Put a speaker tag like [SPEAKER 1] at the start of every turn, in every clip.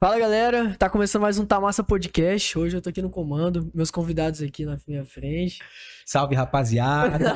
[SPEAKER 1] Fala galera, tá começando mais um Tamassa Podcast. Hoje eu tô aqui no comando, meus convidados aqui na minha frente.
[SPEAKER 2] Salve, rapaziada.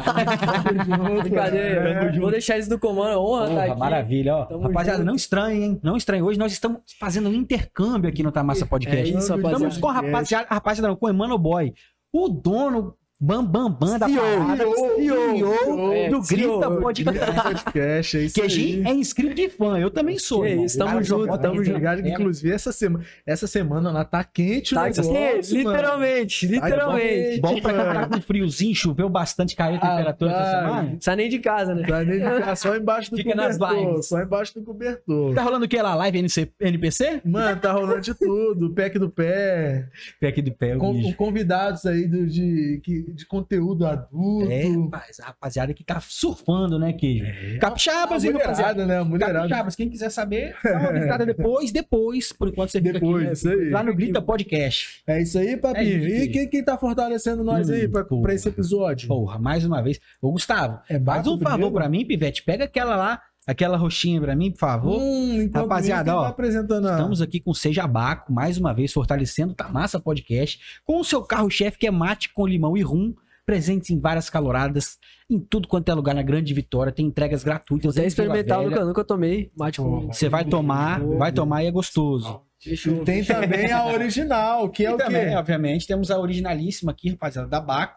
[SPEAKER 1] Brincadeira,
[SPEAKER 2] Tamo junto.
[SPEAKER 1] vou deixar eles no comando, é honra tá
[SPEAKER 2] Porra,
[SPEAKER 1] aqui.
[SPEAKER 2] maravilha, ó.
[SPEAKER 1] Tamo
[SPEAKER 2] rapaziada,
[SPEAKER 1] junto.
[SPEAKER 2] não estranhe, hein? Não estranhe. Hoje nós estamos fazendo um intercâmbio aqui no Tamassa
[SPEAKER 1] É
[SPEAKER 2] Podcast.
[SPEAKER 1] isso, rapaziada.
[SPEAKER 2] estamos com a rapaziada, a rapaziada não, com o Emmanuel Boy, o dono bam bam bam da
[SPEAKER 3] CEO,
[SPEAKER 2] parada,
[SPEAKER 3] CEO,
[SPEAKER 1] É, CEO,
[SPEAKER 2] do Grita Podcast.
[SPEAKER 3] Grita Podcast, é isso aí.
[SPEAKER 2] QG é né? inscrito de fã, eu também sou.
[SPEAKER 1] Que
[SPEAKER 2] irmão.
[SPEAKER 1] isso, tamo
[SPEAKER 2] Cara,
[SPEAKER 1] junto,
[SPEAKER 2] bota
[SPEAKER 1] tamo
[SPEAKER 2] aí,
[SPEAKER 1] junto.
[SPEAKER 2] ligado?
[SPEAKER 3] Obrigado, que, inclusive, essa semana, essa semana lá tá quente
[SPEAKER 1] Tá
[SPEAKER 3] o
[SPEAKER 1] aqui,
[SPEAKER 3] negócio, mano.
[SPEAKER 1] literalmente, literalmente.
[SPEAKER 3] Ai,
[SPEAKER 2] Bom pra caralho, com friozinho, choveu bastante, caiu a temperatura
[SPEAKER 3] Ah,
[SPEAKER 2] essa
[SPEAKER 3] vai.
[SPEAKER 2] semana.
[SPEAKER 1] Sai nem de casa, né?
[SPEAKER 3] Tá nem- tá só embaixo do
[SPEAKER 2] Fica nas
[SPEAKER 3] cobertor,
[SPEAKER 2] vibes.
[SPEAKER 3] só embaixo do cobertor.
[SPEAKER 2] Tá rolando o que lá? Live NC, NPC?
[SPEAKER 3] Mano, tá rolando de tudo, o pack do pé,
[SPEAKER 2] Pé aqui de pé, eu
[SPEAKER 3] com,
[SPEAKER 2] mijo.
[SPEAKER 3] com convidados aí do- de, que- de conteúdo adulto.
[SPEAKER 2] É, rapaz, a rapaziada que tá surfando, né, Queijo?
[SPEAKER 3] A
[SPEAKER 2] Capixabas, hein, rapaziada?
[SPEAKER 3] É. mulherada, né? A mulherada.
[SPEAKER 2] Capixabas, quem quiser saber, dá uma visitada depois, depois, por enquanto você fica
[SPEAKER 3] Depois,
[SPEAKER 2] aqui, né?
[SPEAKER 3] isso aí.
[SPEAKER 2] Lá no Grita Podcast.
[SPEAKER 3] É isso aí,
[SPEAKER 2] É
[SPEAKER 3] papinho.
[SPEAKER 2] isso,
[SPEAKER 3] e
[SPEAKER 2] querido.
[SPEAKER 3] quem, quem tá fortalecendo nós aí
[SPEAKER 2] Hum,
[SPEAKER 3] pra, pra
[SPEAKER 2] porra.
[SPEAKER 3] esse episódio?
[SPEAKER 2] Porra, mais uma vez. Ô, Gustavo,
[SPEAKER 3] É
[SPEAKER 2] faz
[SPEAKER 3] Baco
[SPEAKER 2] um favor
[SPEAKER 3] primeiro?
[SPEAKER 2] pra mim, Pivete. Pega aquela lá, aquela roxinha pra mim, por favor.
[SPEAKER 3] Hum, então,
[SPEAKER 2] Rapaziada,
[SPEAKER 3] quem
[SPEAKER 2] ó,
[SPEAKER 3] tá apresentando a-
[SPEAKER 2] Estamos aqui com o Seja Baco, mais uma vez, fortalecendo o Tamassa Podcast, com o seu carro-chefe, que é mate com limão e rum, presente em várias caloradas, em tudo quanto é lugar na Grande Vitória, tem entregas gratuitas.
[SPEAKER 1] Vou até
[SPEAKER 2] em Vila
[SPEAKER 1] experimentar,
[SPEAKER 2] Velha.
[SPEAKER 1] nunca, nunca tomei. Mate com.
[SPEAKER 2] Você vai tomar, vai tomar e é gostoso.
[SPEAKER 1] Deixa
[SPEAKER 3] E
[SPEAKER 1] eu-
[SPEAKER 3] tem também a original, que é
[SPEAKER 2] e
[SPEAKER 3] o
[SPEAKER 2] também,
[SPEAKER 3] quê?
[SPEAKER 2] obviamente, temos a originalíssima aqui, rapaziada, da Baco.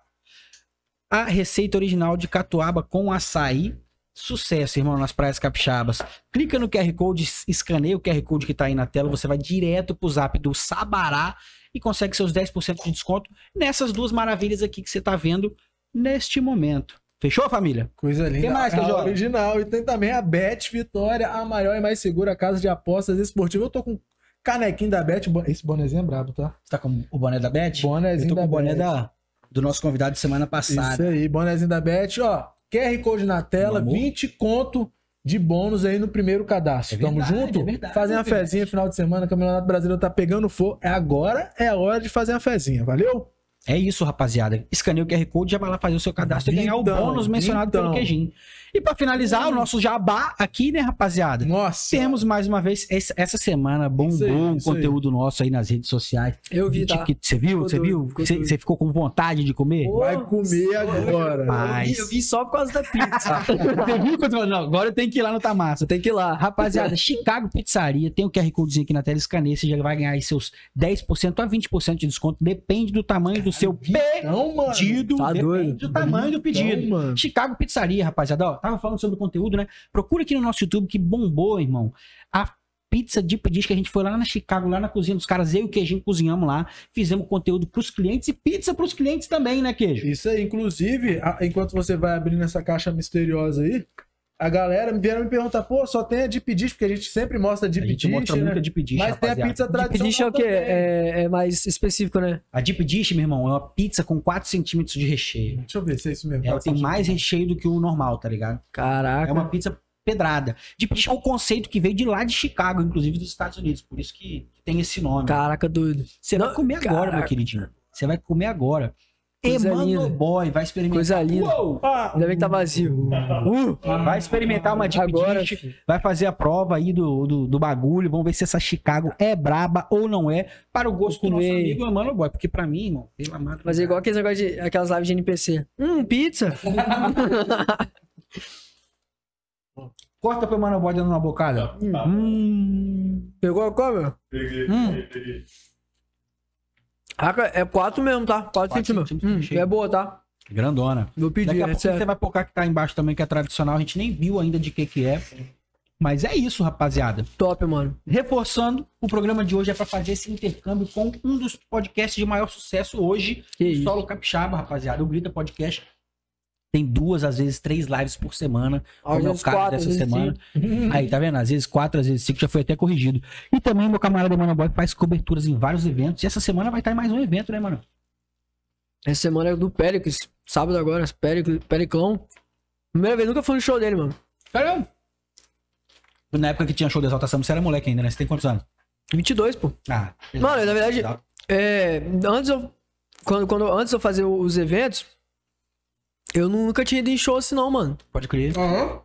[SPEAKER 2] A receita original de catuaba com açaí. Sucesso, irmão, nas praias capixabas. Clica no QR Code, escaneia o QR Code que tá aí na tela, você vai direto pro zap do Sabará e consegue seus 10% de desconto nessas duas maravilhas aqui que você tá vendo neste momento. Fechou, família?
[SPEAKER 3] Coisa linda.
[SPEAKER 2] Tem mais,
[SPEAKER 3] a
[SPEAKER 2] Cajó?
[SPEAKER 3] original. E tem também a Bet Vitória, a maior e mais segura casa de apostas esportiva. Eu tô com canequinho da Bet. bo- Esse bonezinho é brabo, tá?
[SPEAKER 2] Você tá com o boné da Bet? Eu
[SPEAKER 3] Bonezinho
[SPEAKER 2] tô com
[SPEAKER 3] da
[SPEAKER 2] o boné
[SPEAKER 3] Bet.
[SPEAKER 2] da, do nosso convidado de semana passada.
[SPEAKER 3] Isso aí, bonezinho da Bet, ó. QR Code na tela,
[SPEAKER 2] Meu amor.
[SPEAKER 3] 20 conto de bônus aí no primeiro cadastro.
[SPEAKER 2] É
[SPEAKER 3] Tamo
[SPEAKER 2] verdade,
[SPEAKER 3] junto?
[SPEAKER 2] é verdade,
[SPEAKER 3] fazer uma
[SPEAKER 2] é verdade.
[SPEAKER 3] fezinha final de semana, Campeonato Brasileiro tá pegando fogo. É Agora é a hora de fazer uma fezinha, valeu?
[SPEAKER 2] É isso, rapaziada. Escaneia o QR Code, já vai lá fazer o seu cadastro e ganhar o
[SPEAKER 3] Vintão,
[SPEAKER 2] bônus mencionado pelo
[SPEAKER 3] vintão.
[SPEAKER 2] Queijinho. E pra finalizar, o nosso jabá aqui, né, rapaziada?
[SPEAKER 3] Hum. Nossa.
[SPEAKER 2] Temos mais uma vez, esse- essa semana
[SPEAKER 3] Isso aí,
[SPEAKER 2] bombou um
[SPEAKER 3] isso aí.
[SPEAKER 2] conteúdo nosso aí nas redes sociais.
[SPEAKER 1] Eu vi, tá?
[SPEAKER 2] Que- Você viu?
[SPEAKER 1] Ficou
[SPEAKER 2] Você viu?
[SPEAKER 1] doido, ficou
[SPEAKER 2] Você
[SPEAKER 1] doido.
[SPEAKER 2] você ficou com vontade de comer?
[SPEAKER 3] Vai comer agora.
[SPEAKER 1] Eu vi, eu vi só por causa da pizza.
[SPEAKER 2] Você viu quando eu falei, Não, agora eu tenho que ir lá no Tamassa.
[SPEAKER 1] Você tem que ir lá.
[SPEAKER 2] Rapaziada, Chicago Pizzaria, tem o QR Codezinho aqui na tela, escaneia, você já vai ganhar aí seus 10% a 20% de desconto, depende do tamanho do seu
[SPEAKER 3] Então, mano.
[SPEAKER 2] pedido,
[SPEAKER 1] Tá
[SPEAKER 2] depende
[SPEAKER 1] doido.
[SPEAKER 2] do tamanho do pedido.
[SPEAKER 3] Então, mano.
[SPEAKER 2] Chicago Pizzaria, rapaziada. Ó, tava falando sobre o conteúdo, né? Procura aqui no nosso YouTube que bombou, irmão. A pizza de pedis que a gente foi lá na Chicago, lá na cozinha dos caras, eu e o Queijinho cozinhamos lá, fizemos conteúdo pros clientes e pizza pros clientes também, né, Queijo?
[SPEAKER 3] Isso aí, inclusive, a- enquanto você vai abrindo essa caixa misteriosa aí, a galera vieram me perguntar, pô, só tem a de pedir, porque a gente sempre mostra de
[SPEAKER 2] A gente
[SPEAKER 3] pedir,
[SPEAKER 2] mostra
[SPEAKER 3] né?
[SPEAKER 2] muito a Deep Dish,
[SPEAKER 3] Mas tem a
[SPEAKER 2] rapaziada.
[SPEAKER 3] pizza tradicional
[SPEAKER 1] Pediche é o quê?
[SPEAKER 3] também.
[SPEAKER 1] É, é mais específico, né?
[SPEAKER 2] A Deep Dish, meu irmão, é uma pizza com 4 centímetros de recheio.
[SPEAKER 3] Deixa eu ver se é isso mesmo.
[SPEAKER 2] Ela tem mais recheio do que o normal, tá ligado?
[SPEAKER 1] Caraca.
[SPEAKER 2] É uma pizza pedrada. Deep Dish é um conceito que veio de lá de Chicago, inclusive dos Estados Unidos, por isso que tem esse nome.
[SPEAKER 1] Caraca, doido.
[SPEAKER 2] Você
[SPEAKER 1] Não,
[SPEAKER 2] vai comer agora,
[SPEAKER 1] caraca.
[SPEAKER 2] meu queridinho. Você vai comer agora.
[SPEAKER 1] Coisa
[SPEAKER 2] Emmanuel
[SPEAKER 1] linda.
[SPEAKER 2] Boy vai experimentar.
[SPEAKER 1] Coisa linda.
[SPEAKER 2] Uou!
[SPEAKER 3] Ah,
[SPEAKER 1] Ainda bem que tá vazio. Uh,
[SPEAKER 2] Vai experimentar uma deep
[SPEAKER 1] agora.
[SPEAKER 2] dish, vai fazer a prova aí do, do, do bagulho, vamos ver se essa Chicago é braba ou não é, para o gosto do nosso
[SPEAKER 1] Comer.
[SPEAKER 2] amigo Emmanuel Boy, porque pra mim, irmão, pelo amado
[SPEAKER 1] Mas é igual aqueles negócios de, aquelas lives de NPC. Hum, pizza.
[SPEAKER 2] Corta pro Emmanuel Boy dando uma bocada. Hum.
[SPEAKER 1] Pegou a qual, meu? Caraca, é quatro mesmo, tá? Quatro
[SPEAKER 2] Quatro
[SPEAKER 1] centímetros.
[SPEAKER 2] centímetros,
[SPEAKER 1] Hum,
[SPEAKER 2] cheio.
[SPEAKER 1] é boa, tá?
[SPEAKER 2] Grandona.
[SPEAKER 1] Vou
[SPEAKER 2] Daqui
[SPEAKER 1] pedir,
[SPEAKER 2] a
[SPEAKER 1] é
[SPEAKER 2] pouco
[SPEAKER 1] certo.
[SPEAKER 2] você vai pocar que tá embaixo também, que é tradicional, a gente nem viu ainda de que que é. Mas é isso, rapaziada.
[SPEAKER 1] Top, mano.
[SPEAKER 2] Reforçando, o programa de hoje é para fazer esse intercâmbio com um dos podcasts de maior sucesso hoje,
[SPEAKER 1] Que
[SPEAKER 2] o
[SPEAKER 1] isso.
[SPEAKER 2] Solo Capixaba, rapaziada. O Grita Podcast tem duas, às vezes três lives por semana,
[SPEAKER 1] Às
[SPEAKER 2] como é o
[SPEAKER 1] vezes
[SPEAKER 2] caso
[SPEAKER 1] quatro, assim. às
[SPEAKER 2] dessa
[SPEAKER 1] vezes
[SPEAKER 2] semana. Aí, tá vendo? Às vezes quatro, às vezes cinco, já foi até corrigido. E também meu camarada Mano Boy faz coberturas em vários eventos. E essa semana vai estar em mais um evento, né, mano?
[SPEAKER 1] Essa semana é do Péricles. Sábado agora, Péricles, Periclão. Primeira vez, nunca fui no show dele, mano.
[SPEAKER 2] Caramba! Na época que tinha show da Exalta Samba, você era moleque ainda, né? Você tem quantos anos?
[SPEAKER 1] 22, pô.
[SPEAKER 2] Ah,
[SPEAKER 1] Mano, na verdade, É, antes eu. Quando, quando, antes eu fazer os eventos, eu nunca tinha ido em show assim, não, mano.
[SPEAKER 2] Pode crer.
[SPEAKER 3] Aham.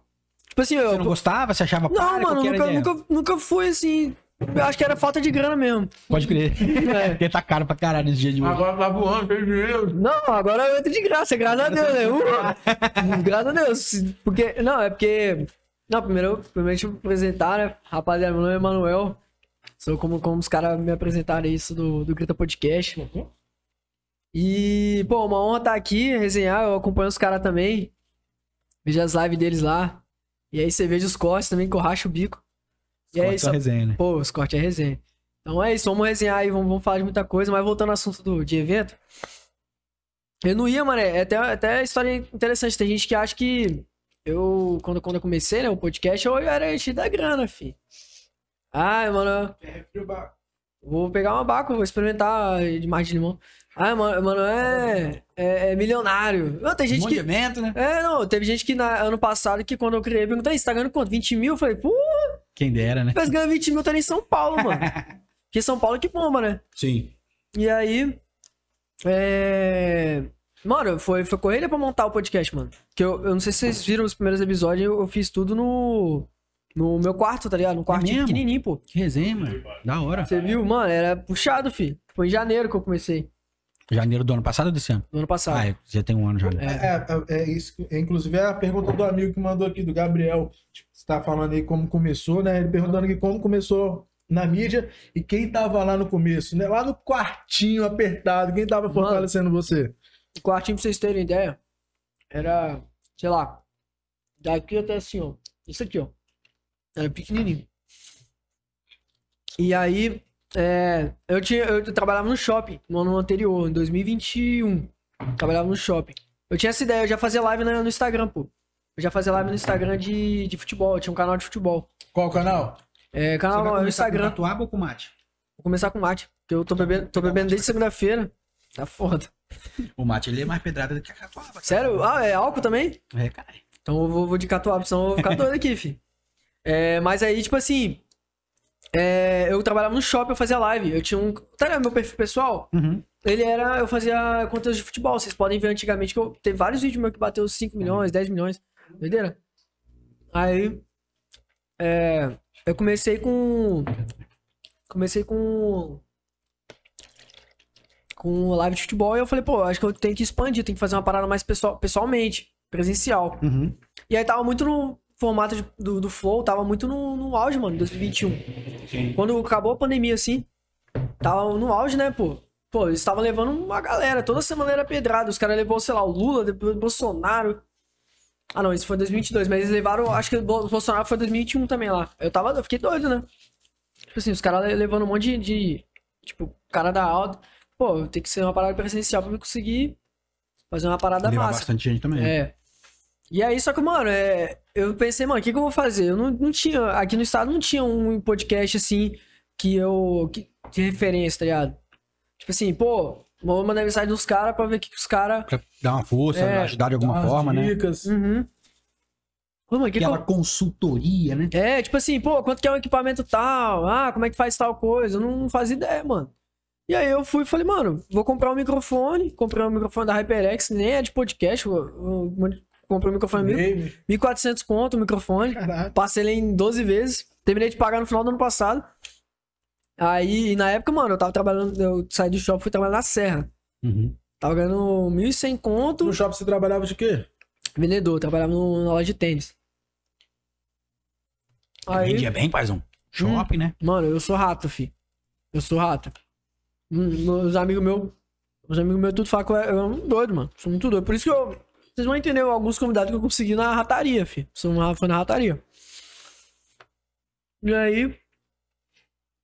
[SPEAKER 1] Tipo assim,
[SPEAKER 2] Você
[SPEAKER 1] eu.
[SPEAKER 2] não gostava? Você achava
[SPEAKER 1] Não,
[SPEAKER 2] Qual
[SPEAKER 1] mano,
[SPEAKER 2] que era a
[SPEAKER 1] nunca,
[SPEAKER 2] ideia?
[SPEAKER 1] nunca, nunca fui assim. Eu acho que era falta de grana mesmo.
[SPEAKER 2] Pode crer.
[SPEAKER 1] É.
[SPEAKER 2] Porque tá caro pra caralho esse dia de hoje.
[SPEAKER 3] Agora tá voando, tem dinheiro.
[SPEAKER 1] Não, agora eu entro de graça, graças a Deus, né? Uh! graças a Deus. Porque, não, é porque. Não, primeiro, primeiro deixa eu me apresentar, né? Rapaziada, meu nome é Emanuel. Sou como, como os caras me apresentaram isso do, do Grita Podcast. E, pô, uma honra estar aqui, resenhar. Eu acompanho os caras também. Vejo as lives deles lá. E aí você veja os cortes também, que eu racho o bico. E é
[SPEAKER 2] Corta
[SPEAKER 1] isso.
[SPEAKER 2] sua resenha, né?
[SPEAKER 1] Pô, os cortes é resenha. Então é isso, vamos resenhar aí, vamos, vamos falar de muita coisa, mas voltando ao assunto do, de evento. Eu não ia, mano, é até, até história interessante. Tem gente que acha que eu, quando, quando eu comecei, né, o podcast, eu era enchido da grana, fi. Ai, mano, Vou pegar uma baco, vou experimentar de mais de limão. Ah, mano, mano é, é, é milionário. Não, tem
[SPEAKER 2] Um
[SPEAKER 1] gente
[SPEAKER 2] monte de
[SPEAKER 1] que.
[SPEAKER 2] evento, né?
[SPEAKER 1] É, não, teve gente que na, ano passado, que quando eu criei, perguntou, "Aí, você tá ganhando quanto? 20 mil? Eu falei, pô,
[SPEAKER 2] Quem dera, né?
[SPEAKER 1] mas ganha 20 mil, tá nem em São Paulo, mano. Porque São Paulo que bomba, né?
[SPEAKER 2] Sim.
[SPEAKER 1] E aí. É. Mano, foi, foi correria pra montar o podcast, mano. Que eu, eu não sei se vocês viram os primeiros episódios, eu, eu fiz tudo no. No meu quarto, tá ligado? No quarto
[SPEAKER 2] É mesmo?
[SPEAKER 1] pequenininho, pô.
[SPEAKER 2] Que resenha, mano. Da hora.
[SPEAKER 1] Você viu? Mano, era puxado, fi. Foi em janeiro que eu comecei,
[SPEAKER 2] Janeiro do ano passado ou desse ano?
[SPEAKER 1] do ano passado.
[SPEAKER 2] Ah, é, já tem um ano já. né?
[SPEAKER 3] É, é, é isso. que- é, inclusive, é a pergunta do amigo que mandou aqui, do Gabriel. Tipo, você tá falando aí como começou, né? Ele perguntando aqui como começou na mídia e quem tava lá no começo, né? Lá no quartinho apertado, quem tava fortalecendo você?
[SPEAKER 1] O quartinho, pra vocês terem ideia, era, sei lá, daqui até assim, ó. Isso aqui, ó. Era pequenininho. E aí, é, eu, tinha, eu trabalhava no shopping no ano anterior, em 2021. Trabalhava no shopping. Eu tinha essa ideia, eu já fazia live na- no Instagram, pô. Eu já fazia live no Instagram de, de futebol, eu tinha um canal de futebol.
[SPEAKER 3] Qual o canal?
[SPEAKER 1] É,
[SPEAKER 2] Você
[SPEAKER 1] canal
[SPEAKER 2] vai
[SPEAKER 1] não, é o
[SPEAKER 2] começar com
[SPEAKER 1] Instagram.
[SPEAKER 2] Catuaba ou com mate?
[SPEAKER 1] Vou começar com mate, porque eu tô bebendo, tô bebendo desde segunda-feira. Tá foda.
[SPEAKER 2] O mate, ele é mais pedrada do que a catuaba.
[SPEAKER 1] Sério? Ah, é álcool também?
[SPEAKER 2] É, caralho.
[SPEAKER 1] Então eu vou, vou de catuaba, senão eu vou ficar doido aqui, fi. É, mas aí, tipo assim. é, eu trabalhava no shopping, eu fazia live. Eu tinha um. Tá ligado? Meu perfil pessoal,
[SPEAKER 2] Uhum.
[SPEAKER 1] ele era. Eu fazia conteúdo de futebol. Vocês podem ver antigamente que eu. Teve vários vídeos meus que bateu 5 milhões, 10 milhões. Doideira? Aí. é, eu comecei com. Comecei com. Com live de futebol e eu falei, pô, acho que eu tenho que expandir, tenho que fazer uma parada mais pessoal, pessoalmente, presencial.
[SPEAKER 2] Uhum.
[SPEAKER 1] E aí tava muito no formato de- do, do Flow, tava muito no, no auge, mano, 2021. Quando acabou a pandemia, assim, tava no auge, né, pô? Pô, eles estavam levando uma galera, toda semana era pedrada. Os caras levou, sei lá, o Lula, depois o Bolsonaro. Ah, não, isso foi em 2022, mas eles levaram, acho que o Bo- o Bolsonaro foi em 2021 também lá. Eu tava, eu fiquei doido, né? Tipo assim, os caras le- levando um monte de, de, tipo, cara da alta. Pô, tem que ser uma parada presencial pra eu conseguir fazer uma parada
[SPEAKER 2] Levar
[SPEAKER 1] massa.
[SPEAKER 2] bastante gente também.
[SPEAKER 1] É. E aí, só que, mano, é, eu pensei, mano, o que, que eu vou fazer? Eu não, não tinha. Aqui no estado não tinha um podcast assim que eu. Que, de referência, tá ligado? Tipo assim, pô, vou mandar mensagem dos caras pra ver o que, que os caras.
[SPEAKER 2] Pra dar uma força,
[SPEAKER 1] É.
[SPEAKER 2] ajudar de alguma
[SPEAKER 3] As
[SPEAKER 2] forma, né?
[SPEAKER 3] dicas.
[SPEAKER 1] Uhum. Pô, mano, que que eu-
[SPEAKER 2] Aquela consultoria, né?
[SPEAKER 1] É, tipo assim, pô, quanto que é um equipamento tal? Ah, como é que faz tal coisa? Eu não fazia ideia, mano. E aí eu fui e falei, mano, vou comprar um microfone. Comprei um microfone da HyperX, nem é de podcast. Eu, eu- eu comprei um
[SPEAKER 3] né?
[SPEAKER 1] microfone mil-
[SPEAKER 3] Game.
[SPEAKER 1] 1.400 conto o microfone.
[SPEAKER 3] Caralho.
[SPEAKER 1] Passei ele em 12 vezes. Terminei de pagar no final do ano passado. Aí, e na época, mano, eu tava trabalhando, eu saí do shopping, fui trabalhar na Serra.
[SPEAKER 2] Uhum.
[SPEAKER 1] Tava ganhando 1.100 conto,
[SPEAKER 3] No shopping você trabalhava de quê?
[SPEAKER 1] vendedor, trabalhava no- na loja de tênis. Aí, Hum.
[SPEAKER 2] Vendia é bem, paizão. Shopping, né?
[SPEAKER 1] mano, eu sou rato, fi. Eu sou rato. Hum, Os amigos meus, os amigos meus tudo falam que eu era- eu era um doido, mano. Sou muito doido. Por isso que eu, vocês vão entender alguns convidados que eu consegui na rataria, fi. Sou um foi na rataria. E aí.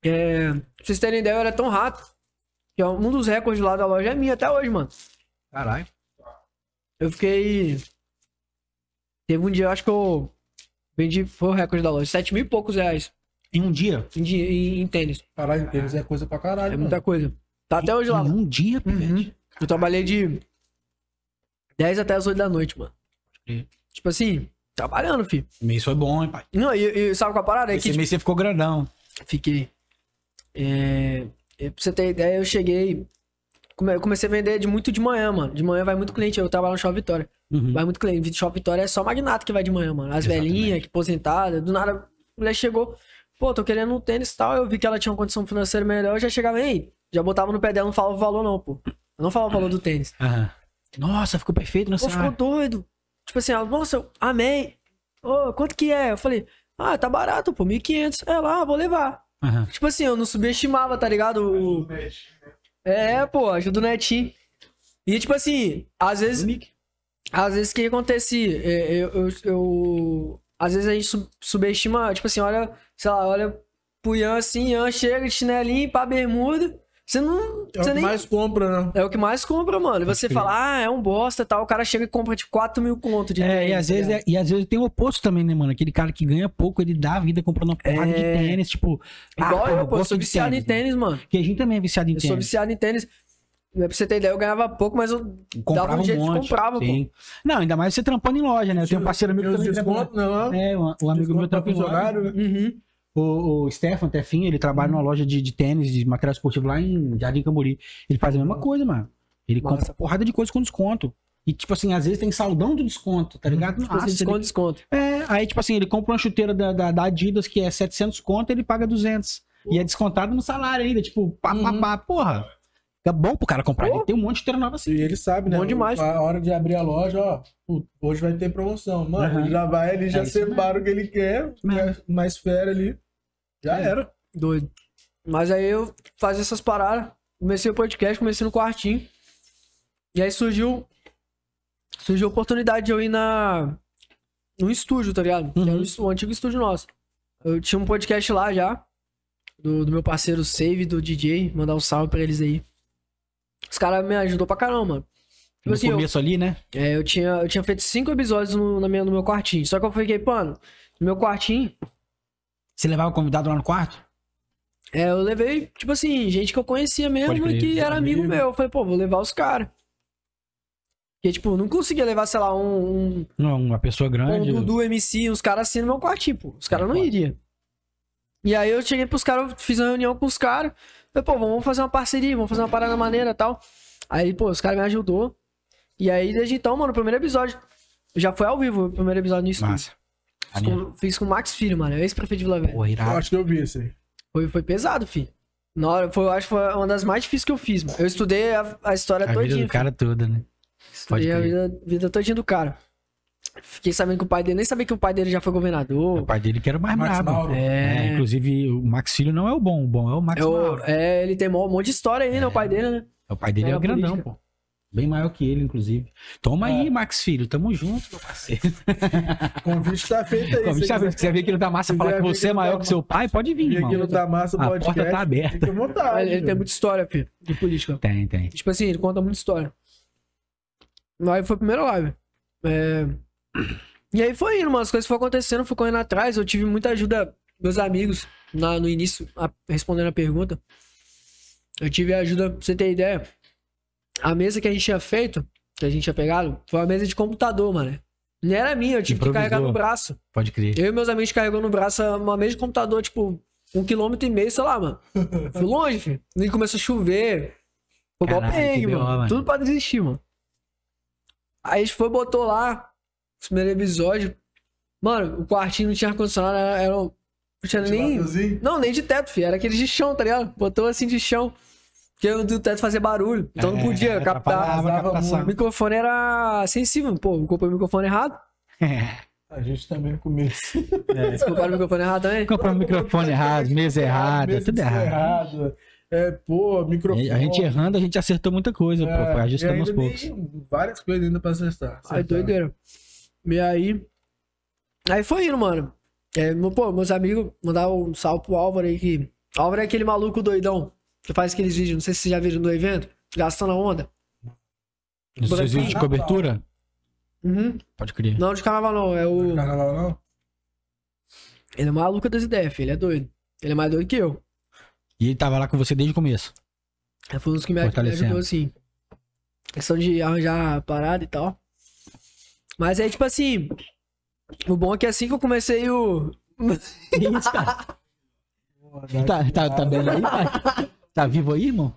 [SPEAKER 1] É, pra vocês terem ideia, eu era tão rato. Que é um dos recordes lá da loja é minha até hoje, mano.
[SPEAKER 2] Caralho.
[SPEAKER 1] Eu fiquei. Teve um dia, eu acho que eu. Vendi. Foi o recorde da loja. Sete mil e poucos reais
[SPEAKER 2] Em um dia.
[SPEAKER 1] em, di- em- em tênis.
[SPEAKER 3] Caralho, tênis é coisa pra caralho.
[SPEAKER 1] É
[SPEAKER 3] mano.
[SPEAKER 1] muita coisa. Tá até hoje lá.
[SPEAKER 2] Em
[SPEAKER 1] mano.
[SPEAKER 2] um dia,
[SPEAKER 1] Uhum.
[SPEAKER 2] pivete.
[SPEAKER 1] Eu trabalhei de 10 até as 8 da noite, mano.
[SPEAKER 2] crer.
[SPEAKER 1] Tipo assim, trabalhando, filho.
[SPEAKER 2] Mês foi bom, hein, pai?
[SPEAKER 1] Não, e, e sabe qual a parada? É que, tipo,
[SPEAKER 2] Esse mês você ficou grandão.
[SPEAKER 1] Fiquei. É, é, pra você ter ideia, eu cheguei. come- Eu comecei a vender de muito de manhã, mano. De manhã vai muito cliente. Eu trabalho no Shopping Vitória.
[SPEAKER 2] Uhum.
[SPEAKER 1] Vai muito cliente. Shopping Vitória é só magnata que vai de manhã, mano. As
[SPEAKER 2] Exatamente.
[SPEAKER 1] velhinhas, que aposentada. Do nada, a mulher chegou. pô, tô querendo um tênis e tal. Eu vi que ela tinha uma condição financeira melhor, eu já chegava, ei, já botava no pé dela, não falava o valor, não, pô. Eu não falava o valor do tênis.
[SPEAKER 2] Aham. Nossa, ficou perfeito no
[SPEAKER 1] Pô, ficou
[SPEAKER 2] cenário.
[SPEAKER 1] doido. Tipo assim, ela, nossa, eu amei. Ô, quanto que é? Eu falei, ah, tá barato, pô, 1.500. É lá, vou levar.
[SPEAKER 2] Aham.
[SPEAKER 1] Tipo assim, eu não subestimava, tá ligado? O- É, pô, ajuda o netinho. E tipo assim, às vezes. Às vezes o que acontecia? É, Eu, eu, eu- Às vezes a gente sub- subestima, tipo assim, olha, sei lá, olha pro Ian assim, Ian chega de chinelinho, pá, bermuda. Você não.
[SPEAKER 3] É o
[SPEAKER 1] Você
[SPEAKER 3] que
[SPEAKER 1] nem.
[SPEAKER 3] mais compra, né?
[SPEAKER 1] É o que mais compra, mano. E você
[SPEAKER 2] crer.
[SPEAKER 1] fala, ah, é um bosta tal. O cara chega e compra de 4 mil conto de
[SPEAKER 2] É,
[SPEAKER 1] tênis,
[SPEAKER 2] e às,
[SPEAKER 1] tá
[SPEAKER 2] vezes,
[SPEAKER 1] ligado?
[SPEAKER 2] é- e às vezes tem o oposto também, né, mano? Aquele cara que ganha pouco, ele dá a vida comprando uma porrada de
[SPEAKER 1] É.
[SPEAKER 2] tênis, tipo...
[SPEAKER 1] Igual
[SPEAKER 2] ah,
[SPEAKER 1] eu,
[SPEAKER 2] eu
[SPEAKER 1] pô, eu
[SPEAKER 2] gosto
[SPEAKER 1] sou
[SPEAKER 2] de né?
[SPEAKER 1] viciado em tênis, mano.
[SPEAKER 2] Porque a gente também é viciado em
[SPEAKER 1] Eu sou
[SPEAKER 2] tênis.
[SPEAKER 1] viciado em tênis. né, Pra você ter ideia, eu ganhava pouco, mas eu dava um jeito de comprava, pô.
[SPEAKER 2] Sim. Não, ainda mais você trampando em loja, né? Eu tenho um parceiro meu
[SPEAKER 3] Tem
[SPEAKER 2] que
[SPEAKER 3] uns
[SPEAKER 2] também trabalha-
[SPEAKER 3] descontos, né? lá?
[SPEAKER 2] É, um, um amigo meu
[SPEAKER 3] Desconto pra
[SPEAKER 2] trampa em loja.
[SPEAKER 3] funcionário, né?
[SPEAKER 1] Uhum.
[SPEAKER 2] O, o Stefan Tefin, ele trabalha numa loja de, de tênis, de material esportivo lá em Jardim Camburi. Ele faz a mesma coisa, mano. Ele
[SPEAKER 1] Massa.
[SPEAKER 2] compra porrada de coisa com desconto. E, tipo assim, às vezes tem saldão do desconto, tá ligado?
[SPEAKER 1] Tipo assim,
[SPEAKER 2] Nossa,
[SPEAKER 1] desconto,
[SPEAKER 2] ele-
[SPEAKER 1] desconto.
[SPEAKER 2] É, aí, tipo assim, ele compra uma chuteira da, da, da Adidas que é 700 conto, ele paga 200. E é descontado no salário ainda, tipo, pá, pá,
[SPEAKER 3] Uhum.
[SPEAKER 2] pá, porra. Fica bom pro cara comprar.
[SPEAKER 1] Pô. tipo
[SPEAKER 2] Ele tem um monte de chuteira nova assim.
[SPEAKER 3] E ele sabe, né?
[SPEAKER 1] Bom demais.
[SPEAKER 3] A hora de abrir a loja, ó, pô, hoje vai ter promoção. Mano,
[SPEAKER 2] Aham. É
[SPEAKER 3] ele já vai, ele já
[SPEAKER 2] isso
[SPEAKER 3] separa o que ele quer,
[SPEAKER 2] Mesmo.
[SPEAKER 3] mais- mais fera ali. Já
[SPEAKER 2] É.
[SPEAKER 3] era.
[SPEAKER 1] Doido. Mas aí eu fazia essas paradas. Comecei o podcast, comecei no quartinho. E aí surgiu. Surgiu a oportunidade de eu ir na. Num estúdio, tá ligado? Que era o,
[SPEAKER 2] Uhum.
[SPEAKER 1] estu- o antigo estúdio nosso. Eu tinha um podcast lá já. Do, do meu parceiro Save, do DJ. Mandar um salve pra eles aí. Os caras me ajudou pra caramba, mano. Tipo
[SPEAKER 2] No
[SPEAKER 1] assim, eu-
[SPEAKER 2] começo ali, né?
[SPEAKER 1] É, eu tinha, eu tinha feito cinco episódios no, na minha, no meu quartinho. Só que eu fiquei, mano, no meu quartinho,
[SPEAKER 2] Você levava o convidado lá no quarto?
[SPEAKER 1] é, eu levei, tipo assim, gente que eu conhecia mesmo
[SPEAKER 2] crer,
[SPEAKER 1] e que era amigo,
[SPEAKER 3] amigo.
[SPEAKER 1] meu. Eu falei, pô, vou levar os caras. Porque, tipo, eu não conseguia levar, sei lá, um, um,
[SPEAKER 2] Não, uma pessoa
[SPEAKER 1] um
[SPEAKER 2] grande.
[SPEAKER 1] Dudu MC, uns caras assim no meu quartinho, pô. Os caras não
[SPEAKER 2] Ah, É Foda.
[SPEAKER 1] iriam. E aí eu cheguei pros caras, eu fiz uma reunião com os caras. Falei, pô, vamos fazer uma parceria, vamos fazer uma parada maneira e tal. Aí, pô, os caras me ajudou. E aí, desde então, mano, o primeiro episódio. Já foi ao vivo o primeiro episódio no estúdio.
[SPEAKER 2] Massa.
[SPEAKER 1] Fiz com, fiz com o Max Filho, mano. Ex-prefeito de Vila Velha.
[SPEAKER 2] Porra,
[SPEAKER 3] Eu
[SPEAKER 2] irado.
[SPEAKER 3] acho que eu vi isso aí.
[SPEAKER 1] Foi, foi pesado, filho. Na hora, foi, eu acho que foi uma das mais difíceis que eu fiz, mano. Eu estudei a, a história
[SPEAKER 2] A vida
[SPEAKER 1] todinha.
[SPEAKER 2] do cara toda, né?
[SPEAKER 1] é filho. Estudei
[SPEAKER 2] pode
[SPEAKER 1] a
[SPEAKER 2] crer.
[SPEAKER 1] vida, vida todinha do cara. Fiquei sabendo que o pai dele... Nem sabia que o pai dele já foi
[SPEAKER 2] O
[SPEAKER 1] governador.
[SPEAKER 2] pai dele que era o mais
[SPEAKER 3] Max
[SPEAKER 2] brabo.
[SPEAKER 3] Mauro.
[SPEAKER 1] É.
[SPEAKER 2] É, inclusive, o Max Filho não é o bom, o bom é o Max
[SPEAKER 1] É, o-
[SPEAKER 2] Mauro.
[SPEAKER 1] é, ele tem mó- um monte de história aí, né? O pai dele, né?
[SPEAKER 2] O pai dele é,
[SPEAKER 1] era
[SPEAKER 2] o grandão,
[SPEAKER 1] política. É.
[SPEAKER 2] pô. Bem maior que ele, inclusive. Toma aí, Max Filho, tamo junto, meu parceiro.
[SPEAKER 3] Convite tá feito aí.
[SPEAKER 2] Como
[SPEAKER 3] se
[SPEAKER 2] já viu, se quiser ver aquilo da massa e
[SPEAKER 3] se
[SPEAKER 2] falar
[SPEAKER 3] vier
[SPEAKER 2] que
[SPEAKER 3] ver
[SPEAKER 2] você é
[SPEAKER 3] aquilo
[SPEAKER 2] maior
[SPEAKER 3] da
[SPEAKER 2] que seu pai, pode vir,
[SPEAKER 3] E
[SPEAKER 2] irmão.
[SPEAKER 3] aquilo da massa
[SPEAKER 2] A porta
[SPEAKER 3] podcast.
[SPEAKER 2] tá aberta.
[SPEAKER 3] Fica à
[SPEAKER 1] Ele,
[SPEAKER 3] vontade.
[SPEAKER 1] ele tem
[SPEAKER 3] velho.
[SPEAKER 1] muita história, filho, de política.
[SPEAKER 2] Tem, tem.
[SPEAKER 1] Tipo assim, ele conta muita história. Aí foi a primeira live. É, E aí foi indo, mano. As coisas foram acontecendo, fui correndo atrás. Eu tive muita ajuda dos amigos na- no início, a- respondendo a pergunta. Eu tive a ajuda, pra você ter ideia. A mesa que a gente tinha feito, que a gente tinha pegado, foi uma mesa de computador, mano. Não era minha, eu tive
[SPEAKER 2] Improvisou.
[SPEAKER 1] que carregar no braço.
[SPEAKER 2] Pode crer.
[SPEAKER 1] Eu e meus amigos carregamos no braço uma mesa de computador, tipo, um quilômetro e meio, sei lá, mano. Fui longe, filho. E começou a chover. Foi mó
[SPEAKER 2] Caralho, que
[SPEAKER 1] perrengue,
[SPEAKER 2] B.O.,
[SPEAKER 1] mano.
[SPEAKER 2] mano.
[SPEAKER 1] Tudo pra desistir, mano. Aí a gente foi, botou lá os primeiros episódios. Mano, o quartinho não tinha ar-condicionado, era, era um- Não tinha nem.
[SPEAKER 3] Ventiladorzinho.
[SPEAKER 1] Não, nem de teto, filho. Era aqueles de chão, tá ligado? Botou assim de chão. Porque o do teto fazia barulho. Então não
[SPEAKER 2] É,
[SPEAKER 1] podia captar.
[SPEAKER 2] atrapalhava a captação.
[SPEAKER 1] O microfone era sensível. Pô, comprei o microfone errado.
[SPEAKER 2] É,
[SPEAKER 3] A gente também no começo.
[SPEAKER 1] Compraram o microfone errado também.
[SPEAKER 2] Comprou o um microfone errado, mesa errada,
[SPEAKER 3] é, Mesa
[SPEAKER 2] tudo errado. É,
[SPEAKER 3] errada. É, pô, microfone.
[SPEAKER 2] A gente errando, a gente acertou muita coisa, pô.
[SPEAKER 3] É, e
[SPEAKER 2] Ajustamos aos
[SPEAKER 3] ainda
[SPEAKER 2] poucos.
[SPEAKER 3] tem Várias coisas ainda pra acertar.
[SPEAKER 1] Ai,
[SPEAKER 3] acertar.
[SPEAKER 1] é doideira. E aí. Aí foi indo, mano. É, meu- pô, meus amigos mandaram um salve pro Álvaro aí que. Álvaro é aquele maluco doidão que faz aqueles vídeos, não sei se vocês já viram do evento, gastando a onda.
[SPEAKER 2] Nos seus
[SPEAKER 1] Branquinho.
[SPEAKER 2] vídeos de cobertura?
[SPEAKER 1] Uhum.
[SPEAKER 2] Pode crer.
[SPEAKER 1] Não, de carnaval não, é o.
[SPEAKER 3] Carnaval não?
[SPEAKER 1] Ele é maluco das ideias, filho, ele é doido. Ele é mais doido que eu.
[SPEAKER 2] E ele tava lá com você desde o começo.
[SPEAKER 1] Aí foi um dos que me me
[SPEAKER 2] Fortalecendo.
[SPEAKER 1] ajudou, assim. Questão de arranjar a parada e tal. Mas aí, tipo assim. O bom é que assim que eu comecei o.
[SPEAKER 2] Tá, tá, tá bem aí, pai? Tá vivo aí, irmão?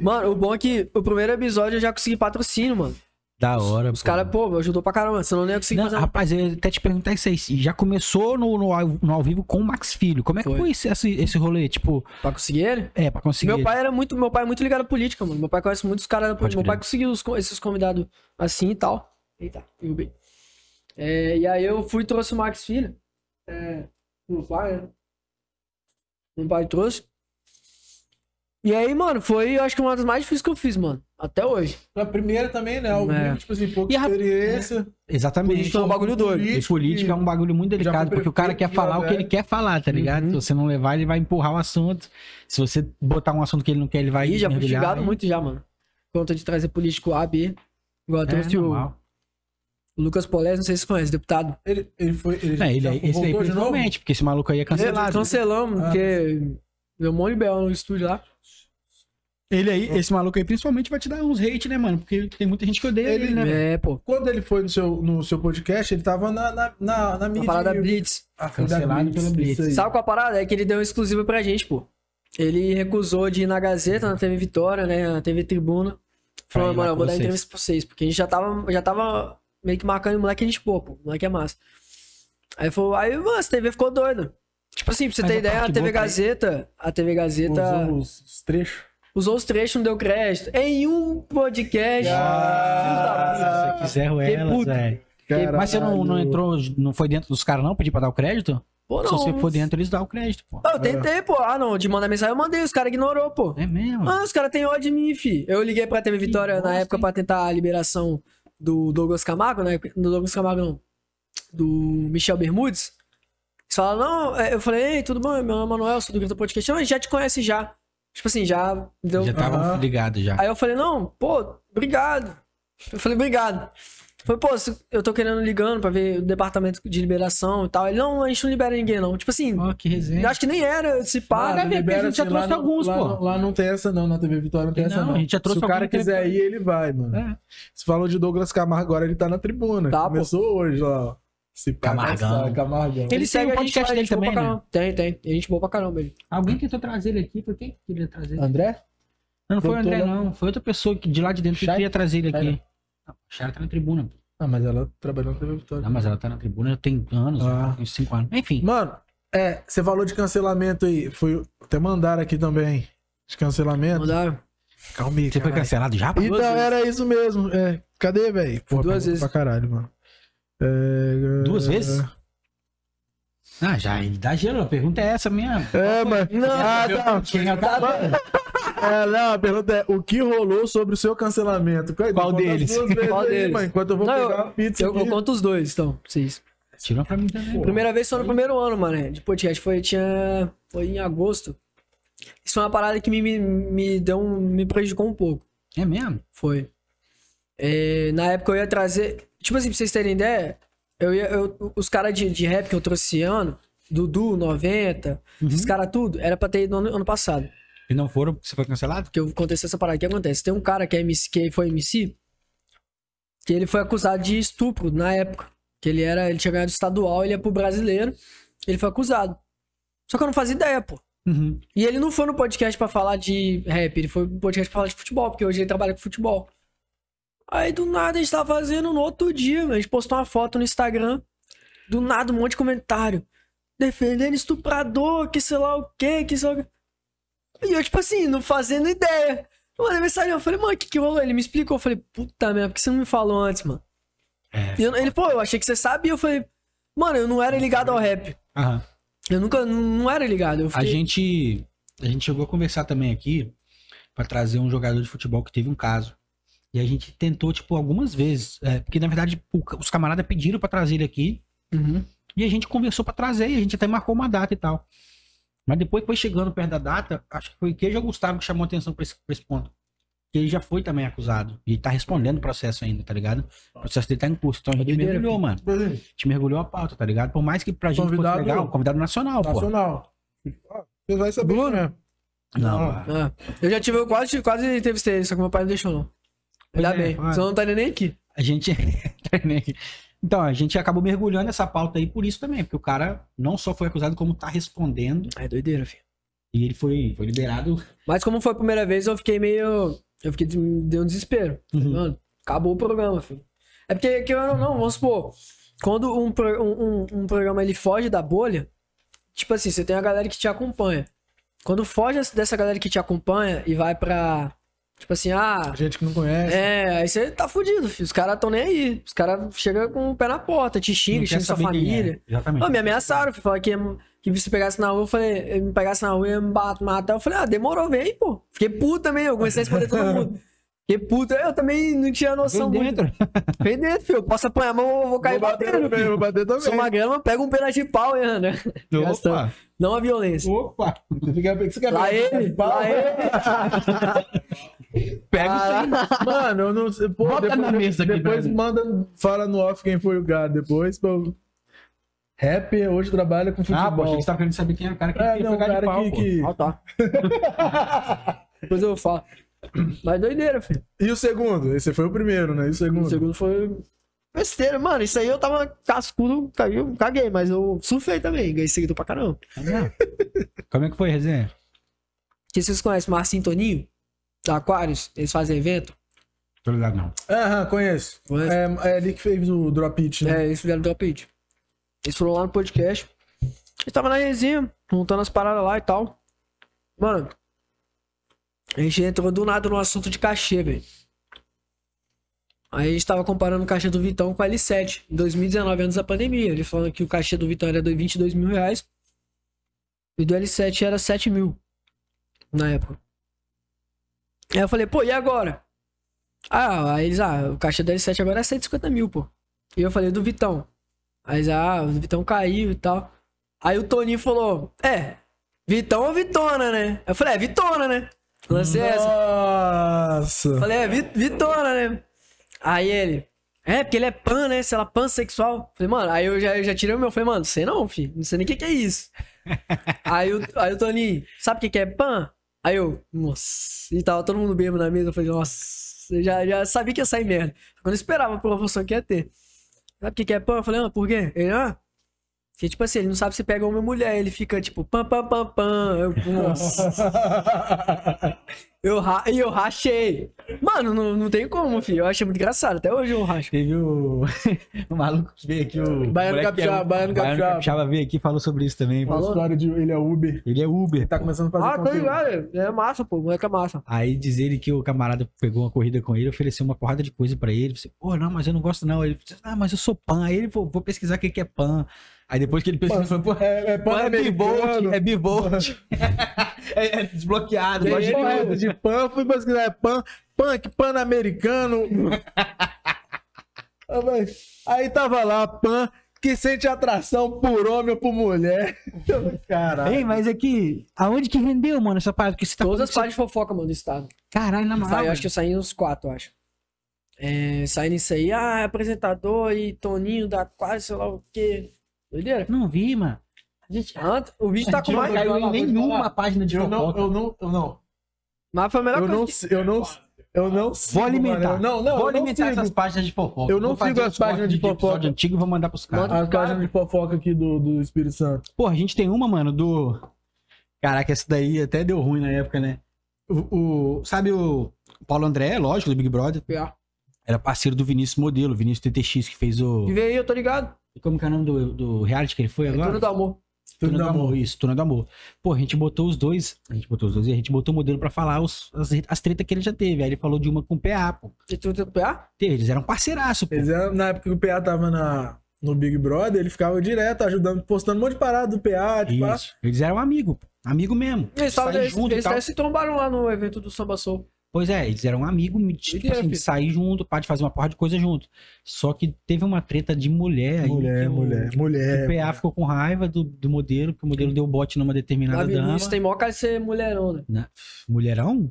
[SPEAKER 1] Mano, o bom é que o primeiro episódio eu já consegui patrocínio, mano.
[SPEAKER 2] Da hora,
[SPEAKER 1] Os caras, pô, ajudou pra caramba. Senão nem ia conseguir
[SPEAKER 2] Não,
[SPEAKER 1] fazer.
[SPEAKER 2] rapaz, eu ia até te perguntar isso aí. Já começou no, no, ao- no ao vivo com o Max Filho. Como é que
[SPEAKER 1] Foi.
[SPEAKER 2] foi esse, esse, esse rolê? Tipo,
[SPEAKER 1] Pra conseguir ele?
[SPEAKER 2] é, pra conseguir.
[SPEAKER 1] Meu pai era muito, meu pai é muito ligado à política, mano. Meu pai conhece muitos caras da
[SPEAKER 2] Pode
[SPEAKER 1] política. Meu
[SPEAKER 2] crer.
[SPEAKER 1] pai conseguiu os co- esses convidados assim e tal. Eita, derrubei. É, e aí eu fui e trouxe o Max Filho. É, meu pai, né? Meu pai trouxe. E aí, mano, foi, eu acho que uma das mais difíceis que eu fiz, mano. Até hoje.
[SPEAKER 3] Na primeira também, né? Ao
[SPEAKER 1] É.
[SPEAKER 3] vivo, tipo assim, pouca
[SPEAKER 2] E a-
[SPEAKER 3] experiência.
[SPEAKER 2] Exatamente.
[SPEAKER 1] Política é um bagulho doido.
[SPEAKER 2] E política é um bagulho muito delicado,
[SPEAKER 3] foi
[SPEAKER 2] porque o cara quer
[SPEAKER 3] prefeito,
[SPEAKER 2] falar o que
[SPEAKER 3] né?
[SPEAKER 2] ele quer falar, tá ligado?
[SPEAKER 1] Uhum.
[SPEAKER 2] Se você não levar, ele vai empurrar o assunto. Se você botar um assunto que ele não quer, ele vai
[SPEAKER 1] Aí já fui
[SPEAKER 2] mergulhar, né?
[SPEAKER 1] xingado
[SPEAKER 2] aí-
[SPEAKER 1] muito já, mano. Conta de trazer político A, B. Igual eu trouxe
[SPEAKER 2] É,
[SPEAKER 1] o
[SPEAKER 2] normal.
[SPEAKER 1] Lucas Polés, não sei se você conhece, deputado.
[SPEAKER 3] Ele, ele foi. Ele
[SPEAKER 2] É, ele
[SPEAKER 3] já
[SPEAKER 2] é, esse aí,
[SPEAKER 3] voltou de novo?
[SPEAKER 2] principalmente, porque esse maluco aí é cancelado.
[SPEAKER 1] Cancelamos,
[SPEAKER 3] Ah.
[SPEAKER 1] porque deu um monte de belo no estúdio lá.
[SPEAKER 2] Ele aí, esse maluco aí principalmente vai te dar uns hate, né, mano? Porque tem muita gente que odeia ele,
[SPEAKER 3] Ele-
[SPEAKER 2] né? velho?
[SPEAKER 1] É, pô.
[SPEAKER 3] Quando ele foi no seu, no seu podcast, ele tava na, na, na, na
[SPEAKER 1] Uma
[SPEAKER 3] mídia.
[SPEAKER 1] parada Blitz.
[SPEAKER 3] Ah, foi da
[SPEAKER 2] Cancelado pela Blitz.
[SPEAKER 3] isso aí.
[SPEAKER 1] Sabe qual a parada? É que ele deu uma exclusiva pra gente, pô. Ele recusou de ir na Gazeta, na TV Vitória, né? Na TV Tribuna.
[SPEAKER 2] Pra ir
[SPEAKER 1] Falou,
[SPEAKER 2] lá
[SPEAKER 1] mano, eu
[SPEAKER 2] com
[SPEAKER 1] vou dar
[SPEAKER 2] vocês."
[SPEAKER 1] entrevista pra vocês. Porque a gente já tava, já tava meio que marcando o moleque a gente boa, pô. O moleque é massa. Aí falou, aí, mano, essa TV ficou doida. Tipo assim, pra você
[SPEAKER 2] Mas
[SPEAKER 1] ter
[SPEAKER 2] a
[SPEAKER 1] ideia, a
[SPEAKER 2] parte
[SPEAKER 1] TV
[SPEAKER 2] boa pra ele-
[SPEAKER 1] Gazeta, a TV Gazeta
[SPEAKER 3] Usou
[SPEAKER 1] usou,
[SPEAKER 3] os, os trechos.
[SPEAKER 1] os trechos, não deu crédito. Em um podcast.
[SPEAKER 3] Ah,
[SPEAKER 1] Filho da puta.
[SPEAKER 2] Fizeram
[SPEAKER 1] é Fiquei
[SPEAKER 2] elas,
[SPEAKER 1] puto.
[SPEAKER 2] velho.
[SPEAKER 3] Caralho.
[SPEAKER 2] Mas você não, não entrou, não foi dentro dos caras não, pedir pra dar o crédito?
[SPEAKER 1] Pô,
[SPEAKER 2] Se você
[SPEAKER 1] não.
[SPEAKER 2] for dentro, eles dão o crédito, pô.
[SPEAKER 1] Ah, eu tentei, pô. Ah, não, de mandar mensagem eu mandei, os caras ignorou, pô.
[SPEAKER 2] É mesmo?
[SPEAKER 1] Ah, os caras têm ódio de mim, fi. Eu liguei pra TV Vitória
[SPEAKER 2] bosta,
[SPEAKER 1] na época
[SPEAKER 2] hein?
[SPEAKER 1] pra tentar a liberação do Douglas Camargo, né? Do Douglas Camargo, não. Do Michel Bermudes. Eles falaram, não, é, eu falei, ei, tudo bom? Meu nome é Manuel, sou do Grito Podcast. Não, a gente já te conhece já. Tipo assim, já deu.
[SPEAKER 2] Já tá.
[SPEAKER 3] Aham.
[SPEAKER 2] estavam ligados já.
[SPEAKER 1] Aí eu falei, não, pô, obrigado. Eu falei, obrigado. Eu falei, pô, se- eu tô querendo ligando pra ver o departamento de liberação e tal. Ele, não, a gente não libera ninguém, não. Tipo assim,
[SPEAKER 2] Ó, que
[SPEAKER 1] eu
[SPEAKER 2] resenha.
[SPEAKER 1] acho que nem era esse pá.
[SPEAKER 2] Ah, deve ver,
[SPEAKER 3] libera,
[SPEAKER 2] porque a gente já
[SPEAKER 3] assim,
[SPEAKER 2] trouxe
[SPEAKER 3] lá,
[SPEAKER 2] alguns,
[SPEAKER 3] lá,
[SPEAKER 2] pô.
[SPEAKER 3] Lá, não tem essa não, na TV Vitória não tem
[SPEAKER 2] Não,
[SPEAKER 3] essa não.
[SPEAKER 2] a gente já trouxe
[SPEAKER 3] Se o cara
[SPEAKER 2] alguns que-
[SPEAKER 3] quiser ir, ele vai, mano.
[SPEAKER 2] É.
[SPEAKER 3] Você falou de Douglas Camargo, agora ele tá na tribuna.
[SPEAKER 1] Tá, pô.
[SPEAKER 3] Começou hoje, ó. Se pá,
[SPEAKER 2] Camargão.
[SPEAKER 3] vai estar, Camargão.
[SPEAKER 2] Ele tem
[SPEAKER 1] segue
[SPEAKER 2] o
[SPEAKER 1] a gente
[SPEAKER 2] podcast
[SPEAKER 1] lá, a
[SPEAKER 2] dele
[SPEAKER 1] gente boa
[SPEAKER 2] também,
[SPEAKER 1] pra
[SPEAKER 2] né?
[SPEAKER 1] caramba. Tem, tem. A gente boa pra caramba ele.
[SPEAKER 2] Alguém tentou trazer ele aqui, foi quem que queria trazer ele?
[SPEAKER 3] André?
[SPEAKER 2] Não, não foi o
[SPEAKER 3] Doutor-
[SPEAKER 2] André, não. Foi outra pessoa que de lá de dentro que
[SPEAKER 3] Chay?
[SPEAKER 2] queria trazer ele aqui.
[SPEAKER 3] Chay,
[SPEAKER 2] Não, O Chara tá na tribuna. pô.
[SPEAKER 3] Ah, mas ela trabalhou na TV Vitória.
[SPEAKER 2] Não, mas ela tá na tribuna tem anos,
[SPEAKER 3] Ah.
[SPEAKER 2] já, tem cinco anos. Enfim.
[SPEAKER 3] Mano, é, você falou de cancelamento aí. Foi, até mandaram aqui também. De cancelamento.
[SPEAKER 1] Mandaram.
[SPEAKER 3] Calma aí,
[SPEAKER 2] Você foi
[SPEAKER 3] caralho.
[SPEAKER 2] cancelado já? pô?
[SPEAKER 1] duas
[SPEAKER 3] Então,
[SPEAKER 1] vezes.
[SPEAKER 3] era isso mesmo. É, cadê, velho? Porra,
[SPEAKER 1] Duas
[SPEAKER 3] pergunta
[SPEAKER 1] vezes.
[SPEAKER 3] Pra caralho, mano. É,
[SPEAKER 2] Duas
[SPEAKER 3] é,
[SPEAKER 2] vezes? Ah, já, ele dá gelo. A pergunta é essa mesmo.
[SPEAKER 3] É, mas.
[SPEAKER 1] Não,
[SPEAKER 3] ah, tá.
[SPEAKER 2] Quem é o cara?
[SPEAKER 3] É, não, a pergunta é: o que rolou sobre o seu cancelamento? Qual,
[SPEAKER 2] Qual
[SPEAKER 3] conta as
[SPEAKER 2] deles?
[SPEAKER 3] Duas vezes
[SPEAKER 1] Qual
[SPEAKER 3] aí,
[SPEAKER 1] deles?
[SPEAKER 3] mano, enquanto eu vou
[SPEAKER 1] Não,
[SPEAKER 3] pegar uma pizza.
[SPEAKER 1] Eu, eu
[SPEAKER 3] aqui.
[SPEAKER 1] conto os dois, então, pra vocês.
[SPEAKER 2] Tirou pra mim também.
[SPEAKER 1] Primeira vez foi no primeiro ano, mano, de podcast. Foi, tinha, foi em agosto. Isso foi uma parada que me, me, me deu um, me prejudicou um pouco.
[SPEAKER 2] É mesmo?
[SPEAKER 1] Foi. É, na época eu ia trazer. Tipo assim, pra vocês terem ideia, eu ia, eu, os caras de, de rap que eu trouxe esse ano, Dudu, 90,
[SPEAKER 3] Uhum.
[SPEAKER 1] esses caras tudo, era pra ter ido no ano- ano passado.
[SPEAKER 2] E não foram porque você foi cancelado?
[SPEAKER 1] Porque aconteceu essa parada. O que acontece? Tem um cara que, é MC, que foi MC, que ele foi acusado de estupro na época. Que ele era, ele tinha ganhado estadual, ele ia pro brasileiro, ele foi acusado. Só que eu não fazia ideia, pô.
[SPEAKER 2] Uhum.
[SPEAKER 1] E ele não foi no podcast pra falar de rap, ele foi no podcast pra falar de futebol, porque hoje ele trabalha com futebol. Aí do nada a gente tava fazendo no outro dia, mano, a gente postou uma foto no Instagram, do nada um monte de comentário. Defendendo estuprador, que sei lá o que, que sei lá o quê. E eu, tipo assim, não fazendo ideia. Eu mandei mensagem, eu falei, mano, o que que rolou? Ele me explicou, eu falei, puta merda, por que você não me falou antes, mano?
[SPEAKER 2] É.
[SPEAKER 1] E eu- ele, pô, eu achei que você sabia, eu falei, mano, eu não era ligado ao rap.
[SPEAKER 2] Aham.
[SPEAKER 1] Eu nunca, não, não era ligado, eu
[SPEAKER 2] A
[SPEAKER 1] fiquei...
[SPEAKER 2] gente, a gente chegou a conversar também aqui pra trazer um jogador de futebol que teve um caso. E a gente tentou, tipo, algumas vezes. é, porque, na verdade, o ca- os camaradas pediram pra trazer ele aqui.
[SPEAKER 1] Uhum.
[SPEAKER 2] E a gente conversou pra trazer. E a gente até marcou uma data e tal. Mas depois foi chegando perto da data. Acho que foi o Queijo Gustavo que chamou a atenção pra esse, pra esse ponto. Que ele já foi também acusado. E tá respondendo o processo ainda, tá ligado? O processo dele tá em curso. Então a gente
[SPEAKER 1] Doideira,
[SPEAKER 2] mergulhou, mano. A gente mergulhou a pauta, tá ligado? Por mais que pra gente
[SPEAKER 3] Convidado-
[SPEAKER 2] fosse legal, convidado nacional, pô.
[SPEAKER 3] Nacional. Ó, Você vai saber.
[SPEAKER 1] Bruno?
[SPEAKER 3] né?
[SPEAKER 2] Não, é.
[SPEAKER 3] Ah.
[SPEAKER 1] Ah, eu já tive, eu quase, quase entrevistei ele, só que meu pai não deixou, não.
[SPEAKER 2] Pois
[SPEAKER 1] Ainda
[SPEAKER 2] é,
[SPEAKER 1] bem,
[SPEAKER 2] claro.
[SPEAKER 1] senão não estaria nem aqui.
[SPEAKER 2] A gente. então, a gente acabou mergulhando nessa pauta aí por isso também, porque o cara não só foi acusado, como tá respondendo.
[SPEAKER 1] É doideira, filho.
[SPEAKER 2] E ele foi, foi liberado.
[SPEAKER 1] Mas como foi a primeira vez, eu fiquei meio... Eu fiquei, deu um desespero.
[SPEAKER 2] Uhum.
[SPEAKER 1] Mano, Acabou o programa, filho. É porque, querendo ou não, vamos supor, quando um, pro- um, um, um programa ele foge da bolha, tipo assim, você tem a galera que te acompanha. Quando foge dessa galera que te acompanha e vai pra. Tipo assim, ah,
[SPEAKER 3] Gente que não conhece.
[SPEAKER 2] assim."
[SPEAKER 1] é, aí você tá fudido, filho. Os caras tão nem aí. Os caras chegam com o pé na porta, te xingam,
[SPEAKER 2] Não quer
[SPEAKER 1] xingam sua
[SPEAKER 2] saber quem é.
[SPEAKER 1] família.
[SPEAKER 2] Exatamente.
[SPEAKER 1] Ah, me ameaçaram, filho. Falaram que, ia- que se pegasse na rua, eu falei, eh, me pegasse na rua, ia me bat- matar. Eu falei, ah, demorou, vem aí, pô. Fiquei puto também, eu comecei a responder todo mundo. Fiquei puto, eu também não tinha noção
[SPEAKER 2] Vem
[SPEAKER 1] muito.
[SPEAKER 2] dentro.
[SPEAKER 1] Vem dentro, filho. Eu posso apanhar, mas eu vou cair
[SPEAKER 3] Vou bater
[SPEAKER 1] batendo.
[SPEAKER 3] também, vou bater também.
[SPEAKER 1] Sou tá? uma grama, pega um pedaço de pau, hein, Ana.
[SPEAKER 3] Opa,
[SPEAKER 1] Não a
[SPEAKER 2] Um
[SPEAKER 1] violência.
[SPEAKER 3] opa. Você quer, você quer
[SPEAKER 1] Lá
[SPEAKER 3] pegar
[SPEAKER 2] Ah,
[SPEAKER 1] ele,
[SPEAKER 3] esse pau?
[SPEAKER 1] lá ele.
[SPEAKER 2] Pega isso aí.
[SPEAKER 3] Mano, eu não sei. Pô,
[SPEAKER 2] Bota
[SPEAKER 3] depois,
[SPEAKER 2] na mesa aqui,
[SPEAKER 3] Depois
[SPEAKER 2] velho.
[SPEAKER 3] manda, fala no off quem foi o cara. Depois, pô. Rapper hoje trabalha com futebol.
[SPEAKER 2] Ah, pô, achei que você tava querendo saber quem era o cara que
[SPEAKER 3] É,
[SPEAKER 2] queria
[SPEAKER 3] não, o
[SPEAKER 2] pegar
[SPEAKER 3] cara
[SPEAKER 2] de pau,
[SPEAKER 3] que,
[SPEAKER 2] pô.
[SPEAKER 3] que-
[SPEAKER 1] Ah, tá. Depois eu falo. Mas doideira, filho.
[SPEAKER 3] E o segundo? Esse foi o primeiro, né? E o segundo?
[SPEAKER 1] O segundo foi besteira, mano. Isso aí eu tava cascudo, caiu, caguei, mas eu surfei também, ganhei seguidor pra caramba.
[SPEAKER 2] Tá Como é que foi, resenha?
[SPEAKER 1] Que vocês conhecem Marcinho e Toninho, da Aquarius, eles fazem evento.
[SPEAKER 2] Tô ligado, não.
[SPEAKER 3] Aham, conheço.
[SPEAKER 1] Conhece?
[SPEAKER 3] É, é ali que fez o drop it, né?
[SPEAKER 1] É, eles fizeram drop it. Eles foram lá no podcast. Eles tava na resenha, montando as paradas lá e tal. Mano, a gente entrou do nada no assunto de cachê, velho. Aí a gente tava comparando o cachê do Vitão com o L7, em 2019, antes da pandemia. Ele falando que o cachê do Vitão era de 22 mil reais e do L7 era 7 mil na época. Aí eu falei, pô, e agora? Ah, aí eles, ah, o cachê do L7 agora é 150 mil, pô. E eu falei do Vitão. Aí eles, ah, o Vitão caiu e tal. Aí o Toninho falou, é, Vitão ou Vitona, né? Eu falei, é, Vitona, né?
[SPEAKER 2] É,
[SPEAKER 1] Lancei essa.
[SPEAKER 3] Nossa!
[SPEAKER 1] Falei, é Vi- Vitona, né? Aí ele, é, porque ele é pan, né? Sei lá, pansexual. Falei, mano, aí eu já, eu já tirei o meu. Falei, mano, sei não, filho. Não sei nem o que, que é isso. aí, o, aí o Toninho, sabe o que, que é pan? Aí eu, nossa. E tava todo mundo bêbado na mesa. Eu falei, nossa. Eu já, já sabia que ia sair merda. Eu não esperava a promoção que ia ter. Sabe o que, que é pan? Eu falei, ah, por quê? Ele, ah. Porque, tipo assim, ele não sabe se pega homem ou mulher. Ele fica tipo, pam, pam, pam, pam. Eu, nossa. Eu, ra... e eu rachei. Mano, não, não tem como, filho. Eu achei muito engraçado. Até hoje eu racho.
[SPEAKER 2] Teve o... o maluco que veio aqui, o...
[SPEAKER 3] Baiano
[SPEAKER 2] o moleque que é
[SPEAKER 3] Capixaba,
[SPEAKER 2] o-
[SPEAKER 3] Baiano Capixaba.
[SPEAKER 2] veio aqui e falou sobre isso também.
[SPEAKER 3] Uma história de ele é Uber.
[SPEAKER 2] Ele é Uber.
[SPEAKER 3] Tá
[SPEAKER 2] pô.
[SPEAKER 3] começando a fazer conteúdo.
[SPEAKER 1] Ah, ligado. É massa, pô. O moleque é massa.
[SPEAKER 2] Aí diz ele que o camarada pegou uma corrida com ele, ofereceu uma porrada de coisa pra ele. Você, pô, não, mas eu não gosto não. Ele, ah, mas eu sou pan. Aí ele, pô, vou pesquisar o que que é pan. Aí depois que ele pesquisou, ele falou, pô,
[SPEAKER 3] É, é
[SPEAKER 2] pan é bivolt,
[SPEAKER 3] pan-americano.
[SPEAKER 2] é bivolt. é, é desbloqueado, gosto de
[SPEAKER 3] Porra,
[SPEAKER 2] bivolt.
[SPEAKER 3] essa de assim, pan, fui pesquisar, é pan, punk, pan-americano. Ah, vai. Aí tava lá, pan, que sente atração por homem ou por mulher. Caralho.
[SPEAKER 2] Ei, mas é que, aonde que vendeu, mano, essa parada? Que você tá
[SPEAKER 1] Todas as
[SPEAKER 2] falando
[SPEAKER 1] partes de fofoca, mano, do estado.
[SPEAKER 2] que você- Caralho, na moral.
[SPEAKER 1] Sai, eu acho que eu saí uns quatro, eu acho. É, saindo isso aí, ah, apresentador e Toninho da quase, sei lá o quê. Doideira?
[SPEAKER 2] Não vi, mano.
[SPEAKER 1] A gente, antes, o vídeo tá com
[SPEAKER 2] Não
[SPEAKER 3] Não
[SPEAKER 1] mais.
[SPEAKER 3] Pode
[SPEAKER 2] caiu
[SPEAKER 3] falar,
[SPEAKER 2] em
[SPEAKER 3] pode
[SPEAKER 2] nenhuma
[SPEAKER 3] falar.
[SPEAKER 2] página de
[SPEAKER 3] Eu não,
[SPEAKER 2] fofoca.
[SPEAKER 3] eu não, eu não.
[SPEAKER 1] Mas foi a melhor
[SPEAKER 3] Eu
[SPEAKER 1] coisa.
[SPEAKER 3] não,
[SPEAKER 1] que-
[SPEAKER 3] sei- eu não, eu não. sigo,
[SPEAKER 2] Vou alimentar.
[SPEAKER 3] mano. Eu Não, não,
[SPEAKER 2] vou
[SPEAKER 3] eu não
[SPEAKER 2] alimentar
[SPEAKER 3] sigo.
[SPEAKER 2] essas páginas de fofoca.
[SPEAKER 3] Eu não
[SPEAKER 2] Vou fazer
[SPEAKER 3] sigo
[SPEAKER 2] um
[SPEAKER 3] as páginas
[SPEAKER 2] corte
[SPEAKER 3] de
[SPEAKER 2] episódio
[SPEAKER 3] fofoca.
[SPEAKER 2] antigo e vou mandar pros caras.
[SPEAKER 1] Manda-
[SPEAKER 3] As páginas de fofoca aqui do, do Espírito Santo.
[SPEAKER 2] Pô, a gente tem uma, mano, do. Caraca, essa daí até deu ruim na época, né? O, o- Sabe o Paulo André, É, lógico, do Big Brother,
[SPEAKER 1] Pior.
[SPEAKER 2] era parceiro do Vinícius Modelo, Vinícius TTX, que fez o.
[SPEAKER 1] E vê aí, eu tô ligado.
[SPEAKER 2] Como que é o nome do, do reality que ele foi
[SPEAKER 1] É
[SPEAKER 2] agora?
[SPEAKER 1] tudo do amor.
[SPEAKER 3] Tudo
[SPEAKER 2] Túnel
[SPEAKER 3] na
[SPEAKER 2] do
[SPEAKER 3] mão.
[SPEAKER 2] Amor, isso, Túnel do Amor. Pô, a gente botou os dois, a gente botou os dois e a gente botou o modelo pra falar os- as, as tretas que ele já teve. Aí ele falou de uma com o PA, pô.
[SPEAKER 1] E tudo do PA?
[SPEAKER 2] Teve, Eles eram parceiraço, pô.
[SPEAKER 3] Eles eram- na época que o PA tava na, no Big Brother, ele ficava direto ajudando, postando um monte de parada do PA, tipo, ah,
[SPEAKER 2] Isso. Eles eram amigo, pô. amigo mesmo.
[SPEAKER 1] Eles, tavam-
[SPEAKER 2] Sair
[SPEAKER 1] eles,
[SPEAKER 2] junto e
[SPEAKER 1] eles
[SPEAKER 2] tal.
[SPEAKER 1] até se trombaram lá no evento do Samba Soul.
[SPEAKER 2] Pois é, eles eram amigos, tipo
[SPEAKER 1] Doideira,
[SPEAKER 2] assim, de
[SPEAKER 1] filho.
[SPEAKER 2] sair junto, pá, de fazer uma porra de coisa junto. Só que teve uma treta de mulher aí. que
[SPEAKER 3] mulher,
[SPEAKER 2] o-
[SPEAKER 3] mulher, É,
[SPEAKER 2] O
[SPEAKER 3] mulher.
[SPEAKER 2] PA ficou com raiva do, do modelo, que o modelo deu bote numa determinada dama.
[SPEAKER 1] Isso tem mó cara de ser mulherão, né?
[SPEAKER 2] Né? Mulherão?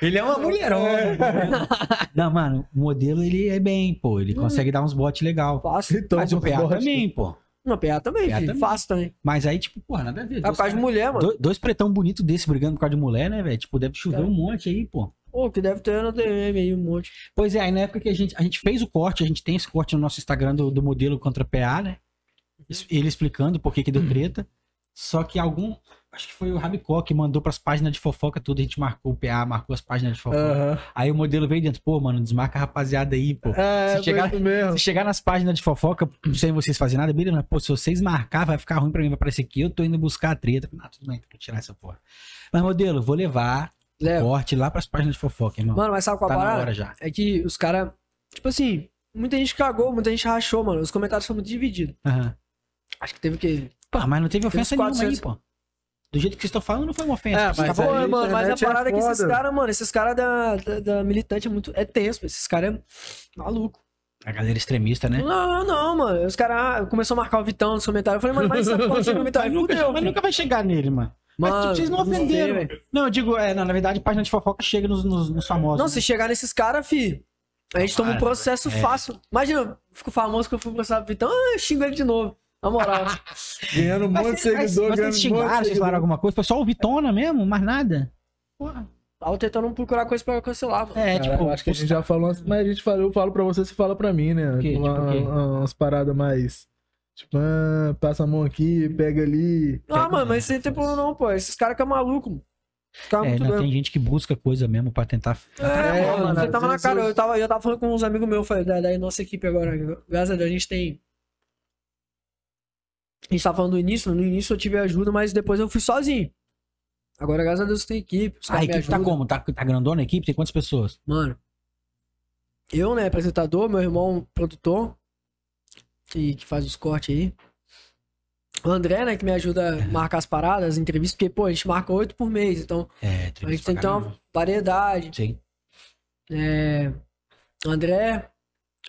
[SPEAKER 3] Ele é uma
[SPEAKER 2] mulherona. Não, mano, o modelo ele é bem, pô. Ele consegue dar uns botes legal.
[SPEAKER 1] Fácil.
[SPEAKER 3] Hum. Então,
[SPEAKER 2] Mas o PA
[SPEAKER 3] bosta.
[SPEAKER 2] também, pô.
[SPEAKER 1] Não, PA também,
[SPEAKER 2] PA
[SPEAKER 1] filho.
[SPEAKER 2] também.
[SPEAKER 1] Fácil também.
[SPEAKER 2] Mas aí, tipo, porra, nada a ver.
[SPEAKER 1] É por causa de mulher, mano.
[SPEAKER 2] dois, dois pretão bonito desse brigando por causa de mulher, né, velho? Tipo, deve chover
[SPEAKER 1] É.
[SPEAKER 2] um monte aí, pô.
[SPEAKER 1] Pô, que deve ter na DM aí um monte.
[SPEAKER 2] Pois é, aí na época que a gente, a gente fez o corte, a gente tem esse
[SPEAKER 3] Uhum.
[SPEAKER 2] corte no nosso Instagram do, do modelo contra PA, né? Es- Ele explicando por que que deu treta. Só que algum. Acho que foi o Rabicó que mandou pras páginas de fofoca tudo. A gente marcou o PA, marcou as páginas de fofoca.
[SPEAKER 3] Aham.
[SPEAKER 2] Aí o modelo veio dentro, pô, mano, desmarca a rapaziada aí, pô.
[SPEAKER 3] É,
[SPEAKER 2] Se
[SPEAKER 3] foi
[SPEAKER 2] chegar-
[SPEAKER 3] isso mesmo.
[SPEAKER 2] Se chegar nas páginas de fofoca, sem vocês fazerem nada, beleza, mas, pô, se vocês marcar, vai ficar ruim pra mim, vai parecer que eu tô indo buscar a treta. Ah, tudo bem, vou tirar essa porra. Mas, modelo, vou levar
[SPEAKER 3] É.
[SPEAKER 1] Leva.
[SPEAKER 2] corte lá pras páginas de fofoca, irmão.
[SPEAKER 1] Mano, mas sabe qual a
[SPEAKER 2] tá na
[SPEAKER 1] parada?
[SPEAKER 2] hora já.
[SPEAKER 1] É que os caras, tipo assim, muita gente cagou, muita gente rachou, mano. Os comentários foram muito divididos.
[SPEAKER 2] Aham.
[SPEAKER 1] Acho que teve o quê?
[SPEAKER 2] Pô, mas não teve ofensa
[SPEAKER 1] uns
[SPEAKER 2] nenhuma aí,
[SPEAKER 1] 400.
[SPEAKER 2] pô. Do jeito que vocês estão falando, não foi uma ofensa.
[SPEAKER 3] É,
[SPEAKER 2] Vocês
[SPEAKER 3] mas
[SPEAKER 2] tavam-
[SPEAKER 1] Pô,
[SPEAKER 3] aí a
[SPEAKER 1] Tá mano, mas a
[SPEAKER 3] internet é
[SPEAKER 1] parada é, que esses
[SPEAKER 3] foda.
[SPEAKER 1] caras, mano, esses caras da, da, da militante é muito. É tenso, esses caras é maluco.
[SPEAKER 3] é.
[SPEAKER 2] A galera extremista, né?
[SPEAKER 1] Não, não, mano. Os caras começou a marcar o Vitão nos comentários. Eu falei, mano, mas essa porra de Vitão aí
[SPEAKER 2] Mas nunca-
[SPEAKER 1] fudeu.
[SPEAKER 2] mas
[SPEAKER 1] filho.
[SPEAKER 2] nunca vai chegar nele, mano. Mas tipo, vocês não
[SPEAKER 1] sei,
[SPEAKER 2] ofenderam.
[SPEAKER 1] velho.
[SPEAKER 2] não, eu digo, é, na, na verdade, a página de fofoca chega nos, nos- nos famosos.
[SPEAKER 1] Não,
[SPEAKER 2] né?
[SPEAKER 1] se chegar nesses caras, fi. A gente toma um
[SPEAKER 2] Tomara,
[SPEAKER 1] processo
[SPEAKER 2] é.
[SPEAKER 1] fácil. Imagina, eu fico famoso que eu fui processar o Vitão, ah, eu xingo ele de novo. Na moral.
[SPEAKER 3] Ganhando um
[SPEAKER 2] Mas
[SPEAKER 3] monte de
[SPEAKER 2] vocês- mas-
[SPEAKER 3] seguidor,
[SPEAKER 2] mas
[SPEAKER 3] ganhando
[SPEAKER 2] vocês
[SPEAKER 3] um
[SPEAKER 2] xingaram,
[SPEAKER 3] monte de
[SPEAKER 2] vocês falaram
[SPEAKER 3] seguidor.
[SPEAKER 2] alguma coisa? Foi só o Vitona mesmo? Mais nada? Porra.
[SPEAKER 1] Tava tentando procurar coisa pra cancelar, mano.
[SPEAKER 2] É,
[SPEAKER 3] Cara,
[SPEAKER 2] tipo,
[SPEAKER 3] eu acho que a gente já falou, antes, mas a gente fala, eu falo pra você, você fala pra mim, né?
[SPEAKER 2] quê? Tipo
[SPEAKER 3] Uma-
[SPEAKER 2] o quê?
[SPEAKER 3] uma- umas paradas mais. Tipo, ah, passa a mão aqui, pega ali.
[SPEAKER 2] É,
[SPEAKER 1] Ah, mano, mas isso aí não tem problema não, pô. Esses caras que é maluco, mano. Esses
[SPEAKER 3] tá
[SPEAKER 1] caras
[SPEAKER 2] É,
[SPEAKER 1] muito
[SPEAKER 2] não,
[SPEAKER 1] doido.
[SPEAKER 2] tem gente que busca coisa mesmo pra tentar.
[SPEAKER 1] É,
[SPEAKER 3] É,
[SPEAKER 1] mano,
[SPEAKER 3] mano,
[SPEAKER 1] você tava na
[SPEAKER 3] às
[SPEAKER 1] cara.
[SPEAKER 3] vezes-
[SPEAKER 1] Eu tava, eu tava falando com uns amigos meus, falei, da, da nossa equipe agora. Graças a Deus, a gente tem. A gente tava falando do início, no início eu tive ajuda, mas depois eu fui sozinho. Agora, graças a Deus, tem equipe. Os
[SPEAKER 2] A
[SPEAKER 1] caras me
[SPEAKER 2] equipe tá
[SPEAKER 1] ajudam.
[SPEAKER 2] como? Tá, tá grandona a equipe? Tem quantas pessoas?
[SPEAKER 1] Mano, eu, né, apresentador, meu irmão produtor, que, que faz os cortes aí. O André, né, que me ajuda a marcar as paradas, as entrevistas, porque, pô, a gente marca oito por mês, então
[SPEAKER 2] É,
[SPEAKER 1] a gente tem que ter uma variedade.
[SPEAKER 2] Sim.
[SPEAKER 1] É, André,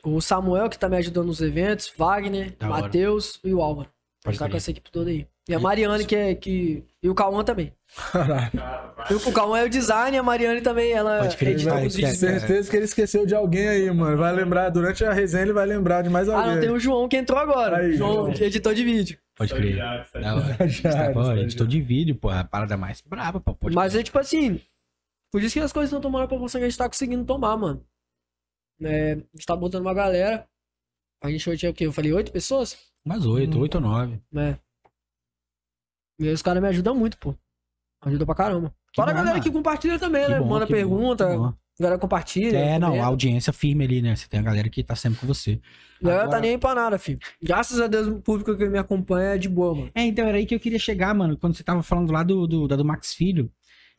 [SPEAKER 1] o Samuel, que tá me ajudando nos eventos, Wagner,
[SPEAKER 2] Da hora.
[SPEAKER 1] Matheus e o Álvaro.
[SPEAKER 2] Pode
[SPEAKER 1] Tá com
[SPEAKER 2] crer.
[SPEAKER 1] essa equipe toda aí. E a Mariane, que é. Que... E o Cauã também. E o Cauã é o design, e a Mariane também, ela
[SPEAKER 2] Pode crer,
[SPEAKER 1] edita
[SPEAKER 2] vai,
[SPEAKER 1] os
[SPEAKER 2] cara.
[SPEAKER 1] vídeos.
[SPEAKER 3] Certeza que ele esqueceu de alguém aí, mano. Vai lembrar, durante a resenha ele vai lembrar de mais
[SPEAKER 1] Ah, não,
[SPEAKER 2] um
[SPEAKER 1] tem
[SPEAKER 3] alguém.
[SPEAKER 1] o João que entrou agora.
[SPEAKER 3] Aí,
[SPEAKER 1] João, editor de vídeo.
[SPEAKER 2] Pode crer. Da hora. Tá
[SPEAKER 3] Estagiário,
[SPEAKER 2] bom,
[SPEAKER 3] estagiário.
[SPEAKER 2] editor de vídeo, pô. A parada mais braba, pô. Pode
[SPEAKER 1] Mas
[SPEAKER 2] crer.
[SPEAKER 1] é tipo assim, por isso que as coisas estão tomando a proporção que a gente tá conseguindo tomar, mano. É, a gente tá botando uma galera. A gente hoje tinha o quê? Eu falei oito pessoas?
[SPEAKER 2] Mais
[SPEAKER 3] é-
[SPEAKER 2] oito, oito ou nove.
[SPEAKER 1] Né? E aí os caras me ajudam muito, pô. Ajuda pra caramba.
[SPEAKER 2] Que
[SPEAKER 1] Fora a
[SPEAKER 2] bom,
[SPEAKER 1] galera
[SPEAKER 2] mano.
[SPEAKER 1] que compartilha também,
[SPEAKER 2] Que
[SPEAKER 1] né?
[SPEAKER 2] bom,
[SPEAKER 1] Manda
[SPEAKER 2] que bom,
[SPEAKER 1] pergunta,
[SPEAKER 2] que bom.
[SPEAKER 1] a galera compartilha.
[SPEAKER 2] É, não, a
[SPEAKER 1] comenta.
[SPEAKER 2] audiência firme ali, né? Você tem a galera que tá sempre com você.
[SPEAKER 1] A galera
[SPEAKER 2] Agora-
[SPEAKER 1] tá nem aí pra nada, filho. Graças a Deus, o público que me acompanha é de boa, mano.
[SPEAKER 2] É, então era aí que eu queria chegar, mano, quando você tava falando lá do, do, da do Max Filho.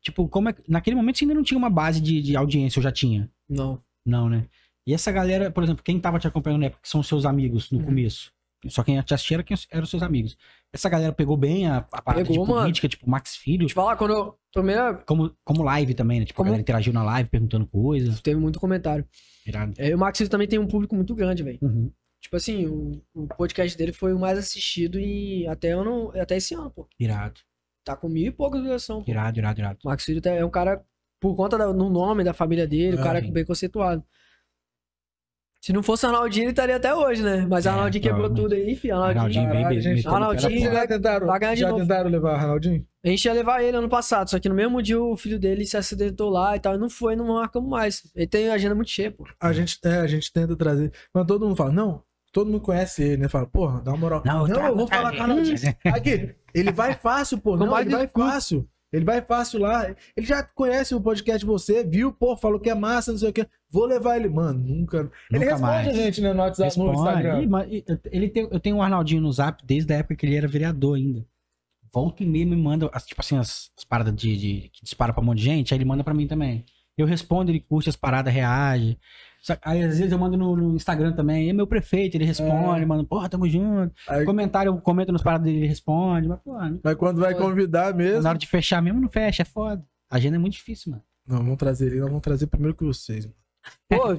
[SPEAKER 2] Tipo, como é que- naquele momento você ainda não tinha uma base de, de audiência, eu já tinha.
[SPEAKER 1] Não.
[SPEAKER 2] Não, né? E essa galera, por exemplo, quem tava te acompanhando na época, que são os seus amigos no
[SPEAKER 1] Uhum.
[SPEAKER 2] começo. Só quem te assistia era quem eram os seus amigos. Essa galera pegou bem a, a parada
[SPEAKER 1] Pegou,
[SPEAKER 2] de
[SPEAKER 1] mano.
[SPEAKER 2] política, tipo, Max Filho,
[SPEAKER 1] Deixa eu falar, quando eu tomei, a-
[SPEAKER 2] como, como live também, né? Tipo,
[SPEAKER 1] Como-
[SPEAKER 2] a galera interagiu na live, perguntando coisas.
[SPEAKER 1] teve muito comentário.
[SPEAKER 2] Irado.
[SPEAKER 1] É, e o Max ele também tem um público muito grande, velho.
[SPEAKER 2] Uhum.
[SPEAKER 1] Tipo assim, o, o podcast dele foi o mais assistido em até ano, até esse ano, pô.
[SPEAKER 2] Irado,
[SPEAKER 1] Tá com mil e poucas visualizações. pô.
[SPEAKER 2] irado, irado, irado.
[SPEAKER 1] O Max Filho tá- é um cara, por conta da- do nome da família dele, o
[SPEAKER 2] Ah,
[SPEAKER 1] cara
[SPEAKER 2] sim.
[SPEAKER 1] bem conceituado. Se não fosse o Arnaldinho, ele estaria até hoje, né? Mas o
[SPEAKER 2] É,
[SPEAKER 1] Arnaldinho quebrou
[SPEAKER 2] provavelmente.
[SPEAKER 1] tudo aí, filho. Arnaldinho.
[SPEAKER 2] Arnaldinho veio
[SPEAKER 3] Caralho, gente,
[SPEAKER 2] metendo o pé na
[SPEAKER 1] Arnaldinho,
[SPEAKER 2] porta.
[SPEAKER 1] né?
[SPEAKER 3] Já tentaram,
[SPEAKER 1] Vai ganhar de
[SPEAKER 3] já
[SPEAKER 1] novo.
[SPEAKER 3] tentaram levar o Arnaldinho?
[SPEAKER 1] A gente ia levar ele ano passado, só que no mesmo dia o filho dele se acidentou lá e tal. E não foi, não marcamos mais. Ele tem agenda muito cheia, pô.
[SPEAKER 3] A gente, é, a gente tenta trazer. Mas todo mundo fala, não, todo mundo conhece ele, né? Fala, porra, dá uma moral.
[SPEAKER 2] Não, eu trago-
[SPEAKER 3] vou falar com o né? Arnaldinho. Aqui, ele vai fácil, pô.
[SPEAKER 1] Não,
[SPEAKER 3] Não,
[SPEAKER 1] mas
[SPEAKER 3] ele vai fácil. Ele vai fácil lá. Ele já conhece o podcast de você, viu, pô, falou que é massa, não sei o quê. Vou levar ele. Mano, nunca. ele responde
[SPEAKER 2] mais.
[SPEAKER 3] a gente, né, no WhatsApp, no
[SPEAKER 2] Responde.
[SPEAKER 3] Instagram.
[SPEAKER 2] Ih, mas e- eu- ele tem, eu tenho o Arnaldinho no zap desde a época que ele era vereador ainda. Volta e meia me manda, as- tipo assim, as, as paradas de, de- que dispara pra um monte de gente, aí ele manda pra mim também. Eu respondo, ele curte as paradas, reage. Só- aí às vezes eu mando no, no Instagram também, é meu prefeito, ele
[SPEAKER 3] É.
[SPEAKER 2] responde, manda, porra, tamo junto.
[SPEAKER 3] Aí-
[SPEAKER 2] Comentário, eu comento nos paradas dele, ele responde. Mas, pô,
[SPEAKER 3] Mas quando vai
[SPEAKER 1] Foi.
[SPEAKER 3] convidar mesmo.
[SPEAKER 2] na hora de fechar mesmo, não fecha, é foda. A agenda é muito difícil, mano.
[SPEAKER 3] Não, vamos trazer ele, nós vamos trazer primeiro que vocês. mano.
[SPEAKER 1] Pô,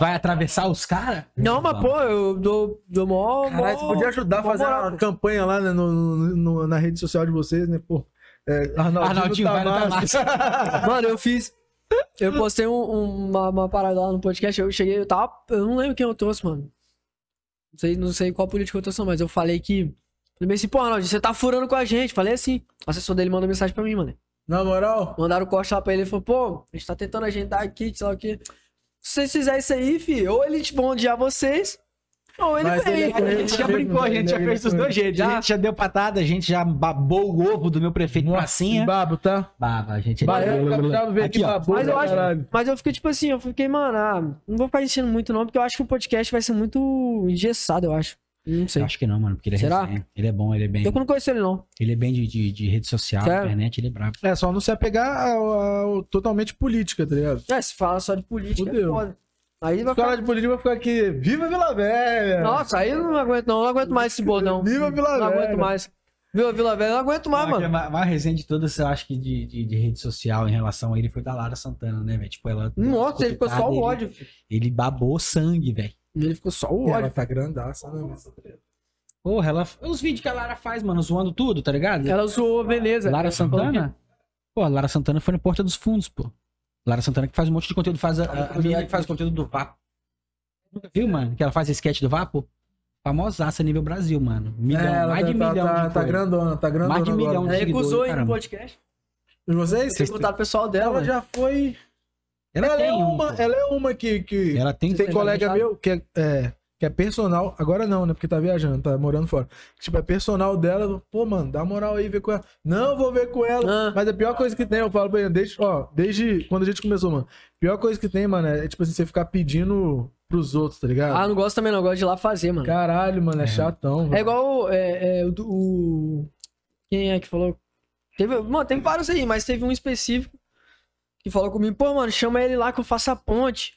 [SPEAKER 2] Vai atravessar os caras?
[SPEAKER 1] não, mas pô, eu dou, dou mó.
[SPEAKER 3] Caralho,
[SPEAKER 1] mó-
[SPEAKER 3] você podia ajudar a
[SPEAKER 1] vamos
[SPEAKER 3] fazer
[SPEAKER 1] morar,
[SPEAKER 3] uma
[SPEAKER 1] pô.
[SPEAKER 3] campanha lá né, no- no- no- na rede social de vocês, né? Pô, é, Arnaldinho,
[SPEAKER 2] Arnaldinho,
[SPEAKER 3] tá
[SPEAKER 2] vai no
[SPEAKER 3] massa.
[SPEAKER 1] Mano, eu fiz. Eu postei um- um- uma, uma parada lá no podcast. Eu cheguei, eu tava. Eu não lembro quem eu trouxe, mano. Não sei, não sei qual político eu trouxe, não, mas eu falei que. Falei assim, pô, Arnaldo, você tá furando com a gente. Falei assim. O assessor dele mandou mensagem pra mim, mano.
[SPEAKER 3] Na moral,
[SPEAKER 1] Mandaram o corte lá pra ele e falou, pô, a gente tá tentando agendar aqui, sei lá o quê. Se tipo, vocês fizerem isso aí, fi, ou ele te bom dia a vocês, Não, ele Tipo,
[SPEAKER 3] Mas
[SPEAKER 1] veio.
[SPEAKER 3] ele- é
[SPEAKER 2] A gente já brincou, a gente já fez dos dois jeitos. A gente já deu patada, a gente já babou o ovo do meu prefeito Pracinha.
[SPEAKER 3] Babo, tá?
[SPEAKER 2] Baba, a gente. é
[SPEAKER 3] Baiano, capital, veio
[SPEAKER 2] Aqui,
[SPEAKER 3] aqui,
[SPEAKER 2] ó.
[SPEAKER 3] babou.
[SPEAKER 1] Mas eu
[SPEAKER 3] pra
[SPEAKER 1] acho-
[SPEAKER 3] caralho.
[SPEAKER 1] Mas eu fiquei tipo assim, eu fiquei, mano, ah, não vou ficar enchendo muito não, porque eu acho que o podcast vai ser muito engessado, eu acho. Não sei.
[SPEAKER 2] Eu acho que não, mano, porque ele é
[SPEAKER 1] Será?
[SPEAKER 2] resenha. Ele é bom, ele é bem.
[SPEAKER 1] Eu que não conheço ele não.
[SPEAKER 2] Ele é bem de, de, de rede social,
[SPEAKER 1] Sério?
[SPEAKER 2] internet, ele é brabo.
[SPEAKER 3] É, só não se apegar ao, ao- totalmente política, tá ligado?
[SPEAKER 1] É, se fala só de política, é
[SPEAKER 3] Fudeu.
[SPEAKER 1] foda. Aí vai
[SPEAKER 3] Se
[SPEAKER 1] ficar...
[SPEAKER 3] falar de política, vai ficar aqui. Viva Vila Velha!
[SPEAKER 1] Nossa, aí eu não aguento não, eu não aguento mais esse bordão.
[SPEAKER 3] Viva Vila
[SPEAKER 1] Não
[SPEAKER 3] Velha.
[SPEAKER 1] aguento mais. Viva Vila Velha, não aguento mais,
[SPEAKER 2] A
[SPEAKER 1] mano.
[SPEAKER 2] ma- maior resenha de todas, eu acho que de, de, de rede social em relação a ele foi da Lara Santana, né, velho? Tipo,
[SPEAKER 3] é
[SPEAKER 2] ela.
[SPEAKER 1] Nossa, ele ficou só o
[SPEAKER 2] ele-
[SPEAKER 1] ódio.
[SPEAKER 2] Ele babou sangue, velho.
[SPEAKER 1] Ele ficou só o
[SPEAKER 3] Ela
[SPEAKER 1] ódio.
[SPEAKER 3] tá grandaça, né? mano?
[SPEAKER 2] Porra, ela. Os vídeos que a Lara faz, mano, zoando tudo, tá ligado?
[SPEAKER 1] Ela zoou Veneza.
[SPEAKER 2] Lara
[SPEAKER 1] Falou que-
[SPEAKER 2] Santana? Pô, a Lara Santana foi no Porta dos Fundos, pô. Lara Santana que faz um monte de conteúdo, faz a, a, a menina que faz o conteúdo do Vapo. Nunca viu, mano? Que ela faz sketch do Vapo? Famosaça nível Brasil, mano. Um Milhão,
[SPEAKER 3] É, ela
[SPEAKER 2] mais de
[SPEAKER 3] tá, tá-
[SPEAKER 2] milhão.
[SPEAKER 3] Tá,
[SPEAKER 2] de
[SPEAKER 3] tá
[SPEAKER 2] coisa.
[SPEAKER 3] grandona, tá grandona.
[SPEAKER 2] Mais de
[SPEAKER 3] agora.
[SPEAKER 2] milhão.
[SPEAKER 1] Ela
[SPEAKER 2] Seguidor,
[SPEAKER 1] recusou ir no
[SPEAKER 2] caramba.
[SPEAKER 1] podcast.
[SPEAKER 3] E vocês?
[SPEAKER 1] Tem contato pessoal dela.
[SPEAKER 3] Ela
[SPEAKER 1] mano.
[SPEAKER 3] já foi.
[SPEAKER 2] Ela, tem
[SPEAKER 3] é
[SPEAKER 2] um,
[SPEAKER 3] uma,
[SPEAKER 2] pô.
[SPEAKER 3] ela é uma que. que...
[SPEAKER 2] Ela tem,
[SPEAKER 1] tá
[SPEAKER 3] Tem colega
[SPEAKER 2] já-
[SPEAKER 3] meu que é, é, que é personal. Agora não, né? Porque tá viajando, tá morando fora. Tipo, é personal dela. Pô, mano, dá moral aí, vê com ela. Não, vou ver com ela.
[SPEAKER 1] Ah.
[SPEAKER 3] Mas a pior coisa que tem, eu falo pra ele, desde, ó, desde quando a gente começou, mano. Pior coisa que tem, mano, é tipo assim, você ficar pedindo pros outros, tá ligado?
[SPEAKER 1] Ah, não gosto também não, gosto de ir lá fazer, mano.
[SPEAKER 3] Caralho, mano, é,
[SPEAKER 2] É.
[SPEAKER 3] chatão.
[SPEAKER 1] É
[SPEAKER 3] velho.
[SPEAKER 1] igual é, é, o, do- o- Quem é que falou? Teve, mano, tem vários aí, mas teve um específico que falou comigo, pô, mano, chama ele lá que eu faço a ponte.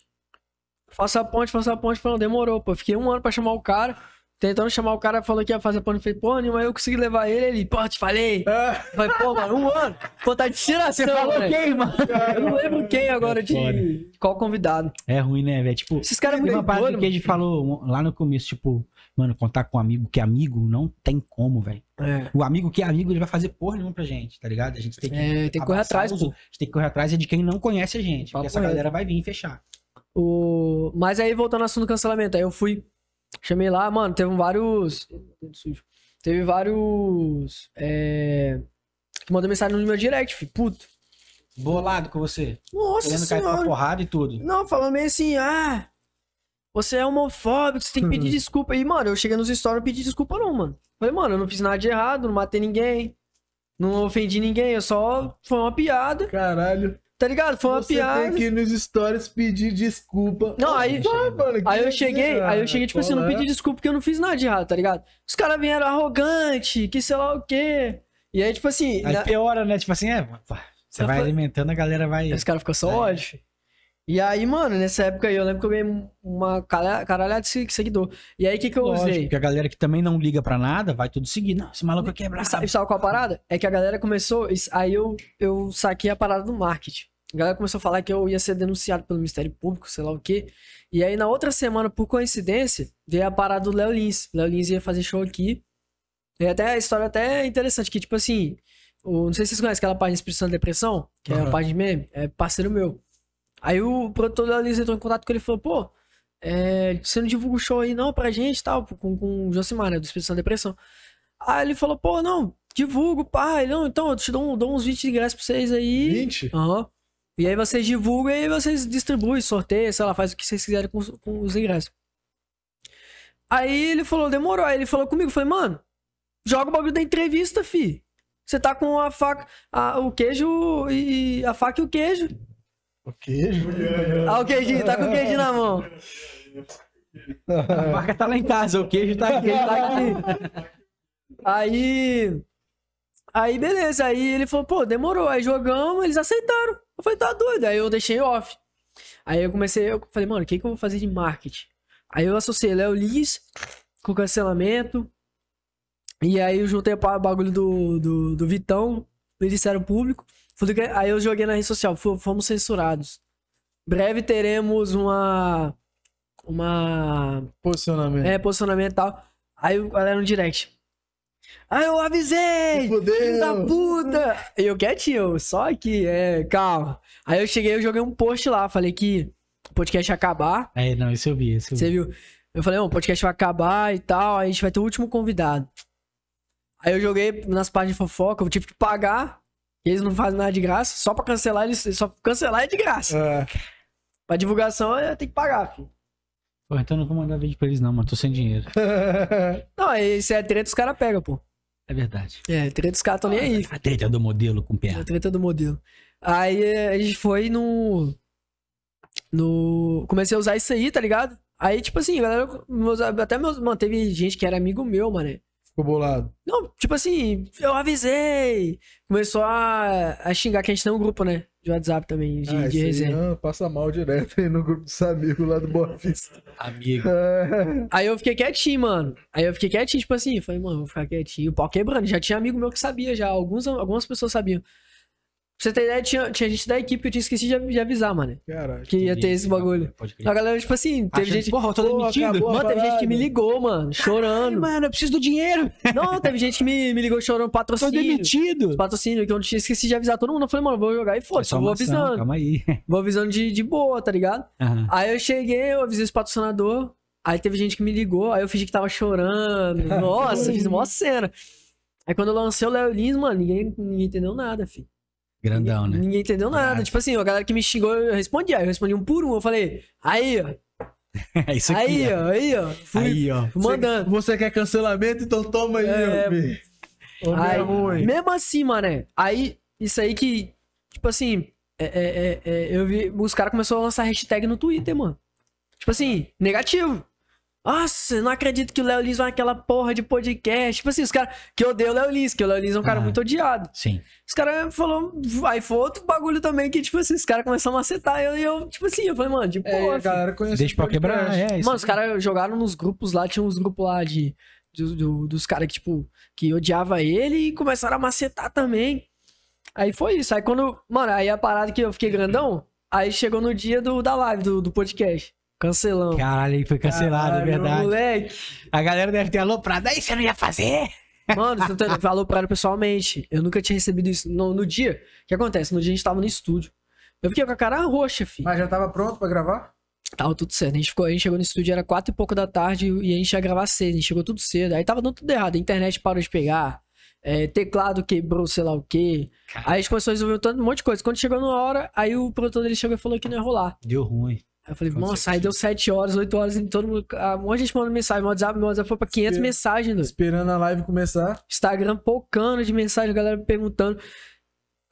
[SPEAKER 1] Faça a ponte, faça a ponte. Falando, demorou, pô. Fiquei um ano pra chamar o cara. Tentando chamar o cara, falou que ia fazer a ponte. Eu Falei, pô, nenhuma, eu consegui levar ele. Ele, pô, te falei.
[SPEAKER 3] Ah,
[SPEAKER 1] Eu Falei, pô, mano, um ano. Pô, tá de tiração,
[SPEAKER 2] Você falou
[SPEAKER 1] moleque.
[SPEAKER 2] quem, mano?
[SPEAKER 1] Eu não lembro quem agora de, de qual convidado.
[SPEAKER 2] É ruim, né, velho? Tipo,
[SPEAKER 1] Esses caras é muito
[SPEAKER 2] uma parada
[SPEAKER 1] doido,
[SPEAKER 2] que a gente falou lá no começo, tipo, mano, contar com amigo, que amigo não tem como, velho.
[SPEAKER 1] mano.
[SPEAKER 2] O amigo que é amigo, ele vai fazer porra nenhuma pra gente, tá ligado? A gente tem que.
[SPEAKER 1] É, tem que correr
[SPEAKER 2] abraçar
[SPEAKER 1] atrás,
[SPEAKER 2] os
[SPEAKER 1] pô.
[SPEAKER 2] outros, A gente tem que correr atrás é de quem não conhece a gente.
[SPEAKER 1] Papo
[SPEAKER 2] Porque essa
[SPEAKER 1] reto.
[SPEAKER 2] galera vai vir e fechar.
[SPEAKER 1] O... Mas aí, voltando ao assunto do cancelamento, aí eu fui. Chamei lá, mano, teve vários. Teve vários. É... Que mandou mensagem no meu direct, filho. Puto.
[SPEAKER 2] Bolado com você.
[SPEAKER 1] Nossa
[SPEAKER 2] Querendo
[SPEAKER 3] tá
[SPEAKER 2] cair pra
[SPEAKER 1] senhora.
[SPEAKER 2] porrada e tudo.
[SPEAKER 1] Não, falando meio assim, ah. Você é homofóbico, você tem que pedir
[SPEAKER 3] Uhum.
[SPEAKER 1] desculpa. E, mano, eu cheguei nos stories e não pedi desculpa, não, mano. Falei, mano, eu não fiz nada de errado, não matei ninguém. Não ofendi ninguém, eu só. Foi uma piada.
[SPEAKER 3] caralho.
[SPEAKER 1] Tá ligado? Foi uma
[SPEAKER 3] Você
[SPEAKER 1] piada.
[SPEAKER 3] tem que ir nos stories pedir desculpa.
[SPEAKER 1] Não, aí-
[SPEAKER 3] mano, que
[SPEAKER 1] Aí eu cheguei,
[SPEAKER 3] isso,
[SPEAKER 1] aí eu cheguei, tipo
[SPEAKER 3] cara?
[SPEAKER 1] assim, não
[SPEAKER 3] Qual é?
[SPEAKER 1] pedi desculpa porque eu não fiz nada de errado, tá ligado? Os caras vieram arrogante, que sei lá o quê. E aí, tipo assim,
[SPEAKER 2] Aí
[SPEAKER 1] na-
[SPEAKER 2] piora, né? Tipo assim, é. pá, Você
[SPEAKER 1] Eu
[SPEAKER 2] vai
[SPEAKER 1] falei-
[SPEAKER 2] alimentando, a galera vai.
[SPEAKER 1] os caras ficam só
[SPEAKER 2] É.
[SPEAKER 1] ódio. filho. E aí, mano, nessa época aí, eu lembro que eu ganhei uma cara- caralhada de se- seguidor. E aí, o que que eu
[SPEAKER 2] Lógico,
[SPEAKER 1] usei?
[SPEAKER 2] porque a galera que também não liga pra nada vai tudo seguir. Não, esse maluco aqui é brabo.
[SPEAKER 1] Sabe, sabe qual a parada? É que a galera começou, isso- aí eu, eu saquei a parada do marketing. A galera começou a falar que eu ia ser denunciado pelo Ministério Público, sei lá o quê. E aí, na outra semana, por coincidência, veio a parada do Léo Lins. Léo Lins ia fazer show aqui. E até a história até é interessante, que tipo assim, o- não sei se vocês conhecem aquela página Inspiração da Depressão, que é a
[SPEAKER 3] Aham.
[SPEAKER 1] página de meme, é parceiro meu. Aí o produtor do Léo Lins entrou em contato com ele e falou, pô, é, você não divulga o show aí não pra gente e tal, com, com o Josimar, né, do Inspiração da Depressão. Aí ele falou, pô, não, divulgo, pá, ele, não, então eu te dou, um- dou uns 20 ingressos pra vocês aí.
[SPEAKER 3] 20?
[SPEAKER 1] Aham. E aí vocês divulgam e aí vocês distribuem, sorteia, sei lá, faz o que vocês quiserem com os, com os ingressos. Aí ele falou, demorou. Aí ele falou comigo, eu falei, mano, joga o bagulho da entrevista, fi. Você tá com a faca, a- o queijo e a faca e o queijo.
[SPEAKER 3] O queijo?
[SPEAKER 1] Ah, o queijinho, tá com o queijinho na mão.
[SPEAKER 2] A marca tá lá em casa, o queijo tá aqui.
[SPEAKER 1] Ele tá aqui. Aí. Aí, beleza. Aí ele falou, pô, demorou. Aí jogamos, eles aceitaram. Eu falei, tá doido. Aí eu deixei off. Aí eu comecei, eu falei, mano, o que, que eu vou fazer de marketing? Aí eu associei Léo Liz com cancelamento. E aí eu juntei o pa- bagulho do, do, do Vitão, do Ministério Público. Falei que- Aí eu joguei na rede social, fo- fomos censurados. Breve teremos uma. Uma
[SPEAKER 3] Posicionamento.
[SPEAKER 1] é, posicionamento e tal. Aí o galera no direct. Ah, eu
[SPEAKER 3] Se
[SPEAKER 1] avisei!
[SPEAKER 3] fudeu!
[SPEAKER 1] Filho da puta! E eu quietinho, só aqui, é, calma. Aí eu cheguei, eu joguei um post lá, falei que o podcast ia acabar.
[SPEAKER 2] É, não, isso eu vi, isso eu vi.
[SPEAKER 1] Você viu? Eu falei, ó, o podcast vai acabar e tal, aí a gente vai ter o último convidado. Aí eu joguei nas páginas de fofoca, eu tive que pagar, e eles não fazem nada de graça, só pra cancelar, eles só cancelar é de graça.
[SPEAKER 3] É.
[SPEAKER 1] Pra divulgação é tem que pagar, filho.
[SPEAKER 2] Pô, então eu não vou mandar vídeo pra eles, não, mano. Tô sem dinheiro.
[SPEAKER 1] Não, aí se é treta, os caras pegam, pô.
[SPEAKER 2] É verdade.
[SPEAKER 1] É, treta, os caras tão nem aí.
[SPEAKER 2] A treta do modelo com
[SPEAKER 1] A
[SPEAKER 2] perna.
[SPEAKER 1] treta do é modelo. Aí é, a gente foi no. No. Comecei a usar isso aí, tá ligado? Aí, tipo assim, a galera. meus- até meus. Mano, teve gente que era amigo meu, mano.
[SPEAKER 3] Ficou bolado.
[SPEAKER 1] Não, tipo assim, eu avisei. Começou a, a xingar que a gente tem um grupo, né? De WhatsApp também, de,
[SPEAKER 3] Ah,
[SPEAKER 1] de
[SPEAKER 3] isso aí,
[SPEAKER 1] resenha.
[SPEAKER 3] ah, passa mal direto aí no grupo dos amigos lá do Boa Vista.
[SPEAKER 2] Amigo.
[SPEAKER 3] É.
[SPEAKER 1] Aí eu fiquei quietinho, mano. Aí eu fiquei quietinho, tipo assim, falei, mano, vou ficar quietinho. O pau quebrando. Já tinha amigo meu que sabia, já. Alguns, algumas pessoas sabiam. Pra você ter ideia, tinha, tinha gente da equipe que eu tinha esquecido de, de avisar, mano.
[SPEAKER 3] Caralho.
[SPEAKER 1] Que ia ter esse bagulho.
[SPEAKER 2] Pode crer.
[SPEAKER 1] A galera, tipo assim, teve
[SPEAKER 2] Achando
[SPEAKER 1] gente.
[SPEAKER 2] que, Porra, eu tô
[SPEAKER 3] Pô,
[SPEAKER 2] demitido.
[SPEAKER 3] acabou.
[SPEAKER 1] Mano, teve gente que me
[SPEAKER 3] parada.
[SPEAKER 1] ligou, mano,
[SPEAKER 2] Ai,
[SPEAKER 1] chorando.
[SPEAKER 2] mano, eu preciso do dinheiro.
[SPEAKER 1] Não, teve gente que me, me ligou chorando,
[SPEAKER 2] Tô
[SPEAKER 1] patrocínio.
[SPEAKER 2] demitido.
[SPEAKER 1] Patrocínio, que eu não tinha esquecido de avisar todo mundo. Eu falei, mano, vou jogar e foda-se,
[SPEAKER 2] É Só
[SPEAKER 1] eu vou
[SPEAKER 2] uma ação,
[SPEAKER 1] avisando.
[SPEAKER 2] Calma aí.
[SPEAKER 1] Vou avisando de, de boa, tá ligado?
[SPEAKER 2] Aham.
[SPEAKER 1] Aí eu cheguei, eu avisei os patrocinador. Aí teve gente que me ligou, aí eu fingi que tava chorando. Nossa, fiz mó cena. Aí quando eu lancei o Léo Lins, mano, ninguém, ninguém entendeu nada, filho.
[SPEAKER 2] Grandão, né?
[SPEAKER 1] Ninguém entendeu nada.
[SPEAKER 2] Verdade.
[SPEAKER 1] Tipo assim, a galera que me xingou, eu respondi. Aí eu respondi um por um. Eu falei, aí, ó,
[SPEAKER 2] É isso aqui.
[SPEAKER 1] aí, ó,
[SPEAKER 2] ó.
[SPEAKER 1] aí, ó. Fui
[SPEAKER 2] Aí, ó.
[SPEAKER 1] mandando.
[SPEAKER 3] Você quer cancelamento? Então toma aí,
[SPEAKER 1] É,
[SPEAKER 3] meu filho. Ô,
[SPEAKER 1] Aí,
[SPEAKER 3] meu é ruim.
[SPEAKER 1] mesmo assim, mané, aí, isso aí que, tipo assim, é, é, é, é, eu vi, os caras começaram a lançar hashtag no Twitter, mano. Tipo assim, negativo. Nossa, eu não acredito que o Léo Lins vai naquela porra de podcast. Tipo assim, os caras, que odeio o Léo Lins, que o Léo Lins é um cara
[SPEAKER 2] Ah.
[SPEAKER 1] muito odiado.
[SPEAKER 2] Sim.
[SPEAKER 1] Os caras falaram, aí foi outro bagulho também, que tipo assim, os caras começaram a macetar, eu, e eu, tipo assim, eu falei, mano, de
[SPEAKER 3] É,
[SPEAKER 1] boa,
[SPEAKER 3] a
[SPEAKER 1] filho.
[SPEAKER 3] galera conhece.
[SPEAKER 2] Deixa pra quebrar. É, isso.
[SPEAKER 1] Mano, os caras jogaram nos grupos lá, tinha uns grupos lá de, do- do- dos caras que, tipo, que odiava ele e começaram a macetar também. Aí foi isso. Aí quando. Mano, aí a parada que eu fiquei grandão, aí chegou no dia do, da live, do, do podcast. Cancelão.
[SPEAKER 2] Caralho, aí foi cancelado, é
[SPEAKER 1] Caralho,
[SPEAKER 2] verdade.
[SPEAKER 1] Moleque.
[SPEAKER 2] A galera deve ter aloprado. Aí você não ia fazer?
[SPEAKER 1] Mano, você não tá entendendo? falou pra ela pessoalmente. Eu nunca tinha recebido isso. No, no dia, o que acontece? No dia a gente tava no estúdio. Eu fiquei com a cara roxa, filho.
[SPEAKER 3] Mas já tava pronto pra gravar?
[SPEAKER 1] Tava tudo certo. A gente, ficou, a gente chegou no estúdio, era quatro e pouco da tarde e a gente ia gravar cedo. A gente chegou tudo cedo. Aí tava dando tudo errado. A internet parou de pegar. é, teclado quebrou, sei lá o quê. Aí a gente começou a resolver um, tanto, um monte de coisa. Quando chegou na hora, aí o produtor dele chegou e falou que não ia rolar.
[SPEAKER 2] Deu ruim.
[SPEAKER 1] Aí eu falei,
[SPEAKER 2] Quando
[SPEAKER 1] nossa,
[SPEAKER 2] você-
[SPEAKER 1] aí deu 7 horas, 8 horas, e todo mundo. ah, Um monte de gente mandando mensagem. Meu WhatsApp, meu WhatsApp foi pra 500
[SPEAKER 3] Sim.
[SPEAKER 1] mensagens, doido.
[SPEAKER 3] Esperando a live começar.
[SPEAKER 1] Instagram pocando de mensagem, a galera me perguntando.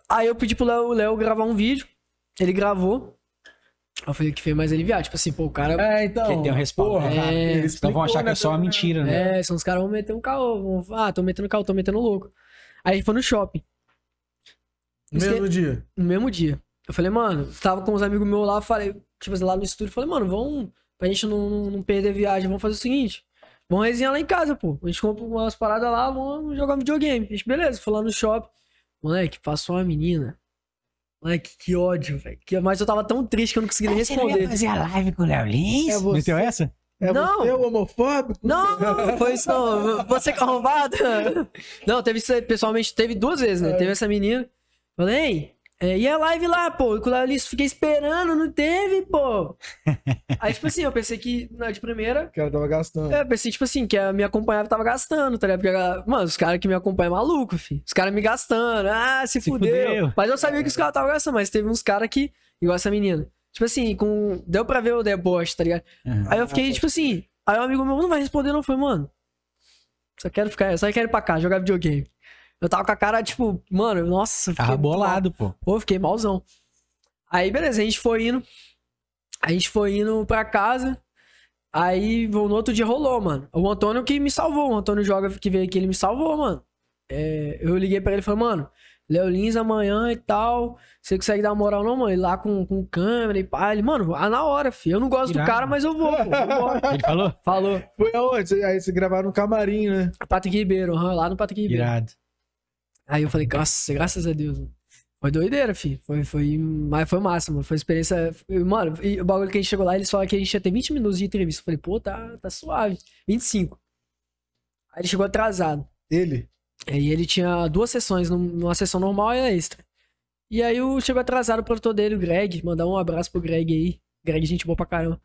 [SPEAKER 1] Aí eu pedi pro Léo, o Léo gravar um vídeo. Ele gravou. Aí Eu falei que fez mais aliviar. Tipo assim, pô, o cara.
[SPEAKER 3] É, então.
[SPEAKER 2] Porque tem um respaldo.
[SPEAKER 3] Porra,
[SPEAKER 1] É,
[SPEAKER 3] ele
[SPEAKER 2] Senão vão
[SPEAKER 3] explicou,
[SPEAKER 2] achar que
[SPEAKER 3] né,
[SPEAKER 2] é só uma
[SPEAKER 3] pelo-
[SPEAKER 2] mentira, né?
[SPEAKER 1] É, são os caras vão meter um caô. Vão, falar, ah, tô metendo caô, tô metendo louco. Aí a gente foi no shopping,
[SPEAKER 3] No Mesmo dia.
[SPEAKER 1] no mesmo dia. Eu falei, mano, tava com uns amigos meus lá, falei, tipo assim, lá no estúdio, falei, mano, vamos, pra gente não, não, não perder a viagem, vamos fazer o seguinte. Vamos resenhar lá em casa, pô. A gente compra umas paradas lá, vamos jogar um videogame. A gente, beleza, foi lá no shopping. Moleque, passou uma menina. Moleque, que ódio, velho. Que- Mas eu tava tão triste que eu não consegui nem
[SPEAKER 2] É. Você não ia
[SPEAKER 1] responder.
[SPEAKER 2] fazer a live com o Léo Lins?
[SPEAKER 3] É você.
[SPEAKER 2] Meteu essa?
[SPEAKER 3] É
[SPEAKER 1] Não.
[SPEAKER 3] você, o homofóbico?
[SPEAKER 1] Não, não, foi isso não. Você que é arrombado. Não, teve isso aí, pessoalmente, teve duas vezes, né? Teve essa menina. Falei, "Ei, é, e a live lá, pô? Com a Alice, fiquei esperando, não teve, pô. Aí, tipo assim, eu pensei que na de primeira.
[SPEAKER 3] O cara tava gastando.
[SPEAKER 1] Eu pensei, tipo assim, que a me acompanhava tava gastando, tá ligado? Porque, a- mano, os caras que me acompanham é maluco, filho. Os caras me gastando, ah, se,
[SPEAKER 2] Se
[SPEAKER 1] fudeu.
[SPEAKER 2] fudeu.
[SPEAKER 1] Mas eu sabia que os caras estavam gastando, mas teve uns caras que, igual essa menina. Tipo assim, com. Deu pra ver o deboche, tá ligado?
[SPEAKER 2] Aham.
[SPEAKER 1] Aí eu fiquei, tipo assim, aí um amigo meu não vai responder, não. Foi, mano. Só quero ficar, só quero ir pra cá, jogar videogame. Eu tava com a cara, tipo, mano, nossa. eu fiquei
[SPEAKER 2] Tava
[SPEAKER 1] muito mal.
[SPEAKER 2] bolado, pô.
[SPEAKER 1] Pô, eu fiquei malzão. Aí, beleza, a gente foi indo. A gente foi indo pra casa. Aí, no outro dia rolou, mano. O Antônio que me salvou. O Antônio Joga que veio aqui, ele me salvou, mano. É, eu liguei pra ele e falei, mano, Léo Lins amanhã e tal. Você consegue dar uma moral não, mano? Ele lá com, com câmera e pá. Ele, mano, ah, na hora, filho. Eu não gosto
[SPEAKER 2] Irado.
[SPEAKER 1] do cara, mas eu vou, pô. Vambora.
[SPEAKER 2] Ele falou?
[SPEAKER 1] Falou.
[SPEAKER 3] Foi aonde? Aí vocês gravaram no camarim, né?
[SPEAKER 1] Patrick Ribeiro, aham, lá no Patrick Ribeiro.
[SPEAKER 2] Irado.
[SPEAKER 1] Aí eu falei, nossa, graças a Deus. mano. Foi doideira, filho. Foi, foi, mas foi massa, mano. Foi uma experiência. Mano, e o bagulho que a gente chegou lá, eles falaram que a gente ia ter 20 minutos de entrevista. Eu falei, pô, tá, tá suave. 25. Aí ele chegou atrasado.
[SPEAKER 3] Ele.
[SPEAKER 1] Aí ele tinha duas sessões, num- uma sessão normal e a extra. E aí o chegou atrasado o produtor dele, o Greg, mandar um abraço pro Greg aí. Greg, gente boa pra caramba.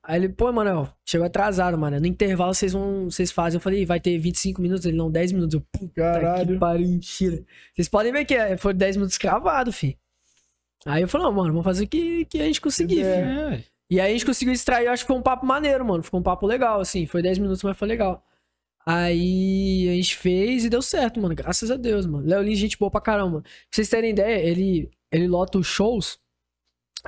[SPEAKER 1] Aí ele, pô, Manoel, chegou atrasado, mano. No intervalo vocês vão, vocês fazem. Eu falei, vai ter 25 minutos, ele não, 10 minutos. Eu, Puta que
[SPEAKER 3] Caralho.
[SPEAKER 1] pariu, mentira. Vocês podem ver que é, foi 10 minutos cravado, fi. Aí eu falei, não, mano, vamos fazer o que, que a gente conseguir,
[SPEAKER 3] É.
[SPEAKER 1] fi.
[SPEAKER 2] É.
[SPEAKER 1] E aí a gente conseguiu extrair, eu acho que foi um papo maneiro, mano. Ficou um papo legal, assim. Foi 10 minutos, mas foi legal. Aí a gente fez e deu certo, mano. Graças a Deus, mano. Léo Lins, gente boa pra caramba. Pra vocês terem ideia, ele, ele lota os shows.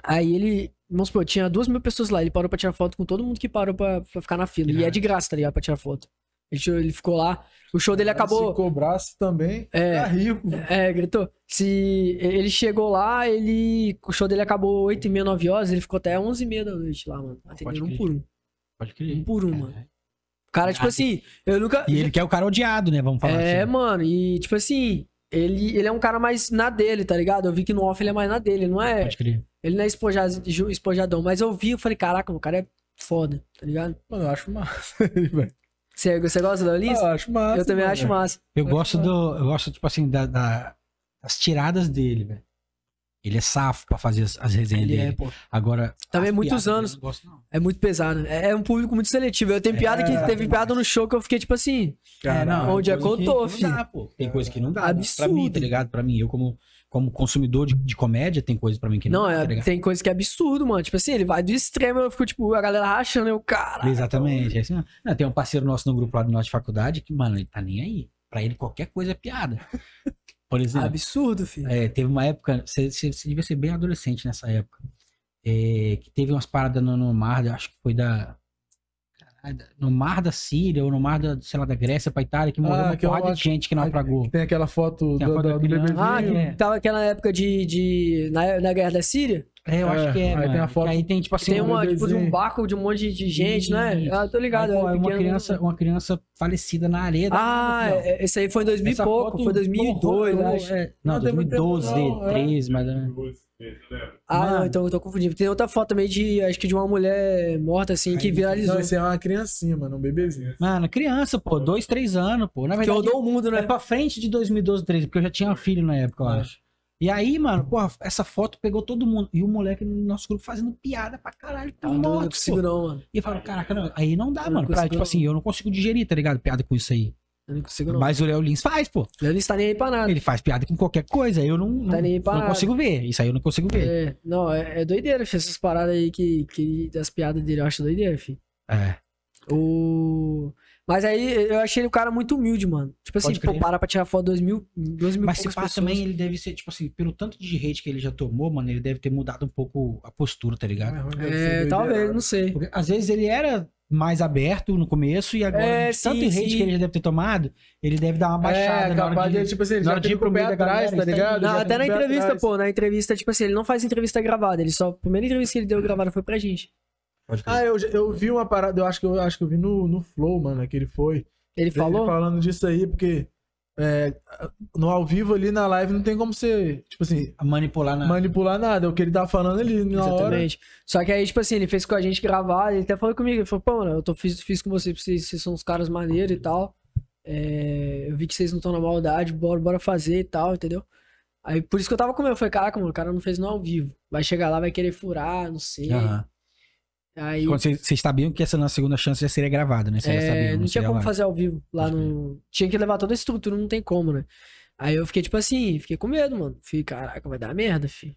[SPEAKER 1] Aí ele, vamos supor, tinha duas mil pessoas lá. Ele parou pra tirar foto com todo mundo que parou pra, pra ficar na fila. E é de graça, tá ligado? Pra tirar foto. Ele, tirou- ele ficou lá. O show dele acabou.
[SPEAKER 3] Se cobrasse também,
[SPEAKER 1] É.
[SPEAKER 3] tá rico.
[SPEAKER 1] É, gritou. Se ele chegou lá, ele. O show dele acabou 8 e meia, 9 horas, ele ficou até 11 e meia da noite lá, mano. Atendendo um
[SPEAKER 2] crer.
[SPEAKER 1] por um.
[SPEAKER 2] Pode
[SPEAKER 1] Um
[SPEAKER 2] crer.
[SPEAKER 1] por um, mano. O cara, tipo
[SPEAKER 2] Ah,
[SPEAKER 1] assim, eu nunca.
[SPEAKER 2] E ele que é o cara odiado, né? Vamos falar
[SPEAKER 1] É,
[SPEAKER 2] assim.
[SPEAKER 1] mano, e tipo assim, ele, ele é um cara mais na dele, tá ligado? Eu vi que no off ele é mais na dele, ele não é.
[SPEAKER 2] Pode crer.
[SPEAKER 1] Ele não é espoja- ju- espojadão, mas eu vi e falei, caraca, o cara é foda, tá ligado?
[SPEAKER 3] Mano, eu acho massa. velho.
[SPEAKER 1] Você, você gosta da
[SPEAKER 3] Ah,
[SPEAKER 1] Lins?
[SPEAKER 3] eu acho massa.
[SPEAKER 1] eu também
[SPEAKER 3] mano.
[SPEAKER 1] acho massa.
[SPEAKER 2] Eu
[SPEAKER 3] Pode
[SPEAKER 2] gosto
[SPEAKER 1] é.
[SPEAKER 3] falar.
[SPEAKER 2] do. Eu gosto, tipo assim, da, da- das tiradas dele, velho. Ele é safo pra fazer as, as resenhas
[SPEAKER 1] Ele
[SPEAKER 2] dele.
[SPEAKER 1] é, pô.
[SPEAKER 2] Agora.
[SPEAKER 1] Também é
[SPEAKER 2] as
[SPEAKER 1] muitos
[SPEAKER 2] piadas dele
[SPEAKER 1] anos.
[SPEAKER 2] eu Não gosto, não.
[SPEAKER 1] É muito pesado. né? É, é um público muito seletivo. Eu tenho piada que
[SPEAKER 3] É,
[SPEAKER 1] teve piada no show que eu fiquei tipo assim.
[SPEAKER 3] Caralho.
[SPEAKER 1] não, onde é que eu tô,
[SPEAKER 2] Não dá, pô. Tem coisa que não dá. Pra
[SPEAKER 1] Absurdo.
[SPEAKER 2] mim, tá ligado? Pra mim, eu como, como consumidor de, de comédia, tem coisa pra mim que não,
[SPEAKER 1] não,
[SPEAKER 2] dá,
[SPEAKER 1] é-
[SPEAKER 2] tá ligado?
[SPEAKER 1] tem coisa que é absurdo, mano. Tipo assim, ele vai do extremo, eu fico tipo, a galera rachando, eu, cara. né?
[SPEAKER 2] Exatamente. é assim, ó. Não, tem um parceiro nosso no grupo lá do nosso de faculdade que, mano, ele tá nem aí. Pra ele, qualquer coisa é piada. Por exemplo,
[SPEAKER 1] Absurdo, filho.
[SPEAKER 2] é, teve uma época, você você- você devia ser bem adolescente nessa época, é, que teve umas paradas no, no mar, eu acho que foi da. caralho, da- No mar da Síria ou no mar da, sei lá, da Grécia pra Itália, que morreu
[SPEAKER 3] Ah,
[SPEAKER 2] uma
[SPEAKER 3] que eu
[SPEAKER 2] porrada de
[SPEAKER 3] acho-
[SPEAKER 2] gente que
[SPEAKER 3] Que
[SPEAKER 2] naufragou.
[SPEAKER 3] Tem aquela foto
[SPEAKER 2] Tem a
[SPEAKER 3] do,
[SPEAKER 2] foto
[SPEAKER 3] do-
[SPEAKER 2] da
[SPEAKER 3] do
[SPEAKER 2] criança.
[SPEAKER 3] bebezinho.
[SPEAKER 1] Ah, que
[SPEAKER 2] é.
[SPEAKER 1] tava aquela época de. de na, na guerra da Síria?
[SPEAKER 2] É, eu acho
[SPEAKER 3] É,
[SPEAKER 2] que é,
[SPEAKER 3] aí
[SPEAKER 2] mano.
[SPEAKER 3] tem a
[SPEAKER 2] Que
[SPEAKER 3] foto-
[SPEAKER 2] aí tem, tipo assim,
[SPEAKER 1] Tem
[SPEAKER 3] um
[SPEAKER 1] uma, tipo, de um
[SPEAKER 3] bebezinho.
[SPEAKER 1] barco de um monte de gente, né?
[SPEAKER 2] Isso.
[SPEAKER 1] Ah, tô ligado.
[SPEAKER 2] aí,
[SPEAKER 1] eu
[SPEAKER 2] pô,
[SPEAKER 1] era
[SPEAKER 2] aí uma,
[SPEAKER 1] pequeno.
[SPEAKER 2] criança, uma criança falecida na areia. da
[SPEAKER 1] Ah,
[SPEAKER 2] areia do final.
[SPEAKER 1] é- esse aí foi em 2000 e
[SPEAKER 2] Essa
[SPEAKER 1] pouco.
[SPEAKER 2] foto
[SPEAKER 1] Foi 2002,
[SPEAKER 2] horrorosa,
[SPEAKER 1] acho.
[SPEAKER 2] é. Não,
[SPEAKER 3] Não, tem muito tempo
[SPEAKER 2] 2012,
[SPEAKER 3] não, é.
[SPEAKER 2] 13, mas... né?
[SPEAKER 1] Ah, não,
[SPEAKER 2] Mano.
[SPEAKER 1] então eu tô confundindo. Tem outra foto também de. Acho que de uma mulher morta, assim, que viralizou.
[SPEAKER 3] Não, esse é uma criancinha, mano, um bebezinho.
[SPEAKER 2] Mano, criança, pô, dois, três anos, pô. Na
[SPEAKER 1] que
[SPEAKER 2] verdade,
[SPEAKER 1] rodou o mundo,
[SPEAKER 2] é
[SPEAKER 1] né?
[SPEAKER 2] pra frente de 2012, 13, porque eu já tinha filho na época, eu
[SPEAKER 3] É.
[SPEAKER 2] acho. E aí, mano, porra, essa foto pegou todo mundo. E o moleque no nosso grupo fazendo piada pra caralho,
[SPEAKER 1] Tá,
[SPEAKER 2] tá
[SPEAKER 1] não, não
[SPEAKER 2] morto, pô.
[SPEAKER 1] consigo, não, mano.
[SPEAKER 2] E eu falo, caraca, não, aí não dá,
[SPEAKER 1] Eu não
[SPEAKER 2] mano. pra-
[SPEAKER 1] consigo,
[SPEAKER 2] tipo
[SPEAKER 1] não.
[SPEAKER 2] assim, eu não consigo digerir, tá ligado? Piada com isso aí.
[SPEAKER 1] Eu não consigo, não.
[SPEAKER 2] Mas o Léo Lins faz, pô.
[SPEAKER 1] Ele não está nem aí pra nada.
[SPEAKER 2] Ele faz piada com qualquer coisa, eu não,
[SPEAKER 1] Tá
[SPEAKER 2] não,
[SPEAKER 1] nem aí pra
[SPEAKER 2] não
[SPEAKER 1] nada.
[SPEAKER 2] consigo ver. Isso aí eu não consigo ver.
[SPEAKER 1] É, não, é, é doideira, filho, essas paradas aí que, que das piadas dele, eu acho doideira, filho.
[SPEAKER 2] É.
[SPEAKER 1] O... Mas aí eu achei ele um cara muito humilde, mano. Tipo assim,
[SPEAKER 2] Pode
[SPEAKER 1] pô,
[SPEAKER 2] crer.
[SPEAKER 1] para pra tirar foto dois mil, dois mil e
[SPEAKER 2] Mas se
[SPEAKER 1] poucas
[SPEAKER 2] pá,
[SPEAKER 1] pessoas.
[SPEAKER 2] também ele deve ser, tipo assim, pelo tanto de hate que ele já tomou, mano, ele deve ter mudado um pouco a postura, tá ligado?
[SPEAKER 1] É, talvez, não sei.
[SPEAKER 2] Porque às vezes ele era mais aberto no começo e agora,
[SPEAKER 1] É,
[SPEAKER 2] de tanto
[SPEAKER 1] sim,
[SPEAKER 2] hate
[SPEAKER 1] sim.
[SPEAKER 2] que ele já deve ter tomado, ele deve dar uma baixada
[SPEAKER 3] é,
[SPEAKER 2] na hora
[SPEAKER 3] capaz
[SPEAKER 2] de...
[SPEAKER 3] de, tipo assim, ele
[SPEAKER 2] na
[SPEAKER 3] já
[SPEAKER 2] hora de ir
[SPEAKER 3] fica
[SPEAKER 2] pro
[SPEAKER 3] pro pé
[SPEAKER 2] meio da
[SPEAKER 3] atrás,
[SPEAKER 2] galera,
[SPEAKER 3] tá ligado?
[SPEAKER 1] Não,
[SPEAKER 3] Já
[SPEAKER 1] até é
[SPEAKER 3] fica
[SPEAKER 2] um
[SPEAKER 1] na
[SPEAKER 3] pro pé
[SPEAKER 1] entrevista,
[SPEAKER 3] atrás.
[SPEAKER 1] pô, na entrevista, tipo assim, ele não faz entrevista gravada, ele só. A primeira entrevista que ele deu gravada foi pra gente.
[SPEAKER 2] Pode crer.
[SPEAKER 3] Ah, eu, eu vi uma parada, eu acho que eu, acho que eu vi no, no Flow, mano, que ele foi.
[SPEAKER 1] Ele falou?
[SPEAKER 3] Ele falando disso aí, porque é, no ao vivo ali na live não tem como você, tipo assim,
[SPEAKER 2] Manipular
[SPEAKER 1] Ah.
[SPEAKER 2] na...
[SPEAKER 3] manipular nada. É o que ele tá falando ali na hora.
[SPEAKER 1] Exatamente. Só que aí, tipo assim, ele fez com a gente gravar, ele até falou comigo, ele falou, pô, mano, eu tô, fiz, fiz com vocês, vocês, vocês são uns caras maneiros e tal. É, eu vi que vocês não estão na maldade, bora, bora fazer e tal, entendeu? Aí por isso que eu tava com medo, eu falei, caraca, mano, o cara não fez no ao vivo. Vai chegar lá, vai querer furar, não sei.
[SPEAKER 2] Aham.
[SPEAKER 1] Aí
[SPEAKER 2] Quando vocês, vocês sabiam que essa nossa segunda chance já seria gravada, né? Vocês já
[SPEAKER 1] é,
[SPEAKER 2] sabiam,
[SPEAKER 1] não tinha
[SPEAKER 2] seria
[SPEAKER 1] como
[SPEAKER 2] live.
[SPEAKER 1] fazer ao vivo lá
[SPEAKER 2] Pode
[SPEAKER 1] no. Tinha que levar toda a estrutura, não tem como, né? Aí eu fiquei tipo assim, fiquei com medo, mano. Fiquei, caraca, vai dar merda, filho.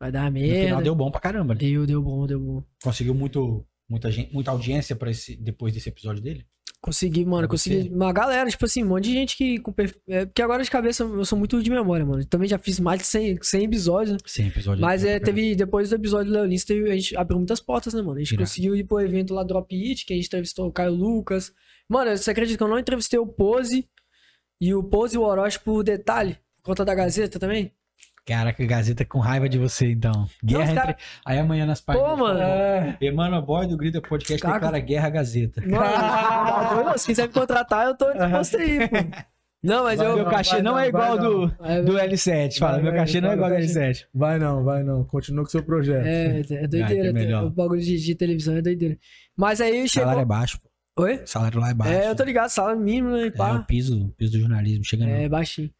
[SPEAKER 1] Vai dar
[SPEAKER 2] No final
[SPEAKER 1] merda.
[SPEAKER 2] deu bom pra caramba, né?
[SPEAKER 1] deu, deu bom, deu bom.
[SPEAKER 2] Conseguiu muito, muita, gente, muita audiência pra esse, depois desse episódio dele?
[SPEAKER 1] Consegui, mano,
[SPEAKER 2] Pra você?
[SPEAKER 1] consegui. Uma galera, tipo assim, um monte de gente que. Com perfil... é, porque agora de cabeça eu sou muito de memória, mano. Também já fiz mais de 100, 100 episódios, né?
[SPEAKER 2] Sim, episódio.
[SPEAKER 1] Mas
[SPEAKER 2] dele.
[SPEAKER 1] é, teve, depois do episódio do Leonista, a gente abriu muitas portas, né, mano? A gente
[SPEAKER 2] Irado.
[SPEAKER 1] conseguiu ir pro evento lá Drop It, que a gente entrevistou o Caio Lucas. Mano, você acredita que eu não entrevistei o Pose e o Pose e o Orochi por detalhe? Por conta da Gazeta também?
[SPEAKER 2] Caraca, Gazeta com raiva de você, então. Guerra
[SPEAKER 1] os cara-
[SPEAKER 2] entre... Aí amanhã nas páginas...
[SPEAKER 1] Pô, mano.
[SPEAKER 3] É.
[SPEAKER 2] Emmanuel Boy do Grita Podcast
[SPEAKER 1] Caraca.
[SPEAKER 2] declara guerra à Gazeta.
[SPEAKER 1] Mano, assim, se quiser me contratar, eu tô disposto aí, pô. Não, mas
[SPEAKER 3] Valeu,
[SPEAKER 2] Meu
[SPEAKER 1] eu.
[SPEAKER 3] cara.
[SPEAKER 2] cachê não é igual
[SPEAKER 3] Vai,
[SPEAKER 2] do,
[SPEAKER 3] não.
[SPEAKER 1] É,
[SPEAKER 2] do L7. Fala,
[SPEAKER 3] Vai,
[SPEAKER 2] meu
[SPEAKER 3] vai,
[SPEAKER 2] cachê não é
[SPEAKER 3] vai,
[SPEAKER 2] igual do
[SPEAKER 3] vai.
[SPEAKER 2] L7.
[SPEAKER 3] Vai não, vai não. Continua com o seu projeto.
[SPEAKER 1] É, é doideira.
[SPEAKER 2] Ah, que é melhor.
[SPEAKER 1] o bagulho de, de televisão é doideira. Mas aí chegou.
[SPEAKER 2] Salário é baixo, pô.
[SPEAKER 1] Oi?
[SPEAKER 2] Salário lá é baixo.
[SPEAKER 1] É, eu tô ligado, salário mínimo, né?
[SPEAKER 2] É o né,
[SPEAKER 1] Pá.
[SPEAKER 2] piso, o piso do jornalismo, chega não.
[SPEAKER 1] É, baixinho.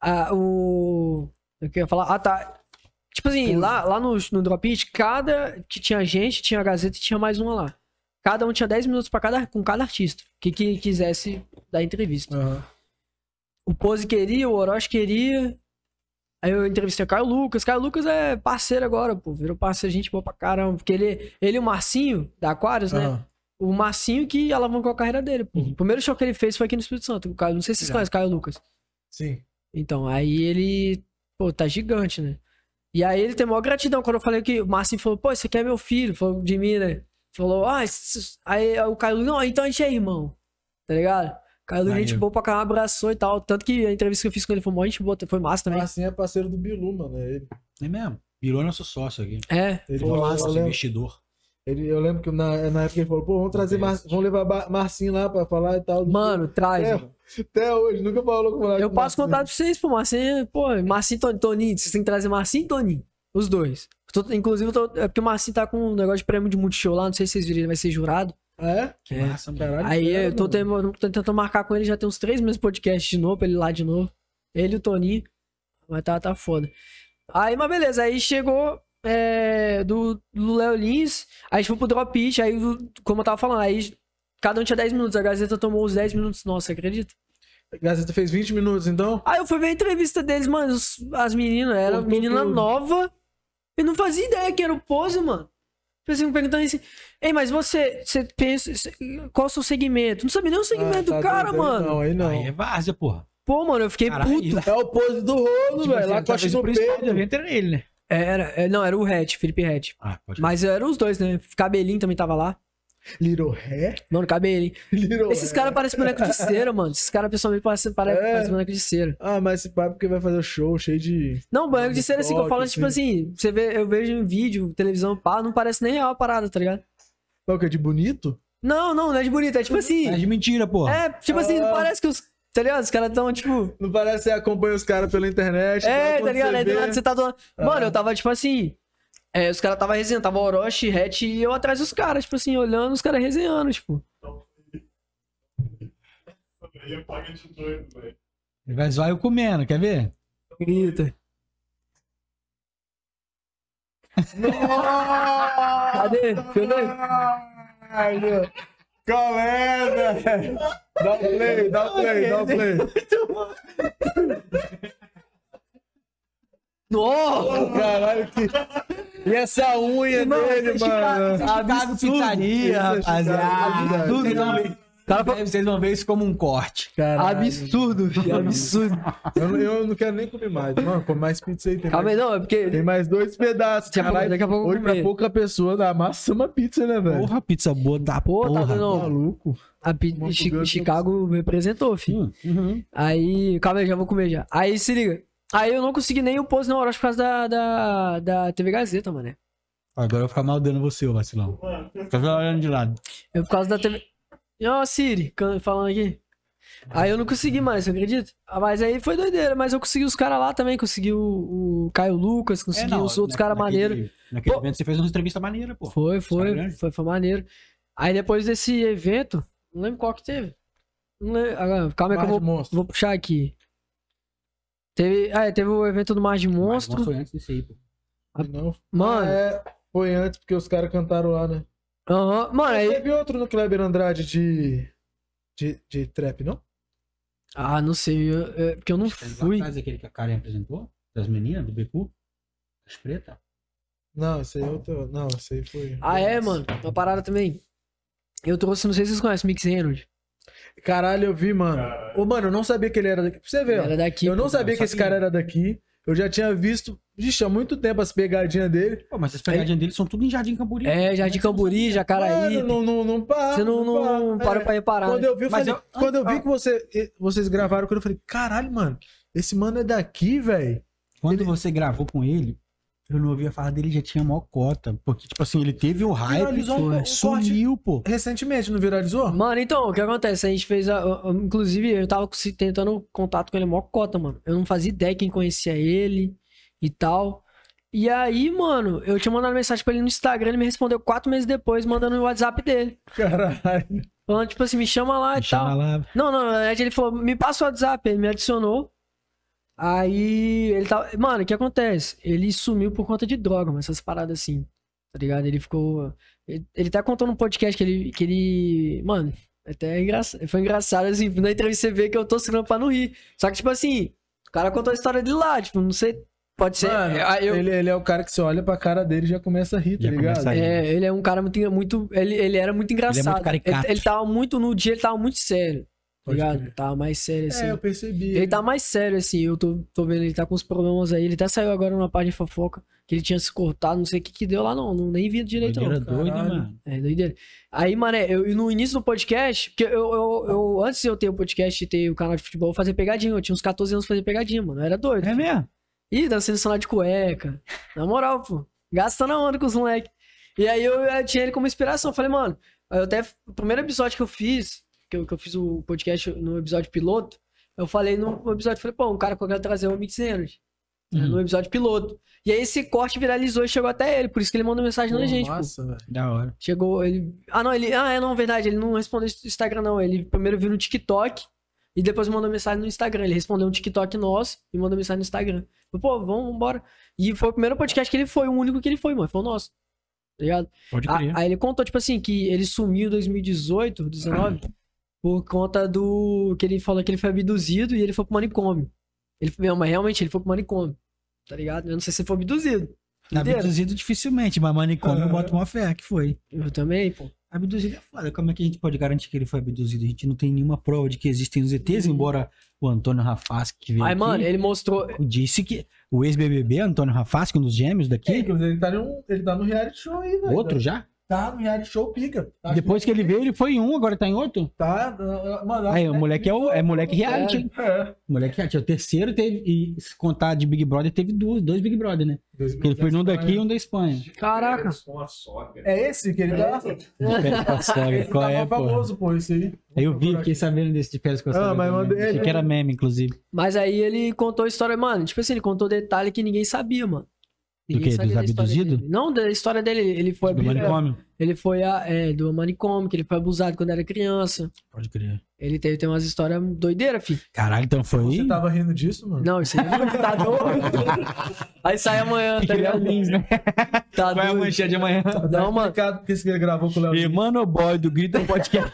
[SPEAKER 1] Ah, o. Eu queria falar. Ah, tá. Tipo assim,
[SPEAKER 2] Hum.
[SPEAKER 1] lá, lá no, no Drop It, cada. que Tinha gente, tinha a Gazeta e tinha mais uma lá. Cada um tinha 10 minutos pra cada, com cada artista. Que, que quisesse dar entrevista.
[SPEAKER 3] Aham.
[SPEAKER 1] O Pose queria, o Orochi queria. Aí eu entrevistei o Caio Lucas. Caio Lucas é parceiro agora, pô. Virou parceiro, gente boa pra caramba. Porque ele, ele e o Marcinho, da Aquarius, né?
[SPEAKER 3] Ah,
[SPEAKER 1] O Marcinho que alavancou a carreira dele, pô.
[SPEAKER 2] Uhum.
[SPEAKER 1] O primeiro show que ele fez foi aqui no Espírito Santo. O Caio, não sei se vocês
[SPEAKER 2] Já.
[SPEAKER 1] conhecem o Caio Lucas.
[SPEAKER 3] sim.
[SPEAKER 1] Então, aí ele, pô, tá gigante, né? E aí ele tem maior gratidão quando eu falei que o Marcinho falou, pô, esse aqui é meu filho, falou de mim, né? Falou, ah, esse- esse- aí o Caio, não, então a gente é irmão, tá ligado? Caio, Luna, gente
[SPEAKER 2] Maneiro.
[SPEAKER 1] boa pra caramba, abraçou e tal. Tanto que a entrevista que eu fiz com ele foi mó gente boa, foi massa também.
[SPEAKER 3] Marcinho é parceiro do Bilu, mano. Ele,
[SPEAKER 2] É mesmo. Virou nosso sócio aqui.
[SPEAKER 1] É,
[SPEAKER 3] ele
[SPEAKER 2] Virou
[SPEAKER 3] falou,
[SPEAKER 2] nosso
[SPEAKER 3] eu, lembro,
[SPEAKER 2] investidor.
[SPEAKER 3] ele- eu lembro que na, na época ele falou, pô, vamos trazer, Mar, vamos levar Ba- Marcinho lá pra falar e tal.
[SPEAKER 1] mano, traz.
[SPEAKER 3] É,
[SPEAKER 1] mano.
[SPEAKER 3] Até hoje, nunca falou com o moleque
[SPEAKER 1] Eu
[SPEAKER 3] do
[SPEAKER 1] passo
[SPEAKER 3] Marcinho.
[SPEAKER 1] contato pra vocês, pô, Marcinho, pô, Marcinho e Toni- Toninho, vocês têm que trazer Marcinho e Toninho, os dois. Eu tô- inclusive, eu tô- é porque o Marcinho tá com um negócio de prêmio de Multishow lá, não sei se vocês viram, ele vai ser jurado.
[SPEAKER 3] Ah, é?
[SPEAKER 2] Que
[SPEAKER 1] É.
[SPEAKER 2] massa, mano.
[SPEAKER 3] Caralho.
[SPEAKER 1] Aí
[SPEAKER 3] cara,
[SPEAKER 1] eu tô,
[SPEAKER 3] mano.
[SPEAKER 1] tendo- tô tentando marcar com ele já tem uns três meses de podcast de novo, pra ele ir lá de novo. Ele e o Toninho. Mas tá, tá foda. Aí, mas beleza, aí chegou é, do do Léo Lins, aí a gente foi pro Drop It, aí, o- como eu tava falando, aí cada um tinha 10 minutos, a Gazeta tomou os 10 minutos nossos, você acredita?
[SPEAKER 3] Gazeta fez 20 minutos, então?
[SPEAKER 1] Aí eu fui ver a entrevista deles, mano, os- as meninas, era
[SPEAKER 3] Cortou
[SPEAKER 1] menina
[SPEAKER 3] tudo.
[SPEAKER 1] nova, eu não fazia ideia que era o Pose, mano. Pensei, me perguntando assim, ei, mas você, você pensa, você- qual é o seu segmento? Não sabia nem o segmento do
[SPEAKER 3] Ah, tá
[SPEAKER 1] cara,
[SPEAKER 3] doido, aí
[SPEAKER 1] mano.
[SPEAKER 3] Não, aí não.
[SPEAKER 2] Aí é várzea, porra.
[SPEAKER 1] Pô, mano, eu fiquei
[SPEAKER 2] Caralho,
[SPEAKER 1] puto.
[SPEAKER 3] É o pose do rolo,
[SPEAKER 2] Tipo
[SPEAKER 3] velho.
[SPEAKER 2] assim,
[SPEAKER 3] Lá com a
[SPEAKER 2] talvez
[SPEAKER 3] X
[SPEAKER 2] o
[SPEAKER 3] no
[SPEAKER 2] principal do
[SPEAKER 3] peito.
[SPEAKER 2] evento era ele, né?
[SPEAKER 1] Era, é, não, era o Hatch, Felipe Hatch.
[SPEAKER 2] Ah, pode
[SPEAKER 1] Mas eram os dois, né? Cabelinho também tava lá.
[SPEAKER 3] Little Ré?
[SPEAKER 1] Mano, cabelinho.
[SPEAKER 3] Little
[SPEAKER 1] Esses
[SPEAKER 3] Ré.
[SPEAKER 1] caras parecem boneco de cera, mano. Esses caras pessoalmente parecem, parecem,
[SPEAKER 3] É.
[SPEAKER 1] parecem boneco de cera.
[SPEAKER 3] Ah, mas esse papo que vai fazer o show cheio de.
[SPEAKER 1] Não, boneco de cera, assim, que eu falo,
[SPEAKER 3] Toque,
[SPEAKER 1] tipo assim, você vê, eu vejo em vídeo, televisão, pá, não parece nem real a parada, tá ligado?
[SPEAKER 3] Qual que é de bonito?
[SPEAKER 1] Não, não, não é de bonito, é tipo assim.
[SPEAKER 2] É de mentira, porra.
[SPEAKER 1] É, tipo assim,
[SPEAKER 3] Ah.
[SPEAKER 1] parece que os. Tá ligado? Os caras tão, tipo.
[SPEAKER 3] Não parece que você acompanha os caras pela internet.
[SPEAKER 1] É,
[SPEAKER 3] tal,
[SPEAKER 1] tá
[SPEAKER 3] quando
[SPEAKER 1] ligado?
[SPEAKER 3] Você
[SPEAKER 1] Aí do
[SPEAKER 3] vê-
[SPEAKER 1] nada você tá do lado. Mano, eu tava tipo assim. é, os caras tava resenhando, tava Orochi, Hatch e eu atrás dos caras, tipo assim, olhando, os caras resenhando, tipo.
[SPEAKER 2] Ele vai zoar eu comendo, quer ver?
[SPEAKER 1] Grita.
[SPEAKER 3] Nossa!
[SPEAKER 1] Cadê? Cadê?
[SPEAKER 3] Caralho! Qual é, velho? Dá
[SPEAKER 1] tá
[SPEAKER 3] o play, dá o play, dá o play.
[SPEAKER 1] Nossa!
[SPEAKER 3] Caralho, que. E essa unha dele, mano?
[SPEAKER 2] Chicago Pizzaria,
[SPEAKER 3] Isso é
[SPEAKER 2] rapaziada.
[SPEAKER 3] Chicago,
[SPEAKER 2] Absurdo,
[SPEAKER 3] cara.
[SPEAKER 2] vocês vão ver-
[SPEAKER 1] Cara,
[SPEAKER 2] Vocês vão ver isso como um corte.
[SPEAKER 3] Caralho.
[SPEAKER 1] Absurdo, filho, absurdo. né?
[SPEAKER 3] Eu, não- eu não quero nem comer mais, mano. Come mais pizza aí. Tem,
[SPEAKER 1] Calma aí,
[SPEAKER 3] mais,
[SPEAKER 1] não, é porque.
[SPEAKER 3] tem mais dois pedaços.
[SPEAKER 1] Daqui a pouco-
[SPEAKER 3] Caralho,
[SPEAKER 1] daqui a pouco eu
[SPEAKER 3] hoje
[SPEAKER 1] vou comer.
[SPEAKER 3] pra pouca pessoa da massa uma pizza, né, velho?
[SPEAKER 2] Porra, pizza boa da
[SPEAKER 1] Pô, tá
[SPEAKER 2] porra.
[SPEAKER 1] dando.
[SPEAKER 3] Maluco.
[SPEAKER 1] A pi-
[SPEAKER 3] Uma
[SPEAKER 1] Chi-
[SPEAKER 3] hamburguesa-
[SPEAKER 1] Chicago me apresentou, filho.
[SPEAKER 2] Hum, uhum.
[SPEAKER 1] Aí. Calma aí, já vou comer já. Aí se liga. Aí eu não consegui nem o pose na Orochi por causa da, da, da TV Gazeta, mano.
[SPEAKER 2] Agora eu vou ficar maldando você, ô vacilão. Tá olhando de lado.
[SPEAKER 1] Eu por causa da TV. Ó, Siri, can- falando aqui. Aí eu não consegui mais, você acredita? Ah, Mas aí foi doideira, mas eu consegui os caras lá também, consegui o, o Caio Lucas, consegui
[SPEAKER 2] É, não,
[SPEAKER 1] É, os outros
[SPEAKER 2] na-
[SPEAKER 1] caras
[SPEAKER 2] naquele-
[SPEAKER 1] maneiros.
[SPEAKER 2] Naquele
[SPEAKER 1] Pô.
[SPEAKER 2] evento você fez uma entrevista maneira, pô.
[SPEAKER 1] Foi,
[SPEAKER 2] Tá
[SPEAKER 1] foi,
[SPEAKER 2] grande.
[SPEAKER 1] foi, foi maneiro. Aí depois desse evento, não lembro qual que teve. Não lem- ah, calma aí que eu
[SPEAKER 3] Mar
[SPEAKER 1] vou,
[SPEAKER 3] de monstro.
[SPEAKER 1] vou puxar aqui. Teve, ah, é, teve o evento do Mar de um Monstro.
[SPEAKER 2] Mas foi antes disso aí, pô.
[SPEAKER 3] Não.
[SPEAKER 1] Mano,
[SPEAKER 3] Ah, é, foi antes, porque os caras cantaram lá, né?
[SPEAKER 1] aham, mano, aí.
[SPEAKER 3] Teve outro no Kleber Andrade de. de, de trap, não?
[SPEAKER 1] Ah, não sei, eu- é, porque eu não fui.
[SPEAKER 2] Atrás daquele que a Karen apresentou, das meninas, do BQ. As pretas.
[SPEAKER 3] Não, esse aí é outro. Não, esse aí foi.
[SPEAKER 1] Ah, é, mano. Uma parada também. Eu trouxe, não sei se vocês conhecem, Mix Reynolds.
[SPEAKER 3] Caralho, eu vi, mano. Ô, mano, eu não sabia que ele era daqui. Pra você ver, ó.
[SPEAKER 1] Era daqui.
[SPEAKER 3] Eu não
[SPEAKER 1] pô.
[SPEAKER 3] sabia que esse cara era daqui. Eu já tinha visto, vixe, há muito tempo as pegadinhas dele.
[SPEAKER 2] Pô, mas as pegadinhas deles são tudo em Jardim Camburi.
[SPEAKER 1] É, Jardim Camburi, Jacaraí.
[SPEAKER 3] Mano, não, não, não para.
[SPEAKER 1] Você não, não,
[SPEAKER 3] para.
[SPEAKER 1] parou
[SPEAKER 3] É.
[SPEAKER 1] pra reparar.
[SPEAKER 3] Quando
[SPEAKER 1] né?
[SPEAKER 3] eu vi, eu
[SPEAKER 2] Mas
[SPEAKER 3] falei,
[SPEAKER 2] eu-
[SPEAKER 3] quando eu vi que você, vocês gravaram, quando eu falei, caralho, mano, esse mano é daqui, velho.
[SPEAKER 2] Quando você gravou com ele, eu não ouvia falar dele, já tinha mó cota. Porque, tipo assim, ele teve o hype,
[SPEAKER 3] Viralizou um- um
[SPEAKER 2] sumiu, pô.
[SPEAKER 3] Recentemente, não viralizou?
[SPEAKER 1] Mano, então, o que acontece? A gente fez. a- a- a- inclusive, eu tava com- se- tentando contato com ele mó cota, mano. Eu não fazia ideia quem conhecia ele e tal. E aí, mano, eu tinha mandado mensagem pra ele no Instagram, ele me respondeu quatro meses depois, mandando o WhatsApp dele.
[SPEAKER 3] Caralho.
[SPEAKER 1] Falando, tipo assim, me chama lá
[SPEAKER 2] Me
[SPEAKER 1] e
[SPEAKER 2] chama
[SPEAKER 1] tal.
[SPEAKER 2] lá.
[SPEAKER 1] Não, não, na verdade ele falou, me passa o WhatsApp, ele me adicionou. Aí ele tava. Mano, o que acontece? Ele sumiu por conta de droga, mas essas paradas assim, tá ligado? Ele ficou. Ele, ele tá contando um podcast que ele. Que ele mano, até é engraçado. Foi engraçado, assim, na entrevista você vê que eu tô segurando pra não rir. Só que, tipo assim, o cara contou a história dele lá, tipo, não sei Pode ser.
[SPEAKER 3] Mano,
[SPEAKER 1] Ah, eu-
[SPEAKER 3] Ele, ele é o cara que você olha pra cara dele e já começa a rir, tá
[SPEAKER 4] Já
[SPEAKER 3] ligado?
[SPEAKER 4] começa a rir.
[SPEAKER 1] É, ele é um cara muito. muito ele, ele era muito engraçado.
[SPEAKER 2] caricato.
[SPEAKER 1] Ele, ele tava muito. No dia ele tava muito sério. Tá
[SPEAKER 3] Pode
[SPEAKER 1] ligado? Tava mais sério assim.
[SPEAKER 3] É, eu percebi.
[SPEAKER 1] Ele tá mais sério, assim. Eu tô, tô vendo, ele tá com uns problemas aí. Ele até saiu agora numa página de fofoca que ele tinha se cortado, não sei o que que deu lá, não. não nem vi direito, não.
[SPEAKER 2] Doideira doida,
[SPEAKER 3] caralho.
[SPEAKER 2] mano.
[SPEAKER 1] É, doideira. Aí, mané, eu, eu no início do podcast, porque eu, eu, eu- antes de eu ter o podcast e ter o canal de futebol, eu fazia pegadinha. Eu tinha uns 14 anos pra fazer pegadinha, mano. Eu era doido.
[SPEAKER 2] É mesmo?
[SPEAKER 1] Ih, dando selecionado de cueca. Na moral, pô. Gastando a onda com os moleques. E aí eu, eh, tinha ele como inspiração. Falei, mano, eu até. O primeiro episódio que eu fiz, que eu, que eu fiz o podcast no episódio piloto, eu falei no episódio, falei, pô, um cara que eu quero trazer é o Mix Energy. né,
[SPEAKER 2] Uhum.
[SPEAKER 1] No episódio piloto. E aí esse corte viralizou e chegou até ele, por isso que ele mandou mensagem na
[SPEAKER 3] Pô,
[SPEAKER 1] gente, pô.
[SPEAKER 3] Massa, velho.
[SPEAKER 2] Da hora.
[SPEAKER 1] Chegou, ele. Ah, não, ele. Ah, é não, verdade, ele não respondeu no Instagram, não. Ele primeiro viu no TikTok e depois mandou mensagem no Instagram. Ele respondeu um TikTok nosso e mandou mensagem no Instagram. Falei, Pô, vamos embora. E foi o primeiro podcast que ele foi, o único que ele foi, mano. Foi o nosso. Tá ligado?
[SPEAKER 2] Pode
[SPEAKER 1] A-
[SPEAKER 2] crer.
[SPEAKER 1] aí ele contou, tipo assim, que ele sumiu em 2018, 19,
[SPEAKER 2] Uhum.
[SPEAKER 1] por conta do. que ele falou que ele foi abduzido e ele foi pro manicômio. Ele, não, mas realmente ele foi pro manicômio. Tá ligado? Eu não sei se ele foi abduzido. doideira.
[SPEAKER 2] Abduzido dificilmente, mas manicômio eu boto uma fé que foi.
[SPEAKER 1] Eu também, pô.
[SPEAKER 2] Abduzido é foda. Como é que a gente pode garantir que ele foi abduzido? A gente não tem nenhuma prova de que existem os ETs,
[SPEAKER 3] Uhum.
[SPEAKER 2] embora o Antônio Rafas que veio
[SPEAKER 1] Aí,
[SPEAKER 2] aqui,
[SPEAKER 1] mano, ele mostrou.
[SPEAKER 2] disse que o ex-BBB, Antônio Rafas, que é um dos gêmeos
[SPEAKER 3] É,
[SPEAKER 2] daqui,
[SPEAKER 3] inclusive, ele tá, num, ele tá no reality show aí, velho.
[SPEAKER 2] outro já?
[SPEAKER 3] Tá no reality show pica. Tá,
[SPEAKER 2] Depois que ele veio, ele foi em um, agora tá em outro?
[SPEAKER 3] Tá, uh, uh, mano.
[SPEAKER 2] Aí, o moleque é, o, é moleque reality, hein?
[SPEAKER 3] É.
[SPEAKER 2] Moleque reality. É o terceiro, teve, e se contar de Big Brother, teve duas, dois Big Brother, né? Porque ele foi num daqui e um da Espanha.
[SPEAKER 1] Caraca.
[SPEAKER 3] É esse que ele tá?
[SPEAKER 2] De férias com a sogra.
[SPEAKER 3] Esse
[SPEAKER 2] Qual
[SPEAKER 3] tá
[SPEAKER 2] é,
[SPEAKER 3] mais
[SPEAKER 2] pô?
[SPEAKER 3] famoso, pô, esse aí.
[SPEAKER 2] Aí eu vi,
[SPEAKER 3] procurar
[SPEAKER 2] fiquei
[SPEAKER 3] aqui.
[SPEAKER 2] sabendo desse de férias com a
[SPEAKER 3] Ah,
[SPEAKER 2] sogra.
[SPEAKER 3] mas
[SPEAKER 2] também.
[SPEAKER 3] mandei-
[SPEAKER 2] Achei que era meme, inclusive.
[SPEAKER 1] Mas aí ele contou a história, mano. Tipo assim, ele contou detalhe que ninguém sabia, mano.
[SPEAKER 2] Do
[SPEAKER 1] Ninguém
[SPEAKER 2] quê?
[SPEAKER 1] sabia
[SPEAKER 2] Dos
[SPEAKER 1] da história
[SPEAKER 2] abduzidos?
[SPEAKER 1] dele. Não, da história dele. Ele foi,
[SPEAKER 2] Do manicômio?
[SPEAKER 1] ele foi a- é, do manicômio, que ele foi abusado quando era criança.
[SPEAKER 2] Pode crer.
[SPEAKER 1] Ele teve, tem umas histórias doideiras, filho.
[SPEAKER 2] Caralho, então foi.
[SPEAKER 3] Você tá tava rindo disso, mano?
[SPEAKER 1] Não, isso aí tá doido. aí sai amanhã, tá ligado?
[SPEAKER 2] né?
[SPEAKER 1] Tá
[SPEAKER 2] Vai a
[SPEAKER 1] doido.
[SPEAKER 2] manchete de amanhã.
[SPEAKER 1] Não, mano. tá
[SPEAKER 3] Complicado porque esse que gravou com o Léo. Lins.
[SPEAKER 2] Mano, boy do grito podcast.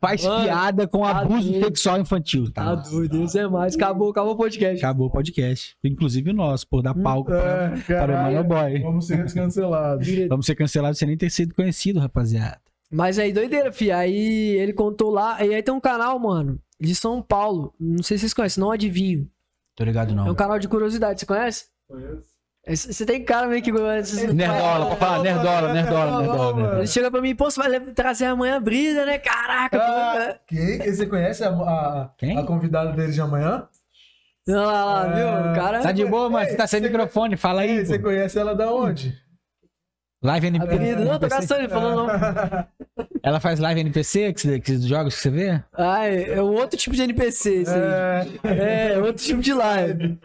[SPEAKER 2] Faz
[SPEAKER 1] Mano,
[SPEAKER 2] piada com
[SPEAKER 1] tá
[SPEAKER 2] abuso
[SPEAKER 1] doido.
[SPEAKER 2] sexual infantil,
[SPEAKER 1] Tá
[SPEAKER 2] tá?
[SPEAKER 1] doido, Deus é mais. Acabou, acabou o podcast.
[SPEAKER 2] Acabou o podcast. Inclusive o nosso, por dar palco pra-
[SPEAKER 3] É,
[SPEAKER 2] para o Mano
[SPEAKER 3] caralho.
[SPEAKER 2] Boy.
[SPEAKER 3] Vamos ser cancelados.
[SPEAKER 1] Direito.
[SPEAKER 2] Vamos ser cancelados sem nem ter sido conhecido, rapaziada.
[SPEAKER 1] Mas aí, doideira, fi. Aí ele contou lá. E aí tem um canal, mano, de São Paulo. Não sei se vocês conhecem, não adivinho.
[SPEAKER 2] Tô ligado,
[SPEAKER 1] É um
[SPEAKER 2] não.
[SPEAKER 1] canal de curiosidade, você conhece? É, c- Você tem cara meio que. Você-
[SPEAKER 2] Nerdola, papai, nerdola, nerdola, nerdola. nerdola.
[SPEAKER 1] Ele chega pra mim, pô, você vai le- trazer amanhã a brisa, né? Caraca,
[SPEAKER 3] Ah,
[SPEAKER 1] pô.
[SPEAKER 3] quem? Quem? Você conhece a, a,
[SPEAKER 2] Quem?
[SPEAKER 3] a convidada dele de amanhã?
[SPEAKER 1] Não, lá, lá,
[SPEAKER 3] Ah,
[SPEAKER 1] viu? O cara.
[SPEAKER 2] Tá de boa, mano?
[SPEAKER 3] Ei,
[SPEAKER 2] Você tá sem
[SPEAKER 3] você-
[SPEAKER 2] microfone, fala
[SPEAKER 3] Ei,
[SPEAKER 2] aí.
[SPEAKER 3] você
[SPEAKER 2] pô.
[SPEAKER 3] conhece ela da onde?
[SPEAKER 2] Live
[SPEAKER 1] a brisa.
[SPEAKER 2] NPC.
[SPEAKER 1] Não, tô gastando, ele falou não.
[SPEAKER 2] Ela faz live NPC, que você- que dos jogos que você vê?
[SPEAKER 1] Ai, é um outro tipo de NPC isso aí.
[SPEAKER 3] É,
[SPEAKER 1] É, outro tipo de live.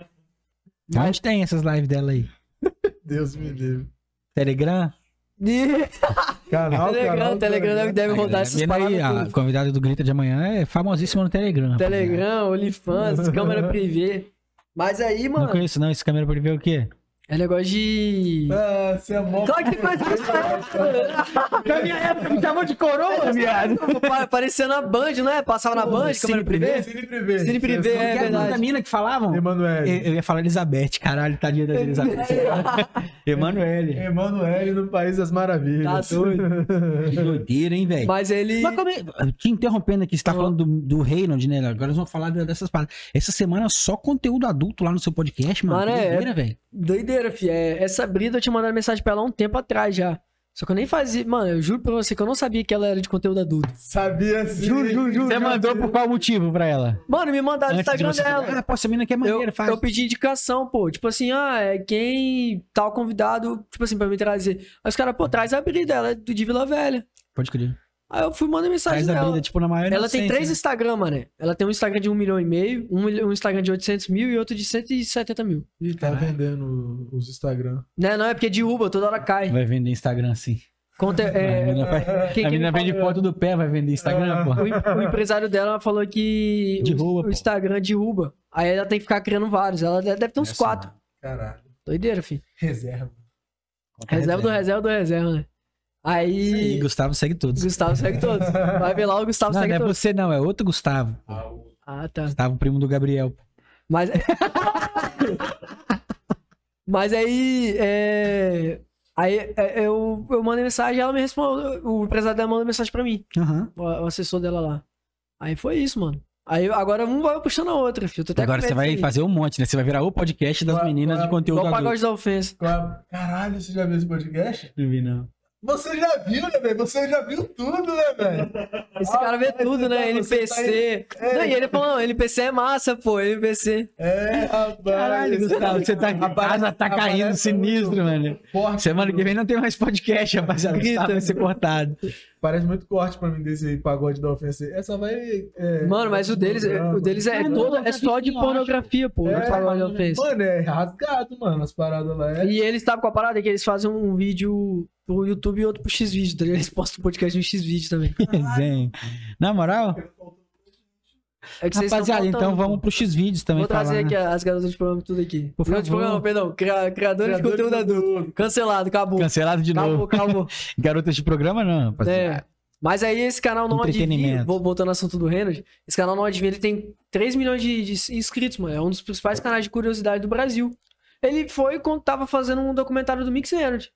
[SPEAKER 2] Onde tem essas lives dela aí?
[SPEAKER 3] Deus me livre.
[SPEAKER 2] Telegram?
[SPEAKER 1] Ih,
[SPEAKER 3] Canal,
[SPEAKER 1] Telegram,
[SPEAKER 3] canal,
[SPEAKER 1] Telegram deve, deve rodar essas
[SPEAKER 2] Vendo aí,
[SPEAKER 1] paradas.
[SPEAKER 2] a
[SPEAKER 1] tudo.
[SPEAKER 2] convidada do Grita de Amanhã é famosíssima no Telegram. rapaziada.
[SPEAKER 1] Telegram, OnlyFans, câmera privê. Mas aí,
[SPEAKER 2] Não
[SPEAKER 1] mano,
[SPEAKER 2] conheço não, esse câmera pra ele ver o quê?
[SPEAKER 1] é negócio de.
[SPEAKER 3] Ah, você é mó...
[SPEAKER 1] Claro que tem coisa
[SPEAKER 2] Na minha época me chamou de coroa, viado.
[SPEAKER 1] Pa- Parecia na Band, não é? Passava na Band, câmera privê.
[SPEAKER 3] Cine privê.
[SPEAKER 1] Cine privê,
[SPEAKER 2] É,
[SPEAKER 1] é
[SPEAKER 2] da
[SPEAKER 1] verdade.
[SPEAKER 2] mina que falavam?
[SPEAKER 3] Emanuel.
[SPEAKER 2] Eu, eu ia falar Elizabeth, caralho, tadinha da Elizabeth.
[SPEAKER 1] Ah,
[SPEAKER 2] Emanuele.
[SPEAKER 3] Emanuele no País das Maravilhas. Então,
[SPEAKER 1] Tá doido.
[SPEAKER 2] Que doideira, hein, velho?
[SPEAKER 1] Mas ele.
[SPEAKER 2] Mas como é- Te interrompendo aqui, você tá
[SPEAKER 1] Ó.
[SPEAKER 2] falando do, do Reynold, né? Agora nós vamos falar dessas paradas. Essa semana só conteúdo adulto lá no seu podcast, mano.
[SPEAKER 1] Mano,
[SPEAKER 2] que
[SPEAKER 1] é-
[SPEAKER 2] doideira, velho.
[SPEAKER 1] Doideira, fi. É, essa Brida eu tinha mandado mensagem pra ela há um tempo atrás já. Só que eu nem fazia. Mano, eu juro pra você que eu não sabia que ela era de conteúdo adulto.
[SPEAKER 3] Sabia assim, sim.
[SPEAKER 2] Você mandou por qual motivo pra ela?
[SPEAKER 1] Mano, me mandaram o
[SPEAKER 2] Antes de
[SPEAKER 1] Instagram
[SPEAKER 2] você-
[SPEAKER 1] dela.
[SPEAKER 2] Ah, pô, essa mina aqui é
[SPEAKER 1] Eu,
[SPEAKER 2] maneira, faz.
[SPEAKER 1] eu pedi indicação, pô. Tipo assim, ah, é quem tal convidado, tipo assim, pra me trazer. Aí os caras, pô, traz a Brida, ela é do- de Vila Velha.
[SPEAKER 2] Pode crer.
[SPEAKER 1] Aí eu fui mandar mensagem
[SPEAKER 2] Traz
[SPEAKER 1] dela.
[SPEAKER 2] a vida, tipo, na maior
[SPEAKER 1] Tá Ela tem
[SPEAKER 2] inocência,
[SPEAKER 1] três
[SPEAKER 2] né?
[SPEAKER 1] Instagram, mano. Ela tem um Instagram de um milhão e meio, um, milhão- um Instagram de 800 mil e outro de 170 mil.
[SPEAKER 3] Ih, tá vendendo os Instagram.
[SPEAKER 1] Né? Não é porque derruba, toda hora cai.
[SPEAKER 2] Vai vender Instagram, sim.
[SPEAKER 1] Conte-
[SPEAKER 2] a
[SPEAKER 1] é,
[SPEAKER 2] menina, vai-
[SPEAKER 1] quem
[SPEAKER 2] a
[SPEAKER 1] que
[SPEAKER 2] menina
[SPEAKER 1] ele Ah.
[SPEAKER 2] vende
[SPEAKER 1] fala?
[SPEAKER 2] foto do pé, vai vender Instagram, pô.
[SPEAKER 1] o, em- o empresário dela falou que o-
[SPEAKER 2] Derruba,
[SPEAKER 1] o,
[SPEAKER 2] pô.
[SPEAKER 1] Instagram derruba. Aí ela tem que ficar criando vários. Ela deve deve ter uns
[SPEAKER 2] Essa, é
[SPEAKER 1] quatro.
[SPEAKER 2] mano.
[SPEAKER 3] Caralho.
[SPEAKER 1] Doideira, filho.
[SPEAKER 3] Reserva.
[SPEAKER 2] Conta
[SPEAKER 1] Reserva do reserva do reserva, né? Aí.
[SPEAKER 2] E Gustavo segue todos.
[SPEAKER 1] Gustavo segue todos. Vai ver lá o Gustavo
[SPEAKER 2] não,
[SPEAKER 1] segue
[SPEAKER 2] não é
[SPEAKER 1] todos.
[SPEAKER 2] você não, é outro Gustavo.
[SPEAKER 1] Ah, tá.
[SPEAKER 2] Gustavo, primo do Gabriel.
[SPEAKER 1] Mas. Mas aí, é... aí é, eu, eu mandei mensagem, ela me respondeu. O empresário dela mandou mensagem pra mim,
[SPEAKER 2] Aham.
[SPEAKER 1] o o assessor dela lá. Aí foi isso, mano. Aí eu- agora um vai puxando a outra, filho. Eu tô até
[SPEAKER 2] Agora
[SPEAKER 1] com
[SPEAKER 2] você
[SPEAKER 1] medo
[SPEAKER 2] vai
[SPEAKER 1] disso aí.
[SPEAKER 2] fazer um monte, né? Você vai virar o podcast das
[SPEAKER 3] Vai,
[SPEAKER 2] meninas
[SPEAKER 3] vai.
[SPEAKER 2] de conteúdo
[SPEAKER 1] Igual o
[SPEAKER 2] adulto.
[SPEAKER 1] pagode da ofensa.
[SPEAKER 3] Claro. Caralho, você já viu esse podcast?
[SPEAKER 2] Não vi, não.
[SPEAKER 3] Você já viu, né, velho? Você já viu tudo, né, velho?
[SPEAKER 1] Esse cara vê
[SPEAKER 3] Ah, mas
[SPEAKER 1] tudo, né?
[SPEAKER 3] então, você
[SPEAKER 1] NPC.
[SPEAKER 3] tá aí-
[SPEAKER 1] Não, e ele falou, não, NPC é massa, pô, NPC.
[SPEAKER 3] É, rapaz.
[SPEAKER 2] Caralho, Gustavo, você tá, a casa tá
[SPEAKER 3] Aparece
[SPEAKER 2] caindo
[SPEAKER 3] muito
[SPEAKER 1] um-
[SPEAKER 2] sinistro, mano.
[SPEAKER 3] Forte,
[SPEAKER 2] Semana que vem não tem mais podcast, rapaziada.
[SPEAKER 1] Grita.
[SPEAKER 2] Gustavo vai ser cortado.
[SPEAKER 3] Parece muito corte pra mim desse pagode da ofensa. Essa vai. é,
[SPEAKER 1] Mano, mas o deles, o deles é,
[SPEAKER 2] Não,
[SPEAKER 1] todo,
[SPEAKER 2] não,
[SPEAKER 1] é só de
[SPEAKER 2] não, acho.
[SPEAKER 1] pornografia, pô.
[SPEAKER 3] É,
[SPEAKER 1] o pagode da
[SPEAKER 2] mano,
[SPEAKER 1] ofensa.
[SPEAKER 3] Mano, é rasgado, mano, as paradas lá. É...
[SPEAKER 1] E eles sabem qual a parada? É que eles fazem um vídeo pro YouTube e outro pro Xvideo, tá ligado? Eles postam o podcast no Xvideo também.
[SPEAKER 2] Zen. Na moral,
[SPEAKER 1] É que vocês tão
[SPEAKER 2] rapaziada, então
[SPEAKER 1] faltando, pô.
[SPEAKER 2] vamos pro X-Vídeos também.
[SPEAKER 1] Vou trazer
[SPEAKER 2] falar,
[SPEAKER 1] aqui
[SPEAKER 2] né?
[SPEAKER 1] as garotas de programa tudo aqui.
[SPEAKER 2] Por
[SPEAKER 1] Garotas de
[SPEAKER 2] favor.
[SPEAKER 1] programa, perdão. cria- criadores de
[SPEAKER 3] Criador
[SPEAKER 1] conteúdo adulto. Cancelado, acabou.
[SPEAKER 2] Cancelado de
[SPEAKER 1] acabou,
[SPEAKER 2] novo.
[SPEAKER 1] acabou.
[SPEAKER 2] Garotas de programa, não, rapaziada.
[SPEAKER 1] É. Mas aí esse canal não adivinha.
[SPEAKER 2] Entretenimento.
[SPEAKER 1] Vou voltando ao assunto do Renard. Esse canal não adivinha. Ele tem 3 milhões de, de inscritos, mano. É um dos principais canais de curiosidade do Brasil. Ele foi quando tava fazendo um documentário do Mix Renard.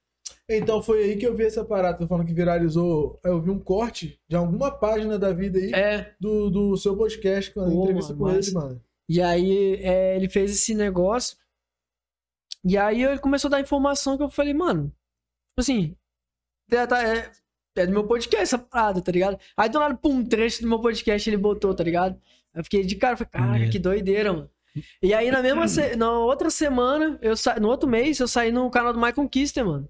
[SPEAKER 3] Então foi aí que eu vi essa parada, tô falando que viralizou. Eu vi um corte de alguma página da vida aí
[SPEAKER 1] É.
[SPEAKER 3] do, do seu podcast, com a
[SPEAKER 1] Pô,
[SPEAKER 3] entrevista
[SPEAKER 1] mano,
[SPEAKER 3] com
[SPEAKER 1] massa.
[SPEAKER 3] ele, mano.
[SPEAKER 1] E aí é, ele fez esse negócio. E aí ele começou a dar informação que eu falei, mano. Tipo assim. É, tá- é- é do meu podcast essa parada, tá ligado? Aí do nada, pum, um trecho do meu podcast ele botou, tá ligado? Aí Eu fiquei de cara, eu falei, caraca,
[SPEAKER 2] Maneiro.
[SPEAKER 1] que doideira, mano. E aí na mesma se- na outra semana, eu sa... no outro mês, eu saí no canal do My Conquista, mano. Não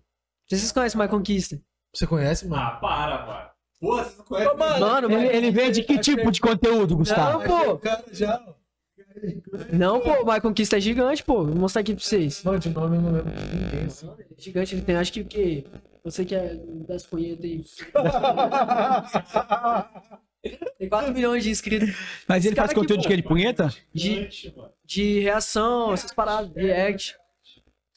[SPEAKER 1] sei se vocês conhecem o My Conquista.
[SPEAKER 3] Você conhece, mano?
[SPEAKER 4] Ah, para, para. Porra, vocês não conhecem.
[SPEAKER 3] Ô, mano,
[SPEAKER 1] Mano,
[SPEAKER 2] Ele, ele vende que tipo de conteúdo, Gustavo?
[SPEAKER 1] É. Não, pô.
[SPEAKER 3] O cara já. ó.
[SPEAKER 1] Não, pô, o My Conquista é gigante, pô. Vou mostrar aqui pra vocês.
[SPEAKER 3] Mano, de nome eu não lembro de ninguém. assim.
[SPEAKER 1] Gigante, ele tem, acho que o quê? Você que é das punhetas aí. Tem 4 milhões de inscritos.
[SPEAKER 2] Mas ele
[SPEAKER 1] Esse cara
[SPEAKER 2] faz
[SPEAKER 1] que
[SPEAKER 2] conteúdo de
[SPEAKER 1] bom.
[SPEAKER 2] que? De punheta?
[SPEAKER 4] Gigante, mano.
[SPEAKER 1] De reação, essas paradas, react.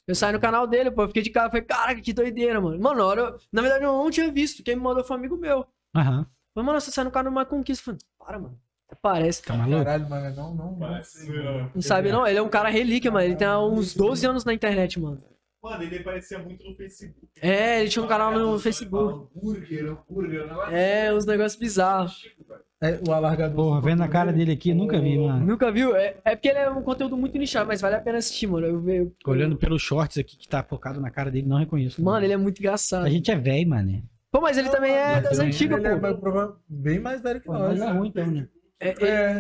[SPEAKER 1] Eu saí no canal dele, pô. Eu fiquei de cara, falei, caraca, que doideira, mano. Mano, na, hora eu- na verdade eu não tinha visto. Quem me mandou foi um amigo meu.
[SPEAKER 2] Aham.
[SPEAKER 1] Falei, mano, você sai no canal do My Conquista. Falei, para, mano. Até parece.
[SPEAKER 2] Tá maluco?
[SPEAKER 3] Caralho, mano, não, não. não
[SPEAKER 4] Parece.
[SPEAKER 3] sei, mano.
[SPEAKER 1] Não sabe, não? Ele é um cara relíquia, mano. Ele tem uns 12 anos na internet, mano.
[SPEAKER 4] Mano, ele parecia muito no Facebook.
[SPEAKER 1] É, ele tinha um canal no Facebook.
[SPEAKER 4] Hambúrguer, hambúrguer, um negócio assim, tipo,
[SPEAKER 1] É, uns negócios bizarros.
[SPEAKER 4] chique, velho.
[SPEAKER 3] É, o alargador.
[SPEAKER 2] Porra, vendo a cara dele aqui, nunca vi, mano.
[SPEAKER 1] Nunca viu? É, é porque ele é um conteúdo muito nichado, mas vale a pena assistir, mano. Eu, eu,
[SPEAKER 2] Olhando pelos shorts aqui que tá focado na cara dele, não reconheço.
[SPEAKER 1] mano, ele é muito engraçado.
[SPEAKER 2] A gente é velho, mano.
[SPEAKER 1] Pô, mas ele também é
[SPEAKER 3] Mas
[SPEAKER 1] das
[SPEAKER 3] ele-
[SPEAKER 1] antigas,
[SPEAKER 3] ele é
[SPEAKER 1] pô.
[SPEAKER 3] mais prova- bem mais velho que nós.
[SPEAKER 2] Mas é ruim, então, né?
[SPEAKER 1] É,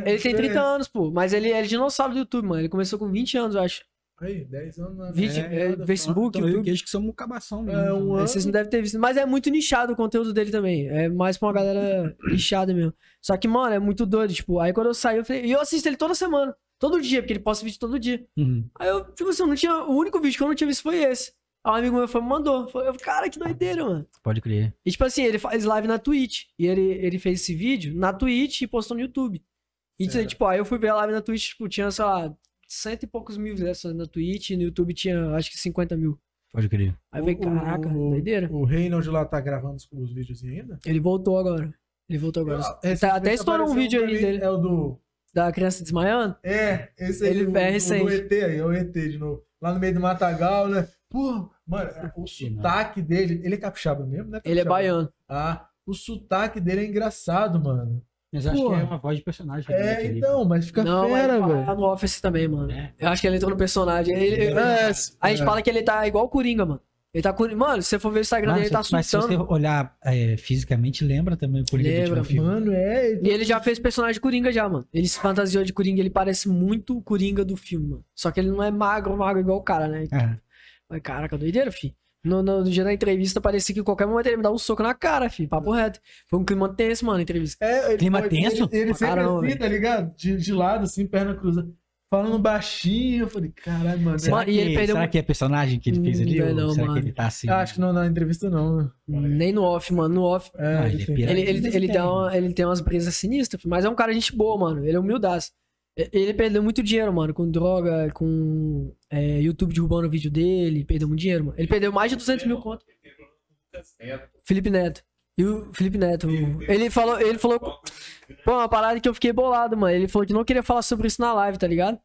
[SPEAKER 1] ele, ele tem 30 anos, pô. Mas ele é dinossauro do YouTube, mano. Ele começou com 20 anos, eu acho.
[SPEAKER 3] Aí, 10 anos. né? mano.
[SPEAKER 1] 20, é,
[SPEAKER 3] nada,
[SPEAKER 1] Facebook,
[SPEAKER 2] Então, eu
[SPEAKER 1] YouTube.
[SPEAKER 2] acho que somos um cabação mesmo.
[SPEAKER 3] É, um
[SPEAKER 2] então.
[SPEAKER 3] ano.
[SPEAKER 1] Vocês não devem ter visto. Mas é muito nichado o conteúdo dele também. É mais pra uma galera nichada mesmo. Só que, mano, é muito doido. Tipo, aí quando eu saí, eu falei. E eu assisto ele toda semana. Todo dia, porque ele posta vídeo todo dia.
[SPEAKER 2] Uhum.
[SPEAKER 1] Aí eu, tipo assim, eu não tinha. O único vídeo que eu não tinha visto foi esse. Aí um amigo meu foi, me mandou. Falei, eu, cara, que doideira, mano.
[SPEAKER 2] Pode crer.
[SPEAKER 1] E tipo assim, ele faz live na Twitch. E ele, ele fez esse vídeo na Twitch e postou no YouTube. E
[SPEAKER 3] Certo.
[SPEAKER 1] tipo, aí eu fui ver a live na Twitch, tipo, tinha, sei lá, cento e poucos mil visualizações na Twitch. E no YouTube tinha, acho que 50 mil.
[SPEAKER 2] Pode crer.
[SPEAKER 1] Aí eu falei,
[SPEAKER 3] O-
[SPEAKER 1] caraca,
[SPEAKER 3] o-
[SPEAKER 1] doideira.
[SPEAKER 3] O Reynold lá tá gravando os, os vídeos ainda?
[SPEAKER 1] Ele voltou agora. Ele voltou agora.
[SPEAKER 3] Recentemente
[SPEAKER 1] até estourou um
[SPEAKER 3] apareceu
[SPEAKER 1] vídeo
[SPEAKER 3] pra
[SPEAKER 1] aí
[SPEAKER 3] mim,
[SPEAKER 1] dele.
[SPEAKER 3] É o do.
[SPEAKER 1] Da criança desmaiando?
[SPEAKER 3] É, esse aí.
[SPEAKER 1] Ele-
[SPEAKER 3] do,
[SPEAKER 1] é
[SPEAKER 3] do-
[SPEAKER 1] recente.
[SPEAKER 3] do ET aí, é o ET de novo. Lá no meio do Matagal, né? Pô, mano, é, o
[SPEAKER 1] Tá,
[SPEAKER 3] sotaque dele. Ele é capixaba mesmo, né?
[SPEAKER 1] Ele é
[SPEAKER 3] capixaba?
[SPEAKER 1] baiano.
[SPEAKER 3] Ah, o sotaque dele é engraçado, mano.
[SPEAKER 2] Mas acho
[SPEAKER 3] Pô.
[SPEAKER 2] que é uma voz de personagem.
[SPEAKER 3] É, então, mas fica
[SPEAKER 1] não, mas
[SPEAKER 3] fera,
[SPEAKER 1] ele
[SPEAKER 3] velho.
[SPEAKER 1] tá no Office também, mano.
[SPEAKER 2] É.
[SPEAKER 1] Eu acho que ele entrou no personagem. Ele- ele-
[SPEAKER 3] É,
[SPEAKER 1] A gente
[SPEAKER 3] é.
[SPEAKER 1] fala que ele tá igual o Coringa, mano. Ele tá Coringa. Mano, se você for ver o Instagram
[SPEAKER 2] Mas,
[SPEAKER 1] dele, ele tá
[SPEAKER 2] mas se você
[SPEAKER 1] surtando.
[SPEAKER 2] olhar é, fisicamente, lembra também por que
[SPEAKER 1] Lembra,
[SPEAKER 2] tipo, filme.
[SPEAKER 3] Mano, é. ele-
[SPEAKER 1] E ele já fez personagem de Coringa já, mano. Ele se fantasiou de Coringa, ele parece muito o Coringa do filme, mano. Só que ele não é magro, magro igual o cara, né?
[SPEAKER 2] Ah,
[SPEAKER 1] Mas caraca, doideira, fi. No, no, no dia da entrevista, parecia que em qualquer momento ele ia me dar um soco na cara, fi. Papo reto. Foi um clima tenso, mano, a entrevista.
[SPEAKER 3] É, ele
[SPEAKER 2] Clima
[SPEAKER 3] foi-
[SPEAKER 2] tenso?
[SPEAKER 3] Ele, ele
[SPEAKER 1] Pra
[SPEAKER 3] sempre
[SPEAKER 1] caramba,
[SPEAKER 3] assim,
[SPEAKER 1] velho.
[SPEAKER 3] tá ligado? De, de lado, assim, perna cruzada. Falando baixinho, eu falei, caralho, mano.
[SPEAKER 1] Será
[SPEAKER 2] Será,
[SPEAKER 1] que-
[SPEAKER 2] que,
[SPEAKER 1] perdeu
[SPEAKER 2] será
[SPEAKER 1] muito-
[SPEAKER 2] que é personagem que ele fez ali?
[SPEAKER 1] Não,
[SPEAKER 2] ou
[SPEAKER 1] não,
[SPEAKER 2] será
[SPEAKER 1] mano.
[SPEAKER 2] que ele tá assim?
[SPEAKER 3] Ah, Acho que não na entrevista, não. né?
[SPEAKER 1] Nem no off, mano. No off.
[SPEAKER 3] É,
[SPEAKER 2] Ah,
[SPEAKER 3] ele
[SPEAKER 2] ele é
[SPEAKER 3] tem-
[SPEAKER 2] pirata.
[SPEAKER 1] Ele, ele, ele,
[SPEAKER 2] Tem.
[SPEAKER 1] dá uma- ele tem umas brisas sinistras, fi. mas é um cara gente boa, mano. Ele é humildaço. E- Ele perdeu muito dinheiro, mano, com droga, com é, YouTube derrubando o vídeo dele. Perdeu muito dinheiro, mano. Ele perdeu mais de 200 mil conto.
[SPEAKER 4] Ele quebrou o Lucas Neto.
[SPEAKER 1] Felipe Neto. E o Felipe Neto. o- Ele falou, ele falou.
[SPEAKER 4] assim.
[SPEAKER 1] Pô, uma parada que eu fiquei bolado, mano. Ele falou que não queria falar sobre isso na live, tá ligado?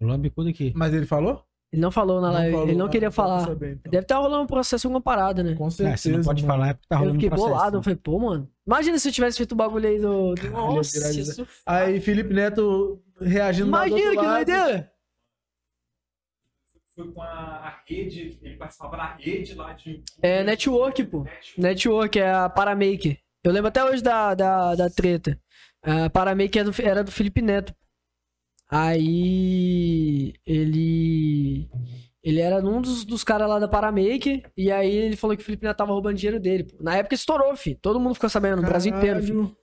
[SPEAKER 2] Lambicudo aqui. Ah,
[SPEAKER 3] Mas ele falou?
[SPEAKER 1] Ele não falou na live, ele não
[SPEAKER 3] ah,
[SPEAKER 1] queria
[SPEAKER 3] então tá
[SPEAKER 1] falar.
[SPEAKER 3] sabendo, então.
[SPEAKER 1] Deve estar rolando um processo, alguma parada, né?
[SPEAKER 3] Com
[SPEAKER 2] Ah,
[SPEAKER 3] certeza.
[SPEAKER 2] você não pode
[SPEAKER 3] mano.
[SPEAKER 2] falar é porque tá rolando
[SPEAKER 1] eu
[SPEAKER 2] um
[SPEAKER 1] fiquei
[SPEAKER 2] processo.
[SPEAKER 1] bolado, eu
[SPEAKER 2] né?
[SPEAKER 1] falei, pô, mano. Imagina se eu tivesse feito o bagulho aí do. do-
[SPEAKER 3] Caralho,
[SPEAKER 1] Nossa,
[SPEAKER 3] viraliza-
[SPEAKER 1] isso.
[SPEAKER 3] Aí Felipe Neto reagindo lá do
[SPEAKER 1] Imagina
[SPEAKER 3] outro
[SPEAKER 1] que
[SPEAKER 3] lado.
[SPEAKER 1] doideira!
[SPEAKER 4] Foi com a, a rede, ele participava da rede lá de.
[SPEAKER 1] É network, pô.
[SPEAKER 4] Network.
[SPEAKER 1] Network, é a Paramaker. Eu lembro até hoje da, da, da treta. A Paramaker era do, era do Felipe Neto. Aí ele. Ele era um dos, dos caras lá da Paramaker. E aí ele falou que o Felipe Neto tava roubando dinheiro dele. pô. Na época estourou, fi. Todo mundo ficou sabendo, no Brasil inteiro, fi.
[SPEAKER 3] Caralho.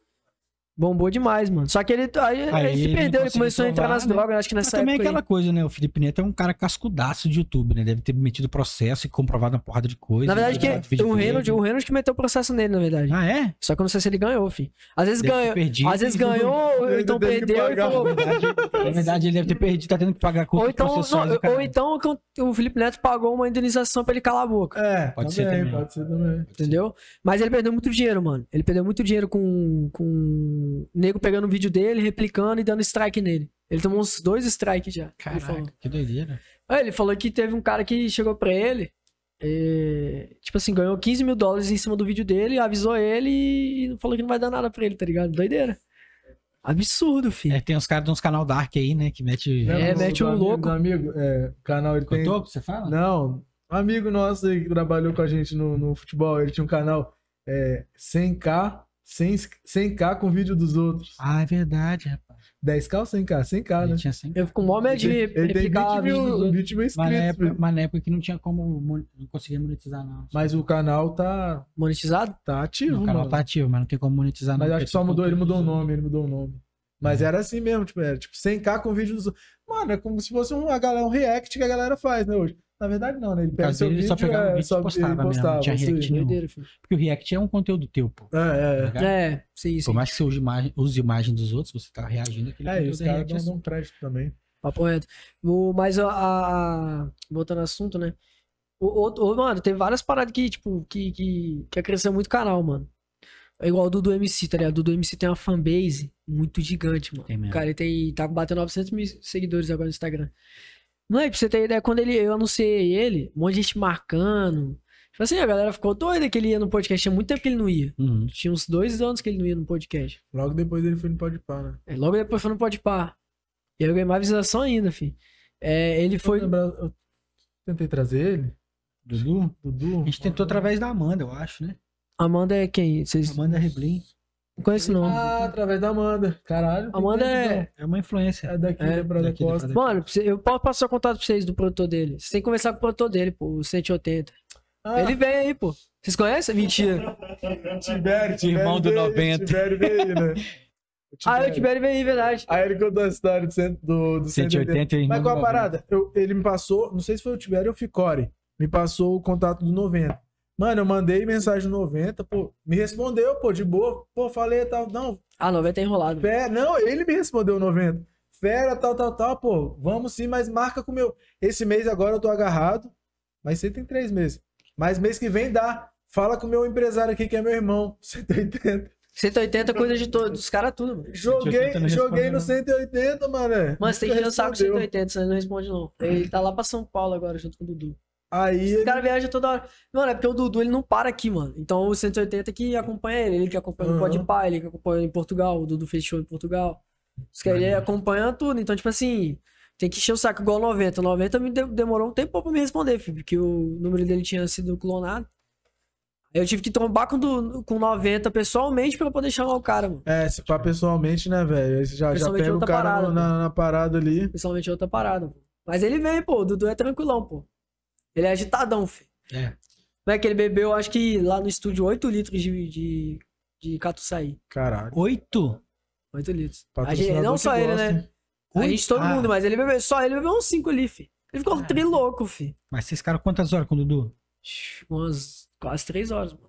[SPEAKER 1] Bombou demais, mano. Só que ele, aí,
[SPEAKER 2] Aí
[SPEAKER 1] ele se perdeu, ele
[SPEAKER 2] ele conseguiu
[SPEAKER 1] começou a entrar
[SPEAKER 2] provar,
[SPEAKER 1] nas
[SPEAKER 2] né?
[SPEAKER 1] drogas, acho que
[SPEAKER 2] Mas
[SPEAKER 1] nessa
[SPEAKER 2] também é
[SPEAKER 1] época.
[SPEAKER 2] aquela coisa, né? O Felipe Neto é um cara cascudaço de YouTube, né? Deve ter metido processo e comprovado uma porrada de coisa.
[SPEAKER 1] aí. Na
[SPEAKER 2] né?
[SPEAKER 1] verdade, é um
[SPEAKER 2] Gravado
[SPEAKER 1] que
[SPEAKER 2] vídeo
[SPEAKER 1] o
[SPEAKER 2] dele.
[SPEAKER 1] Reynolds, o Reynolds que meteu o processo nele, na verdade.
[SPEAKER 2] Ah, é?
[SPEAKER 1] Só que eu não sei se ele ganhou, fi. Às vezes
[SPEAKER 2] Deve ter
[SPEAKER 1] ganha.
[SPEAKER 2] perdido.
[SPEAKER 1] Às vezes ganhou, ou
[SPEAKER 3] Ainda
[SPEAKER 1] então
[SPEAKER 3] teve que
[SPEAKER 1] perdeu e
[SPEAKER 3] pagar.
[SPEAKER 1] falou.
[SPEAKER 2] Na verdade, ele deve ter perdido, tá tendo que pagar
[SPEAKER 1] Ou
[SPEAKER 2] custos
[SPEAKER 1] então,
[SPEAKER 2] processuais.
[SPEAKER 1] não,
[SPEAKER 2] do caralho.
[SPEAKER 1] ou então que o Felipe Neto pagou uma indenização pra ele calar a boca.
[SPEAKER 3] É,
[SPEAKER 2] Pode
[SPEAKER 3] pode
[SPEAKER 2] ser
[SPEAKER 3] ser
[SPEAKER 2] também.
[SPEAKER 3] pode ser também.
[SPEAKER 1] Entendeu? Mas ele perdeu muito dinheiro, mano. Ele perdeu muito dinheiro com, com o nego pegando o vídeo dele, replicando e dando strike nele. Ele tomou uns dois strikes já. ele falou.
[SPEAKER 2] Caraca, que doideira.
[SPEAKER 1] Ah, Ele falou que teve um cara que chegou pra ele, é, tipo assim, ganhou 15 mil dólares em cima do vídeo dele, avisou ele e falou que não vai dar nada pra ele, tá ligado? Doideira. Absurdo, filho.
[SPEAKER 2] É, tem uns caras de uns canal dark aí, né? Que mete.
[SPEAKER 1] É,
[SPEAKER 3] Lembra
[SPEAKER 1] mete
[SPEAKER 3] do
[SPEAKER 1] um
[SPEAKER 3] amigo-
[SPEAKER 1] louco.
[SPEAKER 3] do Amigo, é, o canal ele tem...
[SPEAKER 2] Contou o que você fala?
[SPEAKER 3] Não, um amigo nosso aí que trabalhou com a gente no, no futebol, ele tinha um canal é, 100k, 100, 100k com vídeo dos outros.
[SPEAKER 2] Ah, é verdade, rapaz.
[SPEAKER 3] 10k ou 100k? 100k, né?
[SPEAKER 2] Ele tinha cem-
[SPEAKER 1] Eu fico com mó medo de
[SPEAKER 3] Ele tem- ele tem
[SPEAKER 1] replicar
[SPEAKER 3] 20
[SPEAKER 1] vídeo dos
[SPEAKER 3] mil,
[SPEAKER 1] outros.
[SPEAKER 3] 20 mil
[SPEAKER 2] Mas na,
[SPEAKER 3] inscritos.
[SPEAKER 2] época,
[SPEAKER 3] filho.
[SPEAKER 2] mas na época que não tinha como. mon- Não conseguia monetizar, não.
[SPEAKER 3] né? Mas o canal tá,
[SPEAKER 1] monetizado.
[SPEAKER 3] tá ativo,
[SPEAKER 2] Não, o
[SPEAKER 3] mano.
[SPEAKER 2] canal tá ativo, mas não tem como monetizar, não.
[SPEAKER 3] Mas acho
[SPEAKER 2] porque
[SPEAKER 3] que só
[SPEAKER 2] tem É.
[SPEAKER 3] mudou, ele
[SPEAKER 2] conteúdo
[SPEAKER 3] mudou o
[SPEAKER 2] dos outros.
[SPEAKER 3] nome, ele mudou o nome. Mas era assim mesmo, tipo, era tipo 100k com vídeo dos Mano, é como se fosse um, a galera, um react que a galera faz, né, hoje. Na verdade, não, né? Ele
[SPEAKER 2] No
[SPEAKER 3] pega
[SPEAKER 2] caso
[SPEAKER 3] seu
[SPEAKER 2] dele, ele
[SPEAKER 3] vídeo,
[SPEAKER 2] só pegava o
[SPEAKER 3] é,
[SPEAKER 2] vídeo e
[SPEAKER 3] só
[SPEAKER 2] postava
[SPEAKER 3] ele
[SPEAKER 2] mesmo, não tinha
[SPEAKER 3] isso aí.
[SPEAKER 2] react, né?
[SPEAKER 1] Doideira, filho.
[SPEAKER 2] Porque o React é um conteúdo teu, pô.
[SPEAKER 3] É, é, é.
[SPEAKER 2] Tá ligado?
[SPEAKER 1] É, sim, sim.
[SPEAKER 2] Por mais que você use imagem, use imagem dos outros, você tá reagindo àquele
[SPEAKER 3] É, e os
[SPEAKER 2] conteúdo, é
[SPEAKER 3] caras
[SPEAKER 2] react
[SPEAKER 3] dão,
[SPEAKER 2] assim.
[SPEAKER 3] dão crédito também.
[SPEAKER 1] Papo reto. O, mas a, a- a- Voltando ao assunto, né? O, o- o- mano, tem várias paradas que, tipo, que, que, que acrescenta muito o canal, mano. É igual o Dudu MC, tá ligado? O Dudu MC tem uma fanbase muito gigante, mano.
[SPEAKER 2] Tem mesmo.
[SPEAKER 1] O cara ele tem, tá batendo 900 mil seguidores agora no Instagram. Não é, pra você ter ideia, quando ele, eu anunciei ele, um monte de gente marcando. Tipo assim, a galera ficou doida que ele ia no podcast. Tinha muito tempo que ele não
[SPEAKER 3] um
[SPEAKER 1] ia.
[SPEAKER 2] Uhum.
[SPEAKER 1] Tinha uns dois anos que ele não ia no podcast.
[SPEAKER 3] Logo depois ele foi no Pode Par, né?
[SPEAKER 1] É, Logo depois foi no Podpah. E aí eu ganhei mais visualização ainda, filho. É, ele
[SPEAKER 3] Foi...
[SPEAKER 1] foi.
[SPEAKER 3] Lembrar, eu tentei trazer ele,
[SPEAKER 2] Dudu?
[SPEAKER 3] Dudu.
[SPEAKER 2] A gente tentou através da Amanda, eu acho, né?
[SPEAKER 1] Amanda é quem? Vocês
[SPEAKER 2] Amanda Reblin.
[SPEAKER 1] não conhecem não.
[SPEAKER 3] Ah, através da Amanda. Caralho. tem
[SPEAKER 1] Amanda
[SPEAKER 3] gente,
[SPEAKER 1] é-
[SPEAKER 3] então.
[SPEAKER 2] É uma influência.
[SPEAKER 3] É daqui,
[SPEAKER 1] É,
[SPEAKER 3] né, Brada
[SPEAKER 2] daqui, né,
[SPEAKER 3] Costa.
[SPEAKER 2] Brada-
[SPEAKER 1] Mano, pra você- eu posso passar o contato pra vocês do produtor dele. Vocês têm que conversar com o produtor dele, pô, o 180.
[SPEAKER 3] Ah,
[SPEAKER 1] Ele vem aí, pô. Vocês conhecem? Mentira.
[SPEAKER 3] Tibério, Tibério
[SPEAKER 2] Irmão do
[SPEAKER 3] veio,
[SPEAKER 2] 90.
[SPEAKER 3] Tibério veio, né?
[SPEAKER 1] Ah, o Tibério vem aí, verdade.
[SPEAKER 3] Aí ele contou a história do, cento- do, do 180.
[SPEAKER 2] 180 irmão
[SPEAKER 3] Mas qual a
[SPEAKER 2] do
[SPEAKER 3] parada? Eu- ele me passou, não sei se foi o Tibério ou o Ficore, me passou o contato do 90. Mano, eu mandei mensagem no 90, pô, me respondeu, pô, de boa. Pô, falei e tal. Não,
[SPEAKER 1] Ah, não, vai ter enrolado.
[SPEAKER 3] fera, não, ele me respondeu 90. Fera, tal, tal, tal, pô, vamos sim, mas marca com o meu. Esse mês agora eu tô agarrado, mas você tem três meses. Mas mês que vem dá. Fala com o meu empresário aqui, que é meu irmão. 180.
[SPEAKER 1] 180 é coisa de todos, os caras tudo, mano.
[SPEAKER 3] Joguei,
[SPEAKER 2] 180 não responde,
[SPEAKER 3] joguei no
[SPEAKER 2] não.
[SPEAKER 3] 180, mano.
[SPEAKER 1] Mano, você tem que ir o saco com
[SPEAKER 3] Respondeu.
[SPEAKER 1] 180, você não responde não. Ele tá lá pra São Paulo agora, junto com o Dudu.
[SPEAKER 3] Aí
[SPEAKER 1] O cara viaja toda hora. Mano, é porque o Dudu ele não para aqui, mano. Então o 180 que acompanha ele. Ele que acompanha
[SPEAKER 3] Aham.
[SPEAKER 1] o Podpah, ele que acompanha em Portugal. O Dudu fez show em Portugal. Os caras ele acompanha tudo. Então, tipo assim, tem que encher o saco igual 90. 90 me de- demorou um tempo pra me responder, filho, porque o número dele tinha sido clonado. Aí eu tive que trombar com, do, com 90 pessoalmente pra eu poder chamar o cara, mano.
[SPEAKER 3] É, se pá pessoalmente, né, velho? Aí você já, já
[SPEAKER 1] Pessoalmente
[SPEAKER 3] pega o
[SPEAKER 1] outra
[SPEAKER 3] cara
[SPEAKER 1] parada,
[SPEAKER 3] na, na parada ali.
[SPEAKER 1] Pessoalmente é outra parada, pô. Mas ele vem, pô. O Dudu é tranquilão, pô. Ele é agitadão, filho.
[SPEAKER 2] É.
[SPEAKER 1] Como é que ele bebeu, acho que lá no estúdio, 8 litros de, de, de catuçaí.
[SPEAKER 3] Caralho.
[SPEAKER 2] 8?
[SPEAKER 1] 8 litros. A
[SPEAKER 3] patrocinador
[SPEAKER 1] gente, não
[SPEAKER 3] que
[SPEAKER 1] só ele,
[SPEAKER 3] gosta,
[SPEAKER 1] né?
[SPEAKER 2] assim.
[SPEAKER 3] hein?
[SPEAKER 1] A gente, todo
[SPEAKER 2] Ah,
[SPEAKER 1] mundo, mas ele bebeu, só ele bebeu uns 5 ali, fi. Ele ficou
[SPEAKER 2] Caralho.
[SPEAKER 1] trilouco, fi.
[SPEAKER 2] Mas vocês ficaram quantas horas com o Dudu?
[SPEAKER 1] Umas quase 3 horas, mano.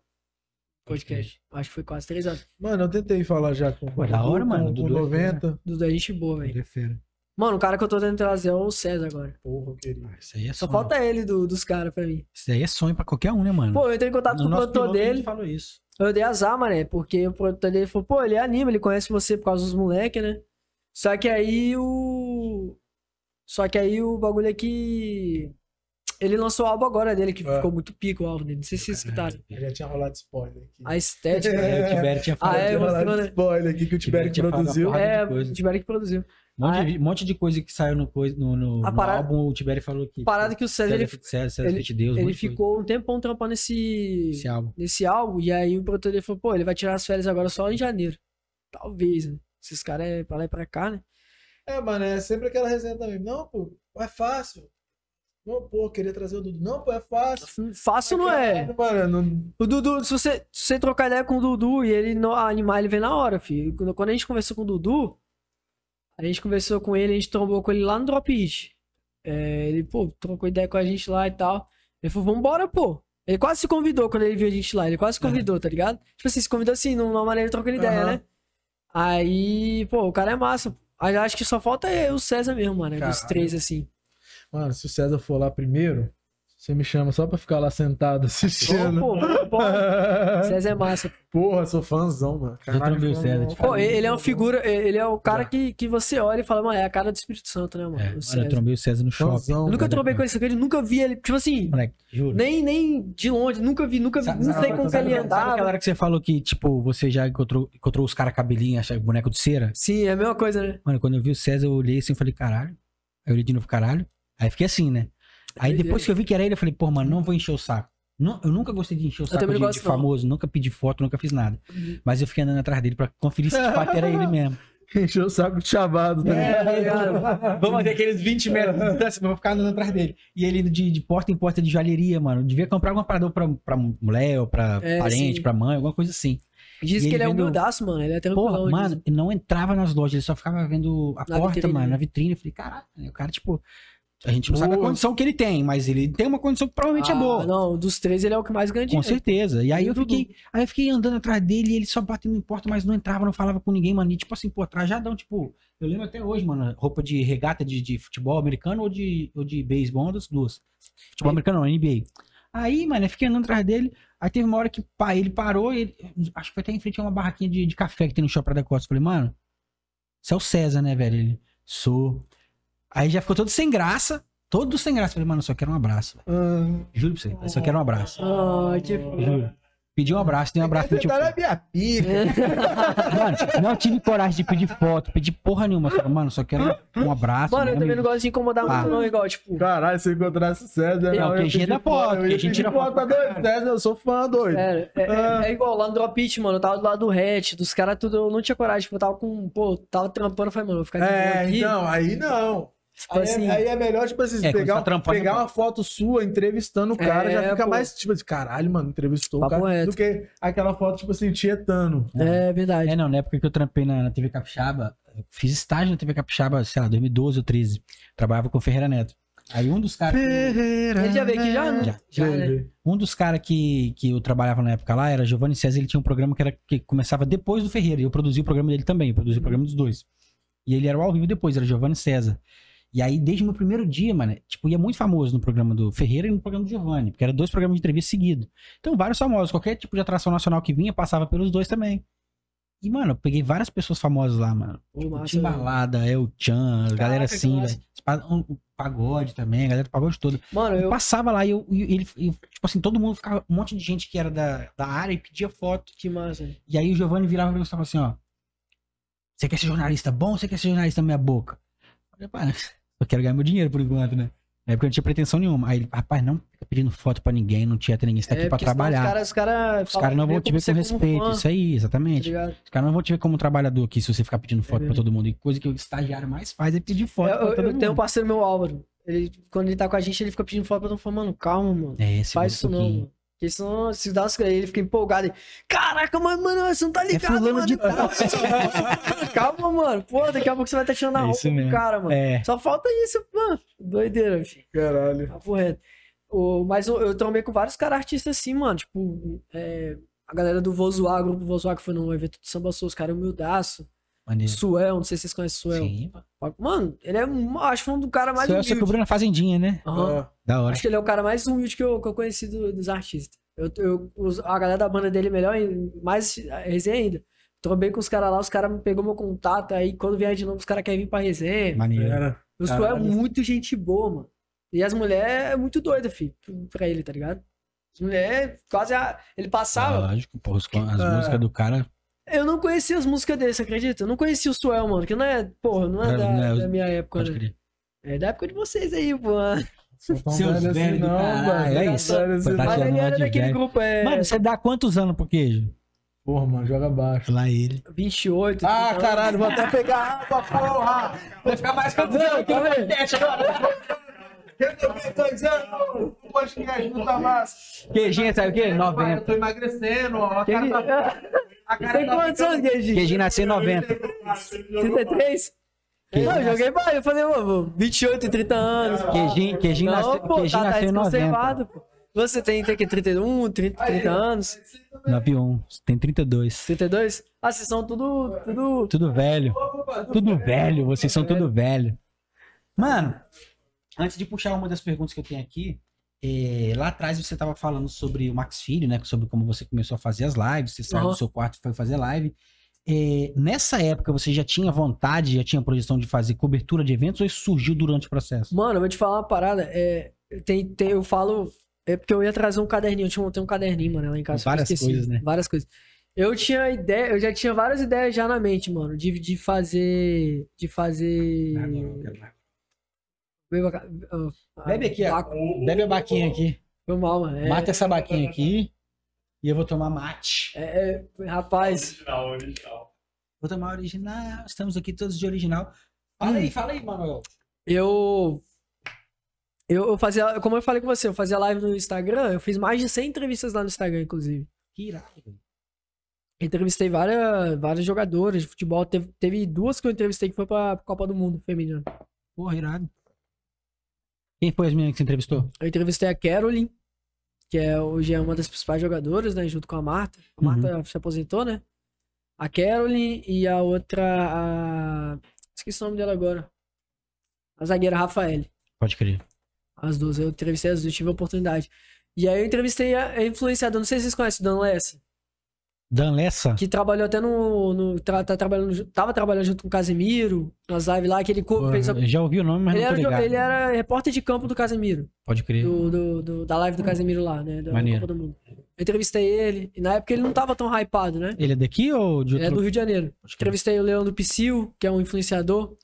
[SPEAKER 1] Podcast. Acho que foi quase 3 horas.
[SPEAKER 3] Mano, eu tentei falar já com
[SPEAKER 2] Pô, da hora,
[SPEAKER 3] com-
[SPEAKER 2] mano,
[SPEAKER 3] Com
[SPEAKER 2] Dudu é
[SPEAKER 3] 90.
[SPEAKER 1] Dudu é gente boa, velho.
[SPEAKER 2] é fera.
[SPEAKER 1] Mano, o cara que eu tô tentando trazer é o César agora.
[SPEAKER 3] Porra, querido.
[SPEAKER 2] Ah, Isso aí é
[SPEAKER 1] Só
[SPEAKER 2] sonho.
[SPEAKER 1] falta ele do- dos caras pra mim.
[SPEAKER 2] Isso aí é sonho pra qualquer um, né, mano?
[SPEAKER 1] Pô, eu entrei em
[SPEAKER 3] tá
[SPEAKER 1] contato
[SPEAKER 2] No
[SPEAKER 1] com o
[SPEAKER 2] nosso
[SPEAKER 1] produtor
[SPEAKER 2] piloto, a gente
[SPEAKER 1] dele.
[SPEAKER 2] falou isso.
[SPEAKER 1] Eu dei azar, mané, porque o produtor dele falou, pô, ele anima, ele conhece você por causa dos moleques, né? Só que aí o. Só que aí o bagulho é que. Ele lançou o álbum agora dele, que
[SPEAKER 3] É.
[SPEAKER 1] ficou muito pico o álbum dele. Não sei se vocês escutaram.
[SPEAKER 3] Já tinha rolado spoiler aqui.
[SPEAKER 1] A estética.
[SPEAKER 2] É, o Tibério tinha
[SPEAKER 1] Ah,
[SPEAKER 2] falado.
[SPEAKER 1] é,
[SPEAKER 3] tinha
[SPEAKER 1] mostrou,
[SPEAKER 3] rolado
[SPEAKER 1] né?
[SPEAKER 3] spoiler aqui que o Tibério
[SPEAKER 2] tinha falado
[SPEAKER 3] produziu.
[SPEAKER 2] uma porrada.
[SPEAKER 1] É,
[SPEAKER 2] de coisa.
[SPEAKER 1] o Tibério que produziu.
[SPEAKER 2] Um monte, de, um monte de coisa que saiu no, coisa- no, no-
[SPEAKER 1] A
[SPEAKER 2] no
[SPEAKER 1] parada-
[SPEAKER 2] álbum, o Tibério falou que.
[SPEAKER 1] Parada que o César, ele,
[SPEAKER 2] César, César, César
[SPEAKER 1] ele-
[SPEAKER 2] Fit Deus, um
[SPEAKER 1] ele
[SPEAKER 2] monte de coisa.
[SPEAKER 1] ficou um tempão trampando esse,
[SPEAKER 2] Esse álbum.
[SPEAKER 1] nesse álbum. E aí o produtor dele falou, pô, ele vai tirar as férias agora só em janeiro. Talvez, né? Esses caras é pra lá e pra cá, né?
[SPEAKER 3] É, mano, é sempre aquela resenha também. Não, pô, é fácil. Não, pô, queria trazer o Dudu. Não, pô, é fácil.
[SPEAKER 1] Fácil não é.
[SPEAKER 3] Mano, não-
[SPEAKER 1] O Dudu, se você, se você trocar ideia com o Dudu e ele não animar, ele vem na hora, filho. Quando, quando a gente conversou com o Dudu, a gente conversou com ele, a gente trombou com ele lá no Drop It. É, ele, pô, trocou ideia com a gente lá e tal. Ele falou, vambora, pô. Ele quase se convidou quando ele viu a gente lá. Ele quase se convidou, tá ligado? Tipo assim, se convidou assim, numa maneira trocando ideia,
[SPEAKER 3] É. Aham.
[SPEAKER 1] né? Aí, pô, o cara é massa. Aí eu Acho que só falta é o César mesmo, mano. é Dos
[SPEAKER 3] Caralho.
[SPEAKER 1] três, assim.
[SPEAKER 3] Mano, se o César for lá primeiro, você me chama só pra ficar lá sentado assistindo.
[SPEAKER 1] Pô, pô, bora. César é massa.
[SPEAKER 3] Porra, sou fãzão, mano.
[SPEAKER 2] trombei o
[SPEAKER 3] fã-
[SPEAKER 2] César, te
[SPEAKER 1] Pô, ele é uma figura, ele é o cara
[SPEAKER 2] Já.
[SPEAKER 1] que, que você olha e fala, mano, é a cara do Espírito Santo, né, mano?
[SPEAKER 2] Tá. É,
[SPEAKER 1] O
[SPEAKER 2] olha,
[SPEAKER 1] César.
[SPEAKER 2] eu trombei né, o César no shopping.
[SPEAKER 3] Fãzão.
[SPEAKER 1] Eu nunca
[SPEAKER 3] mano.
[SPEAKER 1] trombei com esse cara, eu nunca vi ele, tipo assim,
[SPEAKER 2] Moleque, juro.
[SPEAKER 1] nem, nem de longe, nunca vi, nunca vi,
[SPEAKER 2] Sabe-
[SPEAKER 1] não
[SPEAKER 2] sabe-
[SPEAKER 1] sei como que
[SPEAKER 2] sabe-
[SPEAKER 1] ele
[SPEAKER 2] Sabe aquela
[SPEAKER 1] andava.
[SPEAKER 2] hora que você falou que, tipo, você já encontrou, encontrou os caras cabelinho, acha boneco de cera?
[SPEAKER 1] Sim, é a mesma coisa, né?
[SPEAKER 2] Mano, quando eu vi o César, eu olhei assim e falei, caralho. Aí eu olhei de novo, caralho. Aí fiquei assim, né? Aí
[SPEAKER 1] Doideira.
[SPEAKER 2] depois que eu vi que era ele, eu falei, pô, mano, não vou encher o saco. Não, eu nunca gostei de encher o saco
[SPEAKER 1] também
[SPEAKER 2] de,
[SPEAKER 1] não
[SPEAKER 2] de
[SPEAKER 1] gosto, não.
[SPEAKER 2] famoso, nunca pedi foto, nunca fiz nada. Mas eu fiquei andando atrás dele pra conferir se de fato era ele mesmo.
[SPEAKER 3] Encheu o saco de chavado, tá ligado?
[SPEAKER 1] É, cara,
[SPEAKER 2] Vamos até aqueles 20 metros de distância, vou ficar andando atrás dele. É. E ele indo de, de porta em porta de joalheria, mano. Devia comprar alguma parada pra, pra mulher, ou pra
[SPEAKER 1] É,
[SPEAKER 2] parente,
[SPEAKER 1] sim.
[SPEAKER 2] pra mãe, alguma coisa assim.
[SPEAKER 1] diz
[SPEAKER 2] E
[SPEAKER 1] que ele
[SPEAKER 2] ele
[SPEAKER 1] é
[SPEAKER 2] vendo-
[SPEAKER 1] humildaço, mano, ele é tranquilão.
[SPEAKER 2] Porra,
[SPEAKER 1] diz.
[SPEAKER 2] mano, ele não entrava nas lojas, ele só ficava vendo a
[SPEAKER 1] Na
[SPEAKER 2] porta,
[SPEAKER 1] vitrine,
[SPEAKER 2] mano,
[SPEAKER 1] né?
[SPEAKER 2] na vitrine. Eu falei, caralho, o cara, tipo, a gente não sabe a
[SPEAKER 3] Boa.
[SPEAKER 2] condição que ele tem, mas ele tem uma condição que provavelmente
[SPEAKER 1] Ah,
[SPEAKER 2] é boa.
[SPEAKER 1] Não, dos três ele é o que mais ganha
[SPEAKER 2] Com
[SPEAKER 1] dinheiro.
[SPEAKER 2] certeza. E aí
[SPEAKER 1] E o
[SPEAKER 2] eu
[SPEAKER 1] Dudu?
[SPEAKER 2] fiquei, aí eu fiquei andando atrás dele e ele só batendo em porta, mas não entrava, não falava com ninguém, mano. E tipo assim, pô, trajadão, tipo, eu lembro até hoje, mano, roupa de regata de, de futebol americano ou de, ou de beisebol, uma das duas. Futebol
[SPEAKER 1] Aí-
[SPEAKER 2] americano não, NBA. Aí, mano, eu fiquei andando atrás dele. Aí teve uma hora que pá, ele parou, e ele, acho que foi até em frente a uma barraquinha de, de café que tem no Shopping da Costa. Eu falei, mano, você é o César, né, velho? Ele, sou. Aí já ficou todo sem graça, todo sem graça. Eu falei, mano, eu só quero um abraço. velho.
[SPEAKER 3] Ah,
[SPEAKER 2] Juro pra você, eu só quero um abraço.
[SPEAKER 1] Ah, que foda.
[SPEAKER 2] Juro. Pedi um abraço, dei um abraço.
[SPEAKER 3] Você
[SPEAKER 2] Tipo,
[SPEAKER 1] é
[SPEAKER 3] tá na minha pilha.
[SPEAKER 2] mano, não tive coragem de pedir foto, pedir porra nenhuma. Só, mano, só quero um abraço.
[SPEAKER 1] Mano, eu
[SPEAKER 2] né,
[SPEAKER 1] também não
[SPEAKER 2] amigo?
[SPEAKER 1] gosto de incomodar
[SPEAKER 2] Ah.
[SPEAKER 1] muito não, igual, tipo...
[SPEAKER 3] É. Caralho, se eu encontrasse o César.
[SPEAKER 2] Não,
[SPEAKER 3] eu ia
[SPEAKER 2] que a gente
[SPEAKER 3] pedir
[SPEAKER 2] dá foto,
[SPEAKER 3] eu
[SPEAKER 2] que a
[SPEAKER 3] ia
[SPEAKER 2] gente
[SPEAKER 3] pedir
[SPEAKER 2] tira
[SPEAKER 3] foto
[SPEAKER 2] foto.
[SPEAKER 3] doido. César, eu sou fã, doido.
[SPEAKER 1] É, é,
[SPEAKER 2] Ah.
[SPEAKER 1] é- é igual, lá no Drop It, mano, eu tava do lado do hatch, dos caras tudo, eu não tinha coragem, tipo, eu tava com, pô, eu tava trampando, eu falei, mano, eu vou ficar de boa
[SPEAKER 3] É,
[SPEAKER 1] aqui,
[SPEAKER 3] então, aí não.
[SPEAKER 1] tipo
[SPEAKER 3] Aí, é-
[SPEAKER 1] assim...
[SPEAKER 3] aí é melhor, tipo assim,
[SPEAKER 2] É, quando
[SPEAKER 3] pegar,
[SPEAKER 2] tá trampando,
[SPEAKER 3] pegar uma foto sua entrevistando o cara,
[SPEAKER 1] É,
[SPEAKER 3] já fica
[SPEAKER 1] pô.
[SPEAKER 3] mais, tipo assim, caralho, mano, entrevistou o
[SPEAKER 1] Papo
[SPEAKER 3] cara.
[SPEAKER 1] reto.
[SPEAKER 3] Do que aquela foto, tipo assim, tietando.
[SPEAKER 1] É verdade.
[SPEAKER 2] É, não, na época que eu trampei na, na TV Capixaba, eu fiz estágio na TV Capixaba, sei lá, 2012 ou 13. Trabalhava com o Ferreira Neto. Aí um dos caras. que-
[SPEAKER 1] Ele já veio aqui já, né?
[SPEAKER 2] Já, já, né? Um dos caras que, que eu trabalhava na época lá era Giovanni César, ele tinha um programa que, era, que começava depois do Ferreira, e eu produzia o programa dele também, eu produzia o programa dos dois. E ele era o ao vivo depois, era Giovanni César. E aí, desde o meu primeiro dia, mano, tipo, ia muito famoso no programa do Ferreira e no programa do Giovanni, porque eram dois programas de entrevista seguido. Então, vários famosos, qualquer tipo de atração nacional que vinha, passava pelos dois também. E, mano, eu peguei várias pessoas famosas lá, mano.
[SPEAKER 1] Pô,
[SPEAKER 2] Tipo,
[SPEAKER 1] massa, né?
[SPEAKER 2] Timbalada, El Chan, galera
[SPEAKER 1] que
[SPEAKER 2] assim,
[SPEAKER 1] massa.
[SPEAKER 2] velho. Um- um Pagode também, a galera do pagode todo.
[SPEAKER 1] Mano,
[SPEAKER 2] Eu
[SPEAKER 1] eu.
[SPEAKER 2] passava lá e, eu, e ele, e, tipo assim, todo mundo ficava, um monte de gente que era da, da área e pedia foto.
[SPEAKER 1] Que massa.
[SPEAKER 2] E aí o Giovanni virava pra mim e falava assim, ó. Você quer ser jornalista bom ou você quer ser jornalista meia boca? Eu falei, "Pá, né? eu quero ganhar meu dinheiro por enquanto, né? Na época eu não tinha pretensão nenhuma. Aí ele, rapaz, não fica pedindo foto pra ninguém, não tinha ninguém, você tá aqui pra
[SPEAKER 1] É, porque senão
[SPEAKER 2] trabalhar.
[SPEAKER 1] Os caras os cara é
[SPEAKER 2] Os caras não vão te ver com respeito, isso aí,
[SPEAKER 1] Tá
[SPEAKER 2] exatamente.
[SPEAKER 1] ligado?
[SPEAKER 2] Os caras não vão te ver como um trabalhador aqui se você ficar pedindo foto pra
[SPEAKER 1] mesmo.
[SPEAKER 2] todo mundo. E coisa que o estagiário mais faz é pedir foto pra
[SPEAKER 1] eu,
[SPEAKER 2] todo
[SPEAKER 1] eu
[SPEAKER 2] mundo.
[SPEAKER 1] tenho um parceiro meu, Álvaro. Ele, quando ele tá com a gente, ele fica pedindo foto pra eu falar, mano, calma, mano.
[SPEAKER 2] É, segura
[SPEAKER 1] faz isso
[SPEAKER 2] um
[SPEAKER 1] não,
[SPEAKER 2] pouquinho.
[SPEAKER 1] mano. Porque senão, se dá os ele fica empolgado. Ele, Caraca, mano, mano, você não tá ligado,
[SPEAKER 2] É fulano
[SPEAKER 1] mano.
[SPEAKER 2] de tal."
[SPEAKER 1] Calma, mano. Pô, daqui a pouco você vai estar tirando a
[SPEAKER 2] É
[SPEAKER 1] roupa
[SPEAKER 2] isso
[SPEAKER 1] do
[SPEAKER 2] mesmo.
[SPEAKER 1] cara, mano.
[SPEAKER 2] É.
[SPEAKER 1] Só falta isso, mano. Doideira, filho.
[SPEAKER 3] Caralho.
[SPEAKER 1] Papo reto. O, mas eu, eu trombei com vários caras artistas assim, mano. Tipo, é, a galera do Vozoar, o grupo Vozoar que foi num evento do Samba Soul, os caras é humildaço.
[SPEAKER 2] Maneiro.
[SPEAKER 1] Suel, não sei se vocês conhecem o Suel.
[SPEAKER 2] Sim,
[SPEAKER 1] Mano, ele é, um- acho que um do cara mais
[SPEAKER 2] Só eu só
[SPEAKER 1] humilde.
[SPEAKER 2] cobriu na fazendinha, né?
[SPEAKER 1] Aham.
[SPEAKER 3] Ah,
[SPEAKER 2] Da hora.
[SPEAKER 1] Acho que ele é o cara mais humilde que eu, que eu conheci do- dos artistas. Eu, eu- os- a galera da banda dele é melhor, e mais resenha ainda. Trombei com os caras lá, os caras me pegou meu contato, aí quando vier de novo, os caras querem vir pra resenha.
[SPEAKER 2] Maneiro.
[SPEAKER 3] Era.
[SPEAKER 1] Os caras é
[SPEAKER 3] Caralho.
[SPEAKER 1] muito gente boa, mano. E as mulheres é muito doida, filho, pra ele, tá ligado? As mulheres quase a... Ele
[SPEAKER 2] Ah,
[SPEAKER 1] passava.
[SPEAKER 2] lógico, porra, os- as
[SPEAKER 3] Ah.
[SPEAKER 2] músicas do cara.
[SPEAKER 1] Eu não conhecia as músicas dele, você acredita? Eu não conhecia o Suel, mano, que não é, porra, não é
[SPEAKER 2] Não,
[SPEAKER 1] da,
[SPEAKER 2] não é os-
[SPEAKER 1] da minha época,
[SPEAKER 2] Pode
[SPEAKER 1] né?
[SPEAKER 2] crer. Tá
[SPEAKER 1] É da época de vocês aí, pô.
[SPEAKER 3] Não tão
[SPEAKER 2] Seus
[SPEAKER 3] velho assim,
[SPEAKER 2] velhos do
[SPEAKER 3] não,
[SPEAKER 2] caralho,
[SPEAKER 3] mano.
[SPEAKER 2] é
[SPEAKER 3] Não
[SPEAKER 2] isso.
[SPEAKER 3] tão velho assim,
[SPEAKER 2] Tá
[SPEAKER 3] não.
[SPEAKER 1] Mas
[SPEAKER 2] chamando
[SPEAKER 1] ele era
[SPEAKER 2] de
[SPEAKER 1] daquele
[SPEAKER 2] velho.
[SPEAKER 1] grupo, é...
[SPEAKER 2] Mano, você dá quantos anos pro queijo?
[SPEAKER 3] Porra, mano, joga baixo.
[SPEAKER 2] Lá ele.
[SPEAKER 1] 28.
[SPEAKER 3] Ah,
[SPEAKER 1] 30.
[SPEAKER 3] caralho, vou até pegar água, porra! Vai ficar mais quantos anos? Quer ver? Teste agora! Eu tô com dois anos! O podcast não tá massa!
[SPEAKER 2] Queijinha, sabe o quê?
[SPEAKER 3] Eu
[SPEAKER 2] 90.
[SPEAKER 3] tô emagrecendo, ó. A cara tá. A cara
[SPEAKER 1] Ah,
[SPEAKER 3] tá
[SPEAKER 1] Tem quantos anos, Guedinho?
[SPEAKER 2] tá Queijinho nasceu em 90.
[SPEAKER 1] 33?
[SPEAKER 2] Que
[SPEAKER 1] não, eu
[SPEAKER 2] isso?
[SPEAKER 1] joguei baixo. Eu falei, mano, 28, 30 anos. pô.
[SPEAKER 2] Queijinho, queijinho
[SPEAKER 1] Não,
[SPEAKER 2] nasceu,
[SPEAKER 1] pô,
[SPEAKER 2] queijinho
[SPEAKER 1] tá, tá
[SPEAKER 2] nasceu em 90.
[SPEAKER 1] desconservado, pô. Você tem, tem que 31, 30, 30 um, anos,
[SPEAKER 2] 91. Tem 32.
[SPEAKER 1] 32? Ah, vocês são tudo, tudo...
[SPEAKER 2] Tudo velho. Tudo velho. Vocês são tudo velho. Mano, antes de puxar uma das perguntas que eu tenho aqui, eh, lá atrás você tava falando sobre o Max Filho, né? Sobre como você começou a fazer as lives, você saiu
[SPEAKER 1] Aham.
[SPEAKER 2] do seu quarto e foi fazer live. Eh, nessa época você já tinha vontade, já tinha projeção de fazer cobertura de eventos ou isso surgiu durante o processo?
[SPEAKER 1] Mano, eu vou te falar uma parada. É, tem, tem, eu falo... É porque eu ia trazer um caderninho. Eu tinha montei um caderninho, mano, lá em casa. eu
[SPEAKER 2] Várias
[SPEAKER 1] esqueci.
[SPEAKER 2] coisas, né?
[SPEAKER 1] Várias coisas. Eu tinha ideia... Eu já tinha várias ideias já na mente, mano. De, de fazer... De fazer... Beba, ca- ah,
[SPEAKER 2] Bebe aqui, ó.
[SPEAKER 1] baco.
[SPEAKER 2] Bebe a baquinha aqui.
[SPEAKER 1] Foi mal, mano. É,
[SPEAKER 2] Mata essa baquinha aqui. E eu vou tomar mate.
[SPEAKER 1] é, é, rapaz...
[SPEAKER 4] Original, original.
[SPEAKER 2] Vou tomar original. Estamos aqui todos de original. Fala
[SPEAKER 1] Hum.
[SPEAKER 2] aí, fala aí, Manuel.
[SPEAKER 1] Eu. Eu, eu fazia. Como eu falei com você, eu fazia live no Instagram. Eu fiz mais de 100 entrevistas lá no Instagram, inclusive.
[SPEAKER 2] Que irado, velho.
[SPEAKER 1] Entrevistei várias, várias jogadoras de futebol. Teve, teve duas que eu entrevistei que foi pra Copa do Mundo feminina.
[SPEAKER 2] Porra, irado. Quem foi as meninas que você entrevistou?
[SPEAKER 1] Eu entrevistei a Caroline, que é, hoje é uma das principais jogadoras, né? Junto com a Marta. A
[SPEAKER 2] Uhum.
[SPEAKER 1] Marta se aposentou, né? A Caroline e a outra. A... Esqueci o nome dela agora. A zagueira Rafael.
[SPEAKER 2] Pode crer.
[SPEAKER 1] As duas, eu entrevistei as duas, tive a oportunidade. E aí eu entrevistei a a influenciadora, não sei se vocês conhecem, Dan Less,
[SPEAKER 2] Dan Lessa?
[SPEAKER 1] que trabalhou até no. no tra- tá trabalhando, ju- tava trabalhando junto com o Casemiro, nas lives lá, que ele co-
[SPEAKER 2] Porra,
[SPEAKER 1] fez. A,
[SPEAKER 2] eu Já ouvi o nome, mas
[SPEAKER 1] ele,
[SPEAKER 2] não tô
[SPEAKER 1] era, jo-
[SPEAKER 2] ligado.
[SPEAKER 1] ele era repórter de campo do Casemiro,
[SPEAKER 2] Pode crer.
[SPEAKER 1] do, do- do- da live do Casemiro lá, né? Da
[SPEAKER 2] Maneiro.
[SPEAKER 1] Copa do Mundo. Eu entrevistei ele, e na época ele não tava tão hypado, né?
[SPEAKER 2] Ele é daqui ou de
[SPEAKER 1] Ele é
[SPEAKER 2] outro?
[SPEAKER 1] do Rio de Janeiro.
[SPEAKER 2] Pode crer.
[SPEAKER 1] Entrevistei o Leandro Psyll, que é um influenciador,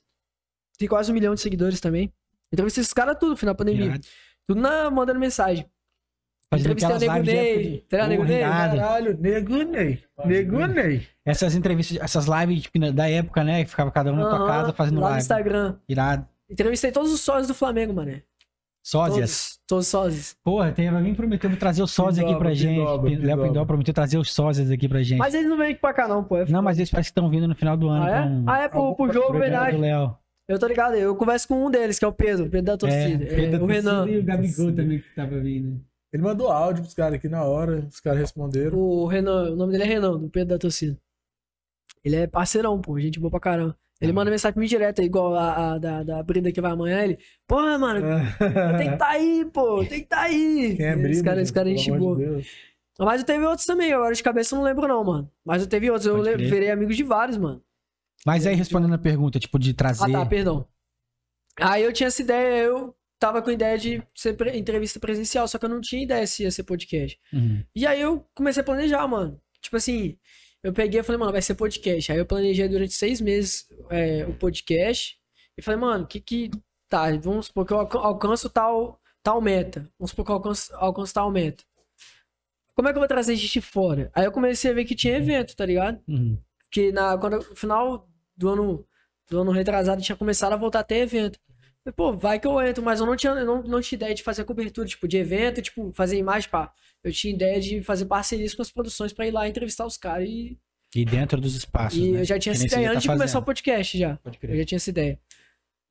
[SPEAKER 1] tem quase um milhão de seguidores também. Entrevistei esses caras tudo, final da pandemia.
[SPEAKER 2] Irado.
[SPEAKER 1] Tudo na, mandando mensagem.
[SPEAKER 2] Fazendo
[SPEAKER 1] Entrevistei o Nego
[SPEAKER 2] aquelas lives de época
[SPEAKER 1] Ney.
[SPEAKER 2] de-
[SPEAKER 1] Será Nego
[SPEAKER 2] Porra,
[SPEAKER 1] Ney?
[SPEAKER 2] irado.
[SPEAKER 3] Caralho, negunei. Negunei.
[SPEAKER 2] Essas entrevistas, essas lives tipo, da época, né? Que ficava cada um na tua
[SPEAKER 1] Aham,
[SPEAKER 2] casa fazendo
[SPEAKER 1] Lá no
[SPEAKER 2] live.
[SPEAKER 1] Instagram.
[SPEAKER 2] Irado.
[SPEAKER 1] Entrevistei todos os sócios do Flamengo, mané.
[SPEAKER 2] Sósias.
[SPEAKER 1] Todos, todos os sócios.
[SPEAKER 2] Porra, tem, alguém prometeu me trazer o sósia aqui
[SPEAKER 3] Pindoba,
[SPEAKER 2] pra gente.
[SPEAKER 3] Pindoba,
[SPEAKER 2] Pin- Léo
[SPEAKER 3] Pindoba.
[SPEAKER 2] Pindol prometeu trazer os sósias aqui pra gente.
[SPEAKER 1] Mas eles não vêm aqui pra cá, não, pô. É
[SPEAKER 2] Não, mas eles parecem que estão vindo no final do ano.
[SPEAKER 1] Ah, é?
[SPEAKER 2] então-
[SPEAKER 1] Ah, é pro, pro jogo,
[SPEAKER 2] Pro evento
[SPEAKER 1] verdade.
[SPEAKER 2] do Léo.
[SPEAKER 1] Eu tô ligado, eu converso com um deles, que é o Pedro, o Pedro da torcida. É,
[SPEAKER 2] Pedro
[SPEAKER 1] o Renan.
[SPEAKER 2] tá E o Gabigol também que tava vindo.
[SPEAKER 3] Ele mandou áudio pros caras aqui na hora, os caras responderam.
[SPEAKER 1] O Renan, o nome dele é Renan, do Pedro da torcida. Ele é parceirão, pô, gente boa pra caramba. Ele
[SPEAKER 3] É.
[SPEAKER 1] manda mensagem pra mim direto, igual a, a da, da Brida que vai amanhã. Ele, porra, mano, tem que tá aí, pô, tem que tá aí.
[SPEAKER 3] É. Quem é briga,
[SPEAKER 1] esse cara,
[SPEAKER 3] gente,
[SPEAKER 1] esse cara é
[SPEAKER 3] pelo
[SPEAKER 1] gente
[SPEAKER 3] amor de
[SPEAKER 1] boa.
[SPEAKER 3] Deus.
[SPEAKER 1] Mas eu teve outros também, agora de cabeça eu não lembro não, mano. Mas eu teve outros, eu
[SPEAKER 2] Pode
[SPEAKER 1] le-
[SPEAKER 2] crer.
[SPEAKER 1] virei amigo de vários, mano.
[SPEAKER 2] Mas aí, respondendo a pergunta, tipo, de trazer.
[SPEAKER 1] Ah tá, perdão. Aí eu tinha essa ideia, eu tava com ideia de ser pre- entrevista presencial, só que eu não tinha ideia se ia ser podcast.
[SPEAKER 2] Uhum.
[SPEAKER 1] E aí eu comecei a planejar, mano. Tipo assim, eu peguei e falei, mano, vai ser podcast. Aí eu planejei durante seis meses é, o podcast. E falei, mano, o que que. Tá, vamos supor que eu alca- alcanço tal, tal meta. Vamos supor que eu alcanço, alcanço tal meta. Como é que eu vou trazer gente de fora? Aí eu comecei a ver que tinha evento, tá ligado?
[SPEAKER 2] Uhum.
[SPEAKER 1] que na, quando, no final do ano, do ano retrasado tinha começado a voltar a ter evento. Eu, Pô, vai que eu entro, mas eu não tinha, eu não, não tinha ideia de fazer cobertura, tipo, de evento, tipo, fazer imagem, pá. Eu tinha ideia de fazer parcerias com as produções pra ir lá entrevistar os caras e,
[SPEAKER 2] E dentro dos espaços.
[SPEAKER 1] e
[SPEAKER 2] né?
[SPEAKER 1] eu já tinha
[SPEAKER 2] Que
[SPEAKER 1] essa
[SPEAKER 2] nem você
[SPEAKER 1] ideia
[SPEAKER 2] já tá
[SPEAKER 1] antes de começar o
[SPEAKER 2] fazendo.
[SPEAKER 1] podcast já.
[SPEAKER 2] Pode
[SPEAKER 1] Eu
[SPEAKER 2] crer.
[SPEAKER 1] já tinha essa ideia.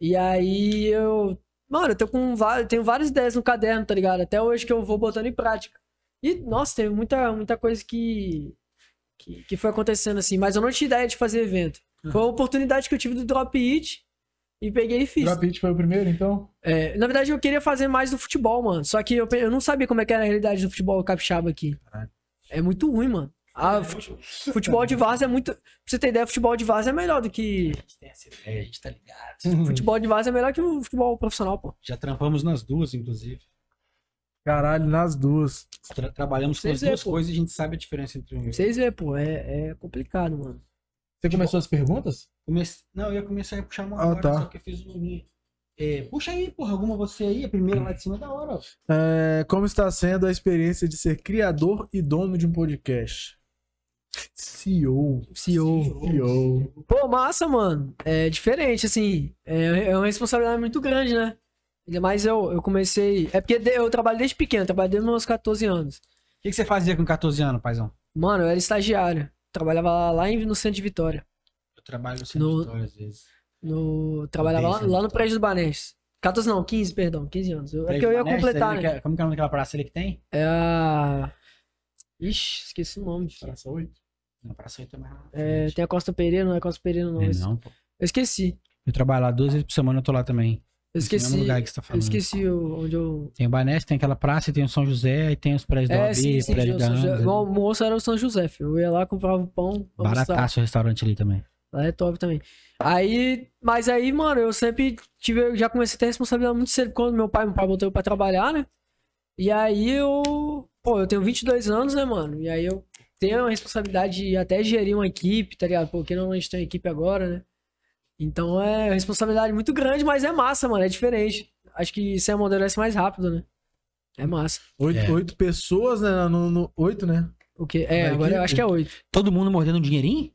[SPEAKER 1] E aí eu. Mano, eu tô com va- eu tenho várias ideias no caderno, tá ligado? Até hoje que eu vou botando em prática. E, nossa, teve muita, muita coisa que, que. que foi acontecendo assim. Mas eu não tinha ideia de fazer evento.
[SPEAKER 2] Ah.
[SPEAKER 1] Foi a oportunidade que eu tive do Drop It. E peguei e fiz.
[SPEAKER 3] Drop It foi o primeiro, então?
[SPEAKER 1] É, na verdade, eu queria fazer mais do futebol, mano. Só que eu, pe- eu não sabia como é que era a realidade do futebol capixaba aqui.
[SPEAKER 2] Caralho.
[SPEAKER 1] É muito ruim, mano. Ah, fute- futebol de vaza é muito. Pra você ter ideia, futebol de vaza é melhor do que.
[SPEAKER 2] A gente tem essa ideia, a gente tá
[SPEAKER 3] Uhum.
[SPEAKER 2] ligado.
[SPEAKER 1] Futebol de vaza é melhor que o futebol profissional, pô.
[SPEAKER 2] Já trampamos nas duas, inclusive.
[SPEAKER 3] Caralho, nas duas.
[SPEAKER 2] Tra- trabalhamos com
[SPEAKER 1] Vocês
[SPEAKER 2] as duas
[SPEAKER 1] é, pô.
[SPEAKER 2] coisas e a gente sabe a diferença entre um e
[SPEAKER 1] Pra
[SPEAKER 2] outro.
[SPEAKER 1] vocês verem, pô, é, é complicado, mano.
[SPEAKER 3] Você começou as perguntas?
[SPEAKER 2] Comece- Não, eu ia começar a puxar uma
[SPEAKER 3] Ah,
[SPEAKER 2] agora,
[SPEAKER 3] tá.
[SPEAKER 2] só que eu fiz uma minha. É, puxa aí, porra, alguma você aí, a primeira lá de cima da hora. ó.
[SPEAKER 3] É, como está sendo a experiência de ser criador e dono de um podcast? CEO.
[SPEAKER 1] CEO.
[SPEAKER 3] CEO.
[SPEAKER 1] Pô, massa, mano. É diferente, assim. É, é uma responsabilidade muito grande, né? Ainda mais eu, eu comecei. É porque de- eu trabalho desde pequeno, trabalho desde meus 14 anos.
[SPEAKER 2] O que, que você fazia com 14 anos, paizão?
[SPEAKER 1] Mano, eu era estagiário. Trabalhava lá, lá em, no centro de Vitória.
[SPEAKER 2] Eu trabalho no
[SPEAKER 1] No-
[SPEAKER 2] centro às vezes.
[SPEAKER 1] No, trabalhava lá,
[SPEAKER 2] Centro de
[SPEAKER 1] lá no
[SPEAKER 2] Vitória.
[SPEAKER 1] prédio do Banés. 14 não, 15, perdão, 15 anos. Eu, é que eu ia
[SPEAKER 2] Prédio
[SPEAKER 1] completar,
[SPEAKER 2] Baneste,
[SPEAKER 1] né?
[SPEAKER 2] ali que- Como que é o nome daquela praça ali que tem?
[SPEAKER 1] É a. Ixi, esqueci o nome. filho.
[SPEAKER 3] Praça 8?
[SPEAKER 2] Não, praça aí também.
[SPEAKER 1] É, tem a Costa Pereira, não é Costa Pereira, não.
[SPEAKER 2] É,
[SPEAKER 1] Eu
[SPEAKER 2] não, pô.
[SPEAKER 1] esqueci.
[SPEAKER 2] Eu trabalho lá duas vezes por semana, eu tô lá também.
[SPEAKER 1] Eu
[SPEAKER 2] Esse mesmo
[SPEAKER 1] esqueci.
[SPEAKER 2] lugar que você tá
[SPEAKER 1] Eu
[SPEAKER 2] falando.
[SPEAKER 1] esqueci o- onde eu.
[SPEAKER 2] Tem o Baneste, tem aquela praça, tem o São José, e tem os prédios da
[SPEAKER 1] É,
[SPEAKER 2] OAB,
[SPEAKER 1] sim, sim,
[SPEAKER 2] prédio
[SPEAKER 1] sim.
[SPEAKER 2] da
[SPEAKER 1] São José.
[SPEAKER 2] Andes.
[SPEAKER 1] Meu almoço era o São José, filho. Eu ia lá, comprava o pão. almoçava.
[SPEAKER 2] Barataço o restaurante ali também.
[SPEAKER 1] Lá é top também. Aí, mas aí, mano, eu sempre tive, eu já comecei a ter responsabilidade muito cedo quando meu pai, meu pai botou eu pra trabalhar, né? E aí eu, pô, eu tenho 22 anos, né, mano? E aí eu tenho a responsabilidade de até gerir uma equipe, tá ligado? Porque não a gente tem uma equipe agora, né? Então é uma responsabilidade muito grande, mas é massa, mano, é diferente. Acho que você amadurece mais rápido, né? É massa.
[SPEAKER 3] Oito,
[SPEAKER 2] É.
[SPEAKER 3] oito pessoas, né? No, no- oito, né?
[SPEAKER 1] O quê? É,
[SPEAKER 3] Uma
[SPEAKER 1] agora eu
[SPEAKER 3] equipe?
[SPEAKER 1] acho que é oito.
[SPEAKER 2] Todo mundo mordendo um dinheirinho?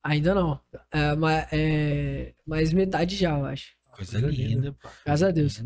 [SPEAKER 1] Ainda não. É, mas, é, mas metade já, eu acho.
[SPEAKER 2] Coisa linda, pô.
[SPEAKER 1] Graças a Deus.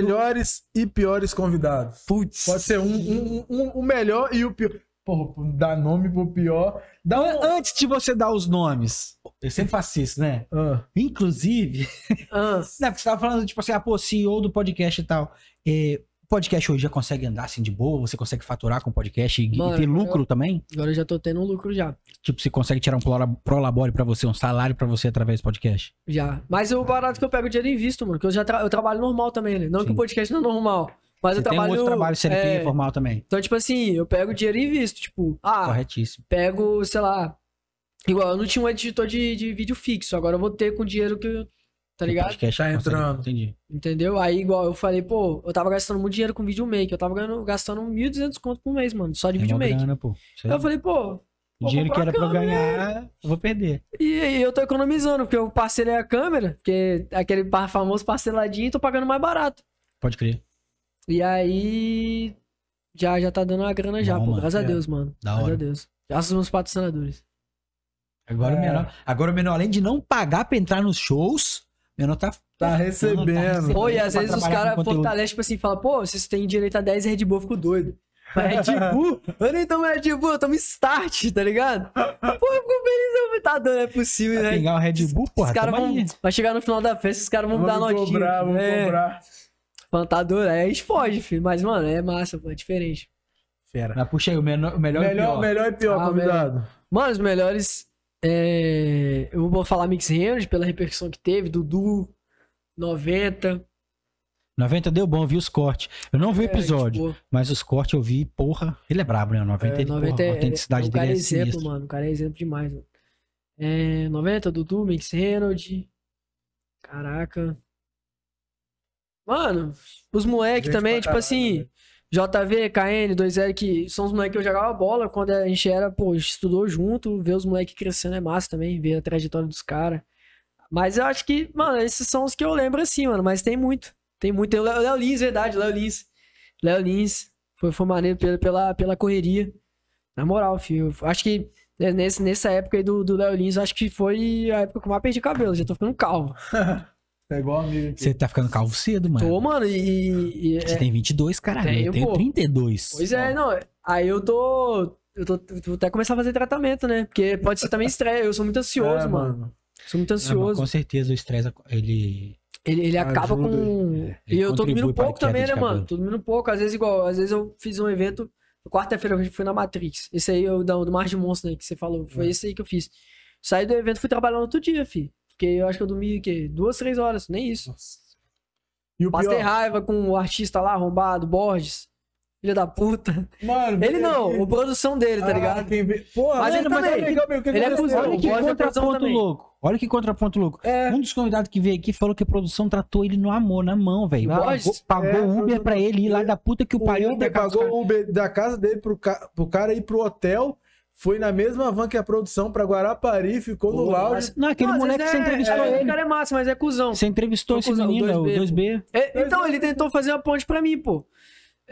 [SPEAKER 3] Melhores e piores convidados.
[SPEAKER 1] Putz.
[SPEAKER 3] Pode ser um, um- um- o melhor e o pior. Pô, dá nome pro pior. Dá um.
[SPEAKER 2] Antes de você dar os nomes, eu sempre faço isso, né?
[SPEAKER 3] Ah,
[SPEAKER 2] Inclusive,
[SPEAKER 1] Ah.
[SPEAKER 2] né, porque você tava falando, tipo assim, ah, pô, CEO do podcast e tal. É, o podcast hoje já consegue andar assim de boa? Você consegue faturar com o podcast e, e
[SPEAKER 1] Mano,
[SPEAKER 2] ter lucro também?
[SPEAKER 1] Agora eu já tô tendo um lucro já.
[SPEAKER 2] Tipo, você consegue tirar um prolabore pra você, um salário pra você através do podcast?
[SPEAKER 1] Já. Mas o barato que eu pego é dinheiro em visto, mano. Que eu já tra- eu trabalho normal também, né? Não
[SPEAKER 2] Sim.
[SPEAKER 1] que o podcast não é normal. Mas
[SPEAKER 2] você
[SPEAKER 1] eu trabalho.
[SPEAKER 2] tem um outro trabalho CLT
[SPEAKER 1] é,
[SPEAKER 2] formal também.
[SPEAKER 1] Então, tipo assim, eu pego dinheiro em visto. Tipo, ah,
[SPEAKER 2] Corretíssimo.
[SPEAKER 1] pego, sei lá. Igual, eu não tinha um editor de, de vídeo fixo. Agora eu vou ter com o dinheiro que. eu- Tá
[SPEAKER 2] O
[SPEAKER 1] ligado?
[SPEAKER 2] podcast
[SPEAKER 3] Tá
[SPEAKER 2] consegue-
[SPEAKER 3] entrando.
[SPEAKER 2] Entendi.
[SPEAKER 1] Entendeu? Aí, igual, eu falei, pô, eu tava gastando muito dinheiro com videomaker. Eu tava ganhando, gastando 1.200 conto por mês, mano. Só de
[SPEAKER 2] É uma
[SPEAKER 1] videomaker.
[SPEAKER 2] grana, né? pô. Isso aí.
[SPEAKER 1] Aí eu falei, pô,
[SPEAKER 2] o dinheiro que
[SPEAKER 1] comprar
[SPEAKER 2] era pra eu
[SPEAKER 1] câmera.
[SPEAKER 2] ganhar, eu vou perder.
[SPEAKER 1] E aí eu tô economizando, porque eu parcelei a câmera, porque aquele par- famoso parceladinho, tô pagando mais barato.
[SPEAKER 2] Pode crer.
[SPEAKER 1] E aí já já tá dando uma grana já,
[SPEAKER 2] Bom,
[SPEAKER 1] pô.
[SPEAKER 2] mano.
[SPEAKER 1] Graças a
[SPEAKER 3] É.
[SPEAKER 1] Deus, mano.
[SPEAKER 2] Da
[SPEAKER 1] Graças
[SPEAKER 2] hora.
[SPEAKER 1] a Deus. Graças aos meus patrocinadores.
[SPEAKER 2] Agora,
[SPEAKER 3] É.
[SPEAKER 2] o menor, agora o menor, além de não pagar pra entrar nos shows, o menor tá.
[SPEAKER 3] Tá recebendo.
[SPEAKER 1] Pô, e
[SPEAKER 2] pra
[SPEAKER 1] às vezes os
[SPEAKER 2] trabalhar com
[SPEAKER 1] caras
[SPEAKER 2] conteúdo.
[SPEAKER 1] fortalecem, tipo assim, falam, pô, vocês têm direito a 10 Red Bull, eu fico doido. Mas Red Bull? Eu nem tomo Red Bull, eu tomo Start, tá ligado? Pô, eu fico feliz, eu tá dando, é possível,
[SPEAKER 2] Vai
[SPEAKER 1] né?
[SPEAKER 2] Pegar o Red Bull,
[SPEAKER 1] os
[SPEAKER 2] porra.
[SPEAKER 1] caras
[SPEAKER 2] tamo
[SPEAKER 1] vão.
[SPEAKER 2] aí.
[SPEAKER 1] Vai chegar no final da festa, os caras vão dar
[SPEAKER 3] Vamos
[SPEAKER 1] notinha.
[SPEAKER 3] cobrar, vamos
[SPEAKER 1] É.
[SPEAKER 3] cobrar.
[SPEAKER 1] Plantador, aí a gente foge, é filho. Mas, mano, é massa, pô, é diferente.
[SPEAKER 3] Fera.
[SPEAKER 2] Mas puxa aí, o, menor, o melhor, e o
[SPEAKER 3] Melhor,
[SPEAKER 2] pior.
[SPEAKER 3] melhor e pior
[SPEAKER 1] Ah,
[SPEAKER 3] convidado.
[SPEAKER 1] Mano, os melhores. é, Eu vou falar Mix Energy pela repercussão que teve, Dudu, 90.
[SPEAKER 2] 90 deu bom, eu vi os cortes. Eu não vi o
[SPEAKER 1] é,
[SPEAKER 2] episódio,
[SPEAKER 1] tipo,
[SPEAKER 2] mas os cortes eu vi, porra. Ele é brabo, né? O 90,
[SPEAKER 1] é,
[SPEAKER 2] ele,
[SPEAKER 1] 90
[SPEAKER 2] porra,
[SPEAKER 1] é-
[SPEAKER 2] a autenticidade
[SPEAKER 1] o
[SPEAKER 2] dele
[SPEAKER 1] cara
[SPEAKER 2] é
[SPEAKER 1] é exemplo,
[SPEAKER 2] sinistra.
[SPEAKER 1] mano. O cara é exemplo demais, mano. É, 90, Dudu, Mix Energy. Caraca. Mano, os moleques
[SPEAKER 3] Gente
[SPEAKER 1] também,
[SPEAKER 3] pra
[SPEAKER 1] tipo
[SPEAKER 3] caralho,
[SPEAKER 1] assim.
[SPEAKER 3] né?
[SPEAKER 1] JV, KN, 2L, que são os moleques que eu jogava bola quando a gente era, pô, estudou junto, ver os moleques crescendo é massa também, ver a trajetória dos caras. Mas eu acho que, mano, esses são os que eu lembro assim, mano, mas tem muito. Tem muito. Tem o Léo Léo Lins, verdade, Léo Lins. Léo Lins, foi, foi maneiro pela, pela, pela correria. Na moral, filho, eu acho que né, nesse, nessa época aí do do Léo Lins, eu acho que foi a época que eu mais perdi cabelo, já tô ficando calvo.
[SPEAKER 3] É igual amigo. aqui.
[SPEAKER 2] Você tá ficando calvo cedo, mano.
[SPEAKER 1] Tô, mano, e- e é-
[SPEAKER 2] Você tem 22, caralho.
[SPEAKER 1] Tenho,
[SPEAKER 2] eu tenho
[SPEAKER 1] pô.
[SPEAKER 2] 32.
[SPEAKER 1] Pois é, não. Aí eu tô. Eu tô, eu vou até começar a fazer tratamento, né? Porque pode ser também estresse. Eu sou muito ansioso,
[SPEAKER 3] É,
[SPEAKER 1] mano. Sou muito
[SPEAKER 2] Não, mas
[SPEAKER 1] ansioso.
[SPEAKER 2] com certeza o estresse, ele...
[SPEAKER 1] Ele, ele acaba
[SPEAKER 3] Ajuda.
[SPEAKER 1] com.
[SPEAKER 2] ele
[SPEAKER 1] E eu tô
[SPEAKER 2] contribui
[SPEAKER 1] dormindo
[SPEAKER 2] para a
[SPEAKER 1] pouco
[SPEAKER 2] queda
[SPEAKER 1] também,
[SPEAKER 2] de
[SPEAKER 1] né,
[SPEAKER 2] cabelo.
[SPEAKER 1] mano? Tô dormindo pouco. Às vezes, igual. Às vezes eu fiz um evento. Quarta-feira eu fui na Matrix. Esse aí, eu, do, do Mar de Monstro, né? Que você falou.
[SPEAKER 2] É.
[SPEAKER 1] Foi esse aí que eu fiz. Saí do evento fui trabalhar no outro dia, fi. Porque eu acho que eu dormi, o quê? Duas, três horas. Nem isso.
[SPEAKER 3] E o
[SPEAKER 1] Passei
[SPEAKER 3] pior.
[SPEAKER 1] raiva com o artista lá, arrombado, Borges. filha da puta.
[SPEAKER 3] Mano,
[SPEAKER 1] Ele não, o produção dele, tá
[SPEAKER 3] Ah,
[SPEAKER 1] ligado?
[SPEAKER 3] quem vê- Pô,
[SPEAKER 1] Mas ele
[SPEAKER 3] tá
[SPEAKER 1] também.
[SPEAKER 3] legal, meu, o que
[SPEAKER 1] Ele é
[SPEAKER 3] aconteceu?
[SPEAKER 1] cuzão.
[SPEAKER 2] Olha que
[SPEAKER 1] o Roger é produção
[SPEAKER 2] contraponto
[SPEAKER 1] também.
[SPEAKER 2] louco. Olha que contraponto louco.
[SPEAKER 3] É.
[SPEAKER 2] Um dos convidados que veio aqui falou que a produção tratou ele no amor, na mão, velho.
[SPEAKER 1] O
[SPEAKER 2] Pagou,
[SPEAKER 1] Borges?
[SPEAKER 2] pagou
[SPEAKER 3] É,
[SPEAKER 2] Uber
[SPEAKER 3] eu-
[SPEAKER 2] pra ele ir lá da puta que o,
[SPEAKER 3] O
[SPEAKER 2] pariu. né, até
[SPEAKER 3] Uber
[SPEAKER 2] cá os
[SPEAKER 3] pagou o Uber da casa dele pro, ca... pro cara ir pro hotel. Foi na mesma van que a produção pra Guarapari, ficou no
[SPEAKER 1] Pô,
[SPEAKER 3] lounge.
[SPEAKER 1] mas-
[SPEAKER 2] Não, aquele
[SPEAKER 1] Não, às
[SPEAKER 2] moleque que
[SPEAKER 1] vezes
[SPEAKER 2] você
[SPEAKER 1] é-
[SPEAKER 2] entrevistou
[SPEAKER 1] é, O
[SPEAKER 2] ele.
[SPEAKER 1] cara é massa, mas é cuzão.
[SPEAKER 2] Você entrevistou
[SPEAKER 1] Tô
[SPEAKER 2] esse
[SPEAKER 1] acusando,
[SPEAKER 2] menino, o
[SPEAKER 1] 2B,
[SPEAKER 2] 2B.
[SPEAKER 1] É, então, ele tentou fazer uma ponte pra mim, pô.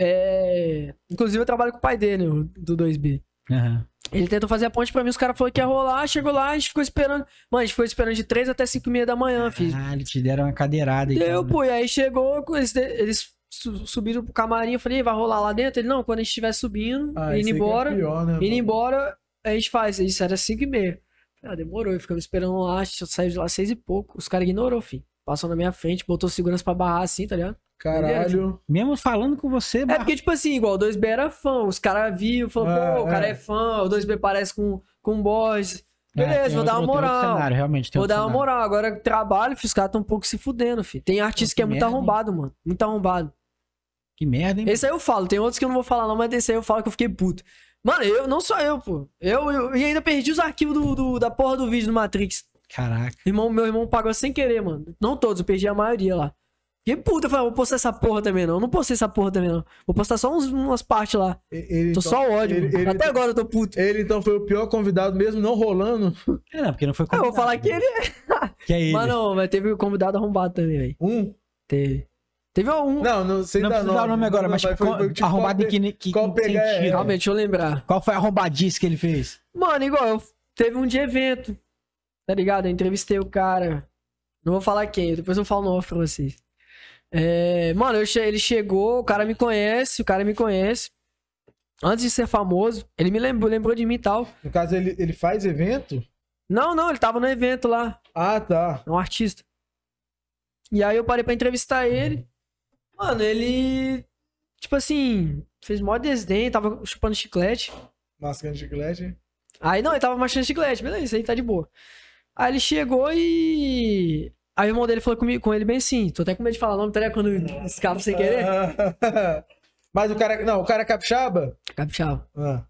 [SPEAKER 1] É, Inclusive, eu trabalho com o pai dele, o- do 2B.
[SPEAKER 2] Aham.
[SPEAKER 1] Ele tentou fazer a ponte pra mim, os caras falaram que ia rolar, chegou lá, a gente ficou esperando. Mano, a gente ficou esperando de 3 até 5 e meia da manhã, filho.
[SPEAKER 2] Caralho, Ah, te deram uma cadeirada. aí,
[SPEAKER 1] Deu,
[SPEAKER 2] cara.
[SPEAKER 1] pô, e aí chegou, eles, eles su- subiram pro camarim, eu falei, "Ih, vai rolar lá dentro? Ele, não, quando a gente estiver subindo,
[SPEAKER 3] Ah,
[SPEAKER 1] indo
[SPEAKER 3] esse aqui é
[SPEAKER 1] embora,
[SPEAKER 3] pior,
[SPEAKER 2] Tá
[SPEAKER 3] né,
[SPEAKER 1] indo
[SPEAKER 3] mano?
[SPEAKER 1] embora, a gente faz. Isso era 5 e meia. Ah, demorou, eu ficamos esperando lá, saiu de lá seis e pouco. Os caras ignorou, filho. Passou na minha frente, botou segurança pra barrar assim, tá ligado?
[SPEAKER 3] Caralho.
[SPEAKER 2] Mesmo falando com você,
[SPEAKER 1] É
[SPEAKER 2] barra-
[SPEAKER 1] porque, tipo assim, igual o 2B era fã, os caras viam, falaram,
[SPEAKER 3] É,
[SPEAKER 1] pô, o cara
[SPEAKER 3] é.
[SPEAKER 1] é fã, o 2B parece com, com o Borges.
[SPEAKER 2] É,
[SPEAKER 1] Beleza,
[SPEAKER 2] tem
[SPEAKER 1] vou dar uma
[SPEAKER 2] outro- tem outro
[SPEAKER 1] moral.
[SPEAKER 2] cenário, realmente, tem
[SPEAKER 1] Vou
[SPEAKER 2] outro
[SPEAKER 1] dar uma
[SPEAKER 2] cenário.
[SPEAKER 1] moral. Agora trabalho, filho, os caras tão um pouco se fudendo, filho. Tem artista
[SPEAKER 2] Pô,
[SPEAKER 1] que é
[SPEAKER 2] que
[SPEAKER 1] muito
[SPEAKER 2] merda, hein?
[SPEAKER 1] arrombado, mano. Muito arrombado.
[SPEAKER 2] Que merda, hein?
[SPEAKER 1] Esse aí eu falo, tem outros que eu não vou falar, não, mas desse aí eu falo que eu fiquei puto. Mano, eu, não só eu, pô. Eu, eu- e ainda perdi os arquivos do, do- da porra do vídeo do Matrix.
[SPEAKER 2] Caraca.
[SPEAKER 1] Irmão, meu irmão pagou sem querer, mano. Não todos, eu perdi a maioria lá. Fiquei puto, eu falei, "Ah, vou postar essa porra também não. Eu Não postei essa porra também não. Vou postar só uns- umas partes lá.
[SPEAKER 3] E- Ele,
[SPEAKER 1] Tô
[SPEAKER 3] então,
[SPEAKER 1] só ódio.
[SPEAKER 3] ele-
[SPEAKER 1] mano.
[SPEAKER 3] ele-
[SPEAKER 1] Até agora eu tô puto.
[SPEAKER 3] ele então foi o pior convidado, mesmo não rolando.
[SPEAKER 2] É, não, porque não foi
[SPEAKER 1] Eu vou
[SPEAKER 2] convidado,
[SPEAKER 1] falar que ele é.
[SPEAKER 2] Que é ele.
[SPEAKER 1] Mas não, mas teve um convidado arrombado também, velho.
[SPEAKER 3] Um?
[SPEAKER 1] Teve. Teve um.
[SPEAKER 3] Não, não sei
[SPEAKER 2] não
[SPEAKER 3] dar
[SPEAKER 2] precisa dar o nome agora,
[SPEAKER 3] Não,
[SPEAKER 2] mas
[SPEAKER 3] foi- foi, tipo,
[SPEAKER 2] arrombado em
[SPEAKER 3] qual-
[SPEAKER 2] que, que
[SPEAKER 3] qual
[SPEAKER 2] que
[SPEAKER 3] pegar é-
[SPEAKER 2] sentido?
[SPEAKER 1] Calma aí, deixa eu lembrar.
[SPEAKER 2] Qual foi a arrombadice que ele fez?
[SPEAKER 1] Mano, igual, eu- teve um de evento. Tá ligado? Eu entrevistei o cara. Não vou falar quem, depois eu falo o nome pra vocês. É, mano, eu che- ele chegou, o cara me conhece, o cara me conhece. Antes de ser famoso, ele me lembrou, lembrou de mim e tal.
[SPEAKER 3] No caso, ele, ele faz evento?
[SPEAKER 1] Não, não, ele tava no evento lá.
[SPEAKER 3] Ah, tá.
[SPEAKER 1] É um artista. E aí eu parei pra entrevistar ele. Mano, ele. Tipo assim, fez mó desdém, tava chupando chiclete.
[SPEAKER 3] Mascando chiclete.
[SPEAKER 1] Aí não, ele tava machando chiclete, beleza, isso aí tá de boa. Aí ele chegou e. Aí o irmão dele falou comigo, com ele bem assim. Tô até com medo de falar o nome, tá ligado? Quando escapa sem querer.
[SPEAKER 3] mas o cara. Não, o cara é capixaba?
[SPEAKER 1] Capixaba.
[SPEAKER 3] Ah.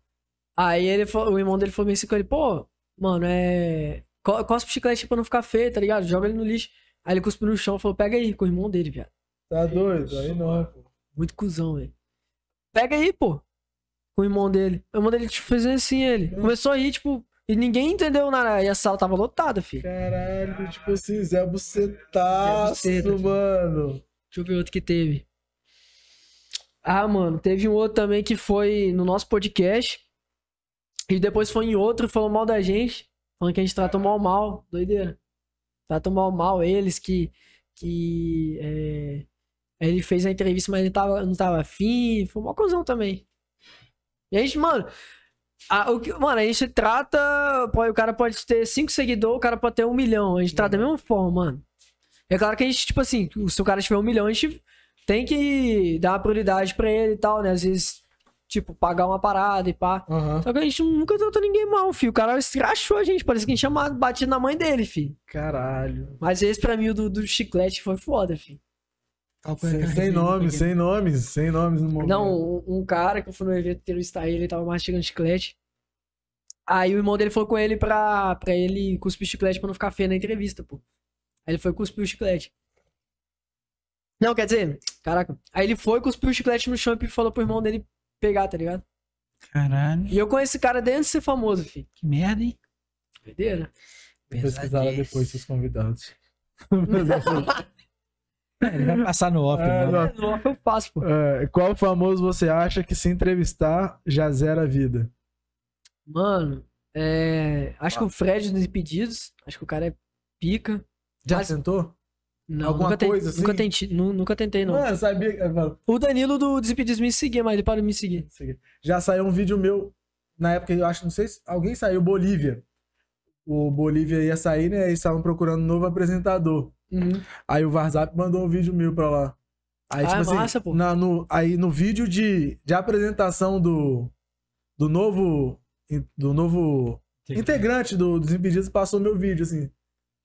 [SPEAKER 1] Aí ele falou, o irmão dele falou bem assim com ele, pô, mano, é. co- Cospe o chiclete pra não ficar feio, tá ligado? Joga ele no lixo. Aí ele cuspiu no chão e falou, pega aí, com o irmão dele, viado.
[SPEAKER 3] Tá doido? Aí não, pô.
[SPEAKER 1] Muito cuzão, velho. Pega aí, pô. Com o irmão dele. O irmão dele, tipo, fazendo assim, ele. Começou a rir, tipo. E ninguém entendeu nada. E a sala tava lotada, filho.
[SPEAKER 3] Caralho, tipo assim, Zé Bucetaço,
[SPEAKER 1] Zé Buceta, tipo. tio.
[SPEAKER 3] mano.
[SPEAKER 1] Deixa eu ver outro que teve. Ah, mano, teve um outro também que foi no nosso podcast. E depois foi em outro, falou mal da gente. Falando que a gente tratou mal mal. Doideira. Tratou mal mal eles, que. Que. é, Ele fez a entrevista, mas ele tava, não tava afim. Foi uma cuzão também. E a gente, mano. a- o que- mano, a gente trata. pô, O cara pode ter cinco seguidores, o cara pode ter um milhão. A gente trata da mesma forma, mano. É claro que a gente, tipo assim, se o cara tiver um milhão, a gente tem que dar uma prioridade pra ele e tal, né? Às vezes, tipo, pagar uma parada e pá.
[SPEAKER 3] Aham.
[SPEAKER 1] Só que a gente nunca tratou ninguém mal, filho. O cara escrachou a gente, parece que a gente tinha batido na mãe dele, filho.
[SPEAKER 3] Caralho.
[SPEAKER 1] Mas esse pra mim, o do, do chiclete, foi foda, filho.
[SPEAKER 3] Sem, sem nomes, sem nomes, sem nomes no momento.
[SPEAKER 1] Não, um, um cara que eu fui no evento entrevistar ele, ele tava mastigando chiclete. Aí o irmão dele foi com ele pra, pra ele cuspir o chiclete pra não ficar feio na entrevista, pô. Aí ele foi cuspir o chiclete. Não, quer dizer, caraca. Aí ele foi, cuspiu o chiclete no chão e falou pro irmão dele pegar, tá ligado?
[SPEAKER 2] Caralho,
[SPEAKER 1] E eu conheço esse cara desde ser famoso, filho.
[SPEAKER 2] que merda, hein?
[SPEAKER 1] Doideira.
[SPEAKER 3] Pesquisar lá depois seus convidados.
[SPEAKER 2] Ele vai passar no off,
[SPEAKER 3] É,
[SPEAKER 2] mano.
[SPEAKER 3] não.
[SPEAKER 1] Ah, Não, eu faço, pô.
[SPEAKER 3] É, qual famoso você acha que se entrevistar já zera a vida?
[SPEAKER 1] Mano, é... acho que o Fred dos Impedidos, acho que o cara é pica.
[SPEAKER 3] Já
[SPEAKER 1] Mas-
[SPEAKER 3] sentou?
[SPEAKER 1] Não,
[SPEAKER 3] Alguma
[SPEAKER 1] nunca, ten-
[SPEAKER 3] coisa assim?
[SPEAKER 1] nunca, tenti- nu- nunca tentei, não.
[SPEAKER 3] Mano, sabia. eu falo,
[SPEAKER 1] O Danilo do Desimpedidos me seguia, mas ele parou de me seguir.
[SPEAKER 3] isso aqui. Já saiu um vídeo meu, na época, eu acho, não sei se alguém saiu, Bolívia. O Bolívia ia sair, né? E estavam procurando um novo apresentador. Aí o WhatsApp mandou um vídeo meu pra lá. Aí,
[SPEAKER 1] Ah,
[SPEAKER 3] tipo
[SPEAKER 1] é
[SPEAKER 3] assim,
[SPEAKER 1] massa, pô.
[SPEAKER 3] na- no, aí no vídeo de, de apresentação do, do novo do novo integrante do, dos Impedidos passou meu vídeo, assim.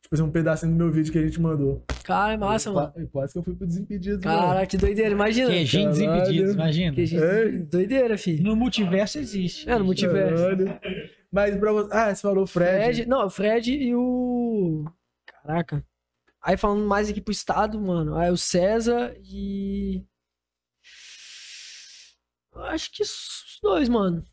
[SPEAKER 3] Tipo assim, um pedacinho do meu vídeo que a gente mandou.
[SPEAKER 1] Cara, é massa,
[SPEAKER 3] eu,
[SPEAKER 1] mano.
[SPEAKER 3] qua- eu Quase que eu fui pro Desimpedidos, mano.
[SPEAKER 1] Caraca, que doideira, imagina.
[SPEAKER 2] Queijinho
[SPEAKER 3] Caralho.
[SPEAKER 2] desimpedido, imagina.
[SPEAKER 1] Que gente-
[SPEAKER 3] É.
[SPEAKER 1] Doideira, filho.
[SPEAKER 2] No multiverso existe.
[SPEAKER 1] É, no multiverso.
[SPEAKER 3] Caralho. Mas pra você. Ah, você falou Fred.
[SPEAKER 1] Fred, não, o Fred e o. Caraca. Aí falando mais aqui pro estado, mano. Aí o César e. Acho que os dois, mano.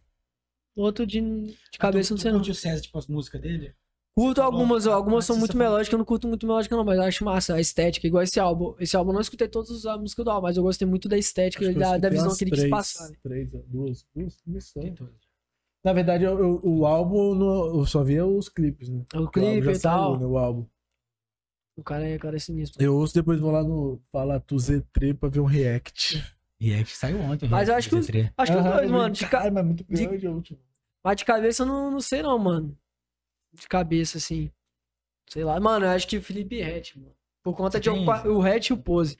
[SPEAKER 1] O outro de, de cabeça,
[SPEAKER 2] Tu-
[SPEAKER 1] não sei
[SPEAKER 2] tu
[SPEAKER 1] não.
[SPEAKER 2] curte o César, tipo, as músicas dele?
[SPEAKER 1] Curto
[SPEAKER 2] Tá
[SPEAKER 1] algumas,
[SPEAKER 3] Ah,
[SPEAKER 2] bom.
[SPEAKER 1] ó, algumas são
[SPEAKER 2] Antes
[SPEAKER 1] muito
[SPEAKER 2] você falou-
[SPEAKER 1] melódicas, eu não curto muito melódica não, mas eu acho massa a estética, igual esse álbum. Esse álbum eu não escutei todas as músicas do álbum, mas eu gostei muito da estética e
[SPEAKER 3] Acho que eu
[SPEAKER 1] da, da
[SPEAKER 3] escutei
[SPEAKER 1] visão
[SPEAKER 3] umas
[SPEAKER 1] que ele quis
[SPEAKER 3] três-
[SPEAKER 1] passar. né?
[SPEAKER 3] Três, duas, duas, duas,
[SPEAKER 2] Tem
[SPEAKER 3] duas.
[SPEAKER 2] todas.
[SPEAKER 3] Na verdade, eu, eu- o álbum, no- eu só via os clipes, né?
[SPEAKER 1] O
[SPEAKER 3] O álbum
[SPEAKER 1] clipe
[SPEAKER 3] já
[SPEAKER 1] e
[SPEAKER 3] saiu,
[SPEAKER 1] tal.
[SPEAKER 3] né, o álbum.
[SPEAKER 1] O cara é, o cara é sinistro.
[SPEAKER 3] Eu ouço, depois vou lá no Fala Tu Z3 pra ver um react.
[SPEAKER 2] E é que saiu ontem.
[SPEAKER 1] Mas
[SPEAKER 2] né?
[SPEAKER 1] eu acho que os-
[SPEAKER 2] Z3.
[SPEAKER 1] Acho que os
[SPEAKER 3] Aham,
[SPEAKER 1] dois,
[SPEAKER 3] eu vi.
[SPEAKER 1] mano. De, ca...
[SPEAKER 3] Caralho, mas muito
[SPEAKER 1] de-
[SPEAKER 3] grande é o último.
[SPEAKER 1] Mas de cabeça eu não, não sei não, mano. De cabeça, assim. Sei lá. Mano, eu acho que Felipe Hatch, mano. Por conta de
[SPEAKER 2] Tem
[SPEAKER 1] o, qua- o Hatch e o Pose.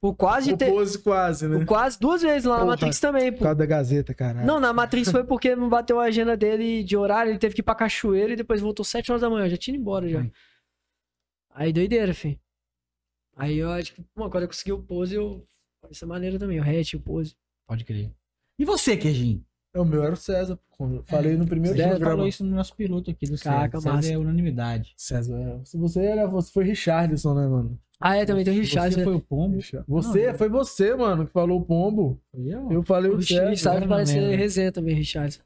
[SPEAKER 1] Por quase
[SPEAKER 3] O
[SPEAKER 1] ter.
[SPEAKER 3] Pose quase, né?
[SPEAKER 1] por quase duas vezes lá na
[SPEAKER 3] Porra.
[SPEAKER 1] Matrix também,
[SPEAKER 3] Por
[SPEAKER 1] pô.
[SPEAKER 3] causa da Gazeta, caralho.
[SPEAKER 1] É. Não, na Matrix foi porque não bateu a agenda dele de horário, ele teve que ir pra cachoeira e depois voltou 7 horas da manhã, já tinha ido embora já.
[SPEAKER 2] Hum.
[SPEAKER 1] Aí doideira, fi. Aí eu acho que, mano, quando eu consegui o pose, eu. Essa maneira também, o hatch, o pose.
[SPEAKER 2] Pode crer. E você, Queijinho?
[SPEAKER 3] É, O meu era o César. pô. Quando eu Falei no primeiro
[SPEAKER 2] Você
[SPEAKER 1] César
[SPEAKER 2] já
[SPEAKER 3] programa.
[SPEAKER 2] falou isso no nosso piloto aqui do César.
[SPEAKER 1] Caraca,
[SPEAKER 2] César
[SPEAKER 1] massa.
[SPEAKER 2] é unanimidade.
[SPEAKER 3] César, é, se você era. Você foi Richardson, né, mano?
[SPEAKER 1] Ah, é, também tem o Richard,
[SPEAKER 2] Você
[SPEAKER 1] né?
[SPEAKER 2] foi o pombo.
[SPEAKER 3] Você,
[SPEAKER 2] Não,
[SPEAKER 3] foi você, mano, que falou o pombo.
[SPEAKER 2] Foi eu?
[SPEAKER 3] Eu falei
[SPEAKER 1] O
[SPEAKER 3] o César.
[SPEAKER 1] Richard
[SPEAKER 2] né,
[SPEAKER 1] parece
[SPEAKER 2] mesmo?
[SPEAKER 1] resenha também, Richard.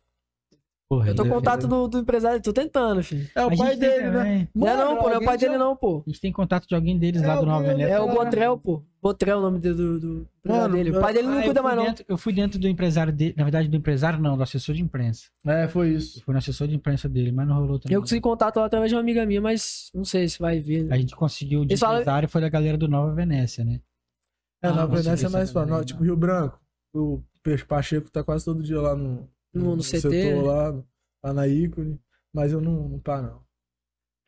[SPEAKER 2] Porra,
[SPEAKER 1] Eu tô
[SPEAKER 2] ele-
[SPEAKER 1] com contato do, do empresário, tô tentando, filho.
[SPEAKER 3] É
[SPEAKER 2] A
[SPEAKER 3] o
[SPEAKER 2] gente
[SPEAKER 3] pai
[SPEAKER 2] tem
[SPEAKER 3] dele, né?
[SPEAKER 2] também.
[SPEAKER 1] Não é
[SPEAKER 3] Mano,
[SPEAKER 1] não, pô, não é o
[SPEAKER 3] alguém
[SPEAKER 1] pai dele
[SPEAKER 3] já-
[SPEAKER 1] não, pô.
[SPEAKER 2] A gente tem contato de alguém deles
[SPEAKER 3] É
[SPEAKER 2] lá do
[SPEAKER 3] alguém,
[SPEAKER 2] Nova Venécia.
[SPEAKER 1] É o
[SPEAKER 3] Caralho.
[SPEAKER 1] Botrel, pô. Botrel é o nome dele do, do empresário
[SPEAKER 3] Mano,
[SPEAKER 1] dele. O pai dele
[SPEAKER 2] Ah,
[SPEAKER 1] não
[SPEAKER 2] eu
[SPEAKER 1] cuida
[SPEAKER 2] fui
[SPEAKER 1] mais, não.
[SPEAKER 2] dentro- eu fui dentro do empresário dele, na verdade do empresário não, do assessor de imprensa.
[SPEAKER 3] É, foi isso.
[SPEAKER 2] Eu fui no assessor de imprensa dele, mas não rolou também.
[SPEAKER 1] Eu consegui contato lá através de uma amiga minha, mas não sei se vai ver. né?
[SPEAKER 2] A gente conseguiu de
[SPEAKER 1] Eles falam-
[SPEAKER 2] empresário, foi da galera do Nova Venécia, né?
[SPEAKER 3] É,
[SPEAKER 2] Ah,
[SPEAKER 3] na
[SPEAKER 2] não
[SPEAKER 3] verdade
[SPEAKER 2] sei
[SPEAKER 3] é mais
[SPEAKER 2] se é
[SPEAKER 3] fácil.
[SPEAKER 2] também,
[SPEAKER 3] Não, Tipo, Rio Branco. O Peixe Pacheco tá quase todo dia lá no,
[SPEAKER 1] No- no CT, né?
[SPEAKER 3] setor lá, lá na ícone. Mas eu não, não paro, não.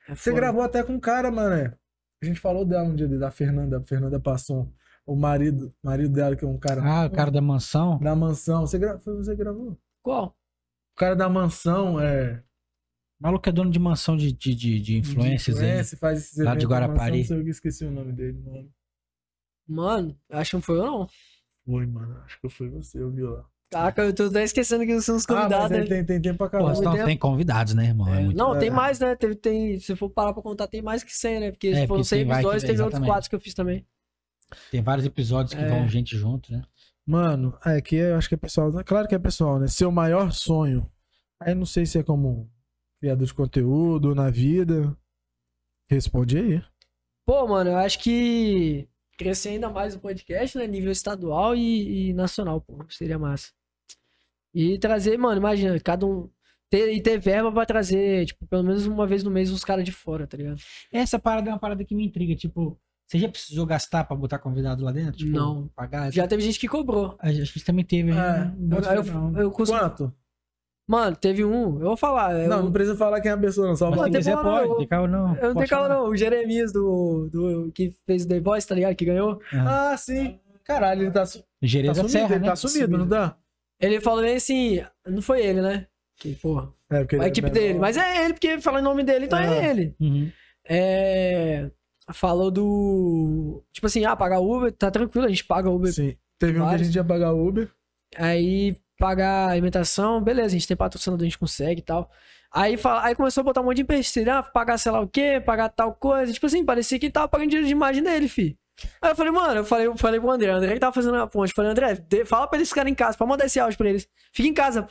[SPEAKER 1] É
[SPEAKER 3] Você
[SPEAKER 1] foda.
[SPEAKER 3] gravou até com um cara, mané. A gente falou dela um dia, da Fernanda, Fernanda Passon. O marido, marido dela, que é um cara
[SPEAKER 2] Ah, o cara da mansão.
[SPEAKER 3] da mansão. Você, gra... Foi você que gravou? O
[SPEAKER 1] Qual?
[SPEAKER 3] cara da mansão é.
[SPEAKER 2] O maluco é dono de mansão de, de, de, de influencers né? aí.
[SPEAKER 3] influencer, faz esses
[SPEAKER 2] Lá de
[SPEAKER 3] eventos da
[SPEAKER 2] Guarapari.
[SPEAKER 3] mansão, não sei o que, esqueci o nome dele, mano.
[SPEAKER 1] Mano, eu acho que não foi eu, não.
[SPEAKER 3] Foi, mano. Acho que foi você, eu vi lá.
[SPEAKER 1] Caraca, eu tô até esquecendo que são os
[SPEAKER 3] ah,
[SPEAKER 1] convidados,
[SPEAKER 3] mas
[SPEAKER 1] né?
[SPEAKER 3] aí tem, tem tempo pra
[SPEAKER 2] Porra,
[SPEAKER 3] caramba.
[SPEAKER 2] então
[SPEAKER 1] tempo.
[SPEAKER 2] tem convidados, né, irmão? É,
[SPEAKER 1] É,
[SPEAKER 2] muito-
[SPEAKER 1] não, tem
[SPEAKER 3] é.
[SPEAKER 1] mais, né? Teve, tem, se for parar pra contar, tem mais que 100, né? Porque
[SPEAKER 2] É,
[SPEAKER 1] se foram
[SPEAKER 2] porque
[SPEAKER 1] 100
[SPEAKER 2] tem vai que-
[SPEAKER 1] episódios, teve outros
[SPEAKER 2] exatamente.
[SPEAKER 1] quatro que eu fiz também.
[SPEAKER 2] Tem vários episódios que
[SPEAKER 1] É.
[SPEAKER 2] vão gente junto, né?
[SPEAKER 3] Mano, aqui eu acho que é pessoal. Claro que é pessoal, né? Seu maior sonho. Aí eu não sei se é como criador de conteúdo, na vida. Responde aí.
[SPEAKER 1] Pô, mano, eu acho que crescer ainda mais o podcast, né? Nível estadual e, e nacional, pô. Seria massa. E trazer, mano, imagina, cada um. Ter, e ter verba pra trazer, tipo, pelo menos uma vez no mês os caras de fora, tá ligado?
[SPEAKER 2] Essa parada é uma parada que me intriga. Tipo, você já precisou gastar pra botar convidado lá dentro? Tipo,
[SPEAKER 1] Não.
[SPEAKER 2] Pagar?
[SPEAKER 1] Já teve gente que cobrou.
[SPEAKER 2] A gente também teve.
[SPEAKER 3] É.
[SPEAKER 2] né? Não
[SPEAKER 1] Eu,
[SPEAKER 2] sei não.
[SPEAKER 1] eu, eu costumo-
[SPEAKER 3] Quanto?
[SPEAKER 1] Mano, teve um, eu vou falar. eu-
[SPEAKER 3] Não, não precisa falar quem é a pessoa, não. Só
[SPEAKER 2] Mas
[SPEAKER 1] Mas
[SPEAKER 2] se
[SPEAKER 1] tem
[SPEAKER 2] quiser,
[SPEAKER 1] como
[SPEAKER 2] pode.
[SPEAKER 1] eu-
[SPEAKER 2] Tem carro, não.
[SPEAKER 1] Eu não tenho calma, não. O Jeremias do, do. que fez o The Voice, tá ligado? Que ganhou.
[SPEAKER 3] Ah, sim. Caralho, ele tá, su- tá
[SPEAKER 2] Gereza
[SPEAKER 3] sumido,
[SPEAKER 2] Serra,
[SPEAKER 3] ele
[SPEAKER 2] né?
[SPEAKER 3] tá sumido, não tá?
[SPEAKER 1] Ele falou bem assim. Não foi ele, né? Que, porra.
[SPEAKER 3] É, porque
[SPEAKER 1] A equipe dele. Mas é ele, porque fala em nome dele, então
[SPEAKER 3] Ah.
[SPEAKER 1] é ele.
[SPEAKER 2] Uhum.
[SPEAKER 1] É. Falou do. Tipo assim, ah, pagar Uber, tá tranquilo, a gente paga Uber.
[SPEAKER 3] Sim. Teve um que a
[SPEAKER 1] Vários.
[SPEAKER 3] gente ia pagar Uber.
[SPEAKER 1] Aí pagar alimentação, beleza, a gente tem patrocinador, a gente consegue e tal. Aí, fala, aí começou a botar um monte de empecilho, ah, pagar sei lá o quê, pagar tal coisa. Tipo assim, parecia que ele tava pagando dinheiro de imagem dele, fi. Aí eu falei, mano, eu falei, eu falei pro André, o André que tava fazendo a ponte. Eu falei, André, dê- fala pra eles ficarem em casa, pra mandar esse áudio pra eles. Fica em casa.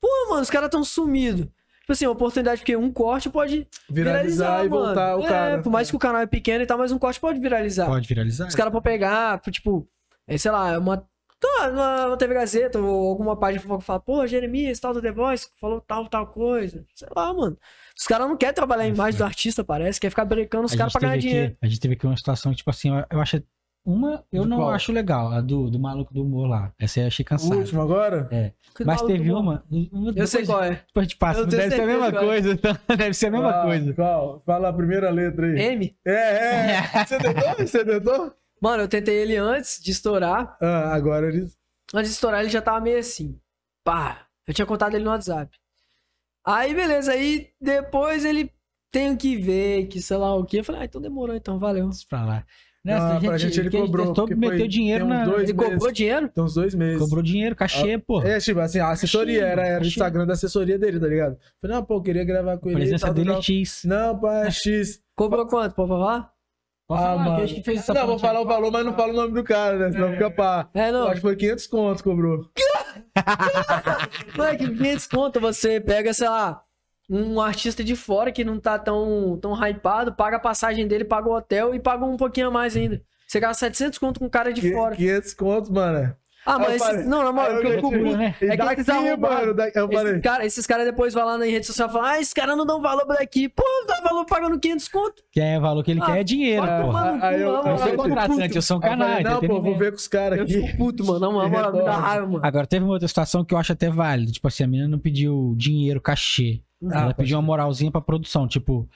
[SPEAKER 1] Pô, mano, os caras tão sumidos. Tipo assim, uma oportunidade, porque um corte pode
[SPEAKER 3] Viralizar, e
[SPEAKER 1] mano.
[SPEAKER 3] voltar o
[SPEAKER 1] É,
[SPEAKER 3] cara.
[SPEAKER 1] Por mais que o canal é pequeno e tal, mas um corte pode viralizar.
[SPEAKER 2] Pode viralizar.
[SPEAKER 1] Os caras podem pegar, tipo, é, sei lá, uma. tá, Uma uma TV Gazeta ou alguma página que fala, pô, Jeremias, tal do The Voice, falou tal, tal coisa. Sei lá, mano. Os caras não querem trabalhar a imagem do artista, parece, quer ficar brecando os
[SPEAKER 2] né? A
[SPEAKER 1] caras
[SPEAKER 2] gente
[SPEAKER 1] pra ganhar
[SPEAKER 2] teve
[SPEAKER 1] dinheiro.
[SPEAKER 2] aqui- a gente teve aqui uma situação que, tipo assim, eu- eu acho. Uma, eu
[SPEAKER 3] De
[SPEAKER 2] não
[SPEAKER 3] qual?
[SPEAKER 2] acho legal, a do, do maluco do humor lá. Essa aí eu achei
[SPEAKER 3] O
[SPEAKER 2] cansada.
[SPEAKER 3] último agora?
[SPEAKER 1] Que
[SPEAKER 2] Mas
[SPEAKER 1] maluco
[SPEAKER 2] teve
[SPEAKER 1] do mundo.
[SPEAKER 2] uma. uma-
[SPEAKER 1] Eu sei
[SPEAKER 2] depois-
[SPEAKER 1] qual é.
[SPEAKER 2] Depois te passa.
[SPEAKER 1] Eu tenho
[SPEAKER 2] Deve ser a
[SPEAKER 1] certeza
[SPEAKER 2] mesma
[SPEAKER 1] qual é.
[SPEAKER 2] coisa. então. Deve ser a mesma
[SPEAKER 3] Qual?
[SPEAKER 2] coisa.
[SPEAKER 3] Qual? Fala a primeira letra aí.
[SPEAKER 1] M?
[SPEAKER 3] É, é. Você tentou? Você tentou?
[SPEAKER 1] Mano, eu tentei ele antes de estourar.
[SPEAKER 3] Ah, agora ele.
[SPEAKER 1] Antes de estourar, ele já tava meio assim. Pá, eu tinha contado ele no WhatsApp. Aí, beleza, aí depois ele tenho que ver, que sei lá o que. Eu falei, ah, então demorou, então valeu.
[SPEAKER 2] Isso pra lá.
[SPEAKER 3] Ah, pra gente ele
[SPEAKER 2] que a
[SPEAKER 3] cobrou,
[SPEAKER 2] testou,
[SPEAKER 3] porque
[SPEAKER 2] meteu
[SPEAKER 3] foi-
[SPEAKER 2] dinheiro
[SPEAKER 3] tem uns
[SPEAKER 2] na.
[SPEAKER 3] dois
[SPEAKER 1] Ele cobrou
[SPEAKER 3] meses.
[SPEAKER 1] dinheiro?
[SPEAKER 3] Tem uns dois meses.
[SPEAKER 2] Cobrou dinheiro, cachê, pô.
[SPEAKER 3] É, tipo, assim, a assessoria
[SPEAKER 2] Achei,
[SPEAKER 3] era, era o
[SPEAKER 2] achei.
[SPEAKER 3] Instagram da assessoria dele, tá ligado? Falei, não, pô, eu queria gravar com
[SPEAKER 2] A
[SPEAKER 3] ele. e
[SPEAKER 2] presença
[SPEAKER 3] tal,
[SPEAKER 2] dele
[SPEAKER 3] tal,
[SPEAKER 2] é X.
[SPEAKER 3] tal. Não, pô, é X.
[SPEAKER 1] Cobrou quanto? Pode falar?
[SPEAKER 2] Pode
[SPEAKER 3] ah,
[SPEAKER 2] falar, que
[SPEAKER 3] mano.
[SPEAKER 2] acho que fez essa
[SPEAKER 3] não, vou
[SPEAKER 2] ponte aí.
[SPEAKER 3] falar o valor, mas não falo o nome do cara, né? Senão fica pá.
[SPEAKER 1] É, não.
[SPEAKER 3] Eu Acho que foi 500 contos, cobrou.
[SPEAKER 1] Moleque, 500 conto, você pega, sei lá, um artista de fora que não tá tão, tão hypado, paga a passagem dele, paga o hotel e paga um pouquinho a mais ainda. Você gasta 700 conto com um cara de
[SPEAKER 3] Que-
[SPEAKER 1] fora.
[SPEAKER 3] 500 contos, mano.
[SPEAKER 2] É
[SPEAKER 1] Ah, mas
[SPEAKER 3] Aí eu
[SPEAKER 1] esses-
[SPEAKER 3] falei-
[SPEAKER 1] não, na moral,
[SPEAKER 3] Aí
[SPEAKER 1] porque eu
[SPEAKER 3] meti-
[SPEAKER 1] cobri.
[SPEAKER 2] né?
[SPEAKER 3] E
[SPEAKER 1] É que
[SPEAKER 3] daqui,
[SPEAKER 1] eles arrombaram.
[SPEAKER 3] mano. da- Eu
[SPEAKER 2] é
[SPEAKER 3] falei,
[SPEAKER 2] um
[SPEAKER 1] Esses caras esses cara depois vão lá na rede social e falam, ah, esses caras não dão valor pra aqui. Pô, não dá valor pagando 500 conto.
[SPEAKER 2] Que é o valor que ele
[SPEAKER 1] Ah,
[SPEAKER 2] quer é dinheiro,
[SPEAKER 1] Vai
[SPEAKER 2] pô.
[SPEAKER 1] tomar no
[SPEAKER 3] Aí
[SPEAKER 1] cu,
[SPEAKER 3] eu-
[SPEAKER 1] não,
[SPEAKER 3] aí
[SPEAKER 2] Eu
[SPEAKER 3] eu
[SPEAKER 1] mano.
[SPEAKER 2] sou
[SPEAKER 3] fico
[SPEAKER 2] contratante, eu sou um
[SPEAKER 3] Aí eu
[SPEAKER 2] canalho.
[SPEAKER 3] falei, não, pô, vou ver com os caras
[SPEAKER 1] Eu
[SPEAKER 3] aqui.
[SPEAKER 1] fico puto, mano. Na moral,
[SPEAKER 3] Que
[SPEAKER 1] na moral, me dá
[SPEAKER 3] retorno.
[SPEAKER 1] raiva, mano.
[SPEAKER 2] Agora, teve uma outra situação que eu acho até válida. Tipo assim, a menina não pediu dinheiro, cachê.
[SPEAKER 1] Ah,
[SPEAKER 2] ela
[SPEAKER 3] pode
[SPEAKER 2] pediu uma moralzinha pra produção. Tipo,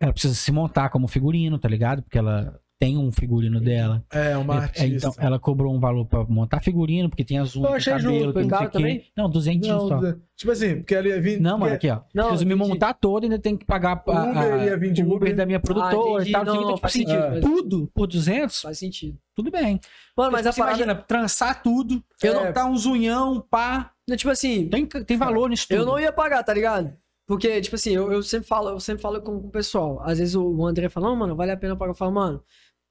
[SPEAKER 2] ela precisa se montar como figurino, tá ligado? Porque ela tem um figurino dela.
[SPEAKER 3] É, uma
[SPEAKER 2] É,
[SPEAKER 3] artista.
[SPEAKER 2] Então, ela cobrou um valor pra montar figurino, porque tem as
[SPEAKER 3] Eu
[SPEAKER 2] unhas, tem
[SPEAKER 3] achei
[SPEAKER 2] cabelo,
[SPEAKER 3] justo,
[SPEAKER 2] tem não sei
[SPEAKER 1] caro
[SPEAKER 2] o quê. Não, 200
[SPEAKER 3] não,
[SPEAKER 2] só.
[SPEAKER 3] tipo assim, porque ela ia vir.
[SPEAKER 2] Não, mano,
[SPEAKER 3] porque-
[SPEAKER 2] aqui, ó.
[SPEAKER 1] Não,
[SPEAKER 2] Preciso me
[SPEAKER 1] entendi.
[SPEAKER 2] montar todo, ainda tem que pagar a, a,
[SPEAKER 3] Uber ia vir de
[SPEAKER 2] o Uber
[SPEAKER 3] Uber.
[SPEAKER 2] da minha produtora
[SPEAKER 1] Ah, entendi.
[SPEAKER 2] e tal.
[SPEAKER 1] Não,
[SPEAKER 2] Não,
[SPEAKER 1] não,
[SPEAKER 2] tipo
[SPEAKER 1] faz
[SPEAKER 2] assim,
[SPEAKER 1] sentido,
[SPEAKER 3] é.
[SPEAKER 1] faz-
[SPEAKER 2] tudo por 200,
[SPEAKER 1] Faz sentido.
[SPEAKER 2] tudo bem.
[SPEAKER 1] Mano, mas a
[SPEAKER 2] Você
[SPEAKER 1] parada...
[SPEAKER 2] Tipo assim, imagina, trançar tudo,
[SPEAKER 1] Eu
[SPEAKER 3] não-
[SPEAKER 2] montar um zunhão, pá.
[SPEAKER 1] Tipo assim,
[SPEAKER 2] Tem, tem valor nisso tudo.
[SPEAKER 1] Eu não ia pagar, tá ligado? Porque, tipo assim, eu, eu sempre falo, eu sempre falo com, com o pessoal. Às vezes o, o André fala, não, mano, vale a pena pagar. Eu falo, mano,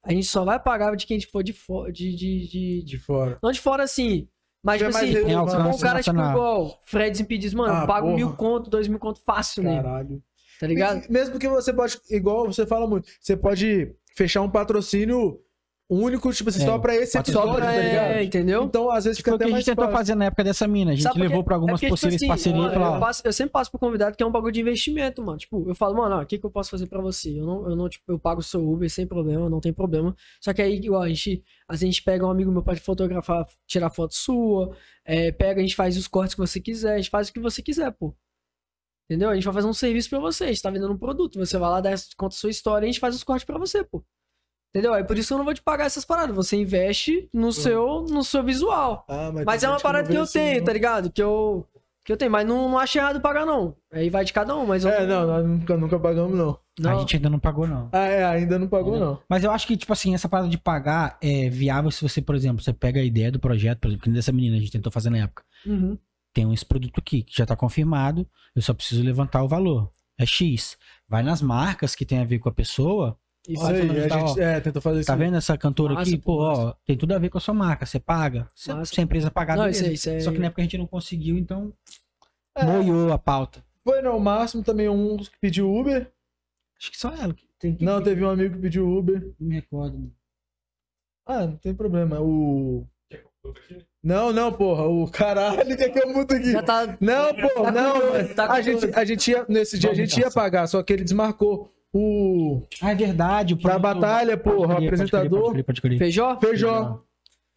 [SPEAKER 1] a gente só vai pagar de quem for de fora. De, de,
[SPEAKER 2] é
[SPEAKER 1] de- de-
[SPEAKER 3] é De fora.
[SPEAKER 1] Não de fora assim. Mas,
[SPEAKER 3] Quer
[SPEAKER 1] tipo
[SPEAKER 3] mais
[SPEAKER 1] assim,
[SPEAKER 3] relevante?
[SPEAKER 1] com
[SPEAKER 2] alcance
[SPEAKER 1] um cara tipo
[SPEAKER 2] nacional.
[SPEAKER 1] igual Fred Impedidos, mano,
[SPEAKER 3] Ah,
[SPEAKER 1] eu pago
[SPEAKER 3] porra.
[SPEAKER 1] mil conto, dois mil conto fácil,
[SPEAKER 2] é
[SPEAKER 1] né?
[SPEAKER 3] Caralho.
[SPEAKER 1] Tá ligado?
[SPEAKER 3] E- Mesmo que você pode, igual você fala muito, você pode fechar um patrocínio único, tipo assim,
[SPEAKER 2] É,
[SPEAKER 3] só pra esse episódio,
[SPEAKER 1] Só pra,
[SPEAKER 3] tá ligado?
[SPEAKER 1] é, entendeu?
[SPEAKER 3] Então, às vezes fica
[SPEAKER 2] Foi o
[SPEAKER 3] até
[SPEAKER 2] que a
[SPEAKER 3] mais
[SPEAKER 2] gente tentou
[SPEAKER 3] fácil.
[SPEAKER 2] fazer na época dessa mina. A gente
[SPEAKER 1] Sabe por quê?
[SPEAKER 2] levou
[SPEAKER 1] É
[SPEAKER 2] pra algumas
[SPEAKER 1] porque, tipo
[SPEAKER 2] possíveis
[SPEAKER 1] assim,
[SPEAKER 2] parcerias
[SPEAKER 1] mano,
[SPEAKER 2] e falou,
[SPEAKER 1] eu,
[SPEAKER 2] ó,
[SPEAKER 1] passo- eu sempre passo pro convidado que é um bagulho de investimento, mano. Tipo, eu falo, mano, ó, o que, que eu posso fazer pra você? Eu não, eu não, tipo, eu pago o seu Uber sem problema, não tem problema. Só que aí, igual, a gente, às vezes a gente pega um amigo meu pra fotografar, tirar foto sua, é, pega, a gente faz os cortes que você quiser, a gente faz o que você quiser, pô. Entendeu? A gente vai fazer um serviço pra você, a gente tá vendendo um produto, você vai lá, dá, conta a sua história e a gente faz os cortes pra você, pô. Entendeu? É por isso que eu não vou te pagar essas paradas. Você investe no seu, no seu visual.
[SPEAKER 3] Ah,
[SPEAKER 1] Mas
[SPEAKER 3] tem
[SPEAKER 1] é uma
[SPEAKER 3] gente não
[SPEAKER 1] parada que
[SPEAKER 3] vê
[SPEAKER 1] eu
[SPEAKER 3] assim,
[SPEAKER 1] tenho,
[SPEAKER 3] não.
[SPEAKER 1] tá ligado? Que eu, que eu tenho, mas não, não acho errado pagar, não. Aí vai de cada um, mas eu.
[SPEAKER 3] É, não, nós nunca, nunca pagamos, não.
[SPEAKER 1] não.
[SPEAKER 2] a gente ainda não pagou, não.
[SPEAKER 3] Ah, é, ainda não pagou, não.
[SPEAKER 2] Mas eu acho que, tipo assim, essa parada de pagar é viável se você, por exemplo, você pega a ideia do projeto, por exemplo, que nem dessa menina a gente tentou fazer na época.
[SPEAKER 1] Uhum.
[SPEAKER 2] Tem esse produto aqui que já tá confirmado, eu só preciso levantar o valor. É X. Vai nas marcas que tem a ver com a pessoa.
[SPEAKER 1] Isso
[SPEAKER 3] Isso
[SPEAKER 1] aí.
[SPEAKER 3] aí, a
[SPEAKER 2] tá, ó.
[SPEAKER 3] gente é, tentou fazer isso.
[SPEAKER 2] Tá vendo essa cantora
[SPEAKER 1] Massa,
[SPEAKER 2] aqui?
[SPEAKER 1] pô,
[SPEAKER 2] Pô, ó, tem tudo a ver com a sua marca. Você paga. Se,
[SPEAKER 1] Massa.
[SPEAKER 2] se a empresa pagar,
[SPEAKER 1] Não,
[SPEAKER 2] beleza.
[SPEAKER 1] isso aí, isso aí.
[SPEAKER 2] Só que na época a gente não conseguiu, então.
[SPEAKER 3] É.
[SPEAKER 2] Moiou a pauta.
[SPEAKER 3] Foi, não, o máximo também um que pediu Uber.
[SPEAKER 2] Acho que só ela. que
[SPEAKER 3] Não, teve um amigo que pediu Uber.
[SPEAKER 2] Não me recordo. né?
[SPEAKER 3] Ah, não tem problema. O.
[SPEAKER 4] Quer que eu bote aqui?
[SPEAKER 3] Não, não, porra. O caralho, que que eu mudo aqui?
[SPEAKER 1] Já tá.
[SPEAKER 3] Não, pô,
[SPEAKER 1] Tá com
[SPEAKER 3] não.
[SPEAKER 1] dor,
[SPEAKER 3] mas
[SPEAKER 1] tá com
[SPEAKER 3] a, gente,
[SPEAKER 1] dor.
[SPEAKER 3] a gente ia, nesse dia, a
[SPEAKER 2] Vamos
[SPEAKER 3] gente ia
[SPEAKER 2] dançar.
[SPEAKER 3] pagar, só que ele desmarcou o.
[SPEAKER 2] Ah, é verdade. O é
[SPEAKER 3] Pra
[SPEAKER 2] produto-
[SPEAKER 3] batalha,
[SPEAKER 2] Pode
[SPEAKER 3] porra,
[SPEAKER 2] crer, pode crer,
[SPEAKER 3] apresentador.
[SPEAKER 2] Pode crer, pode crer.
[SPEAKER 1] Feijó?
[SPEAKER 3] Feijó.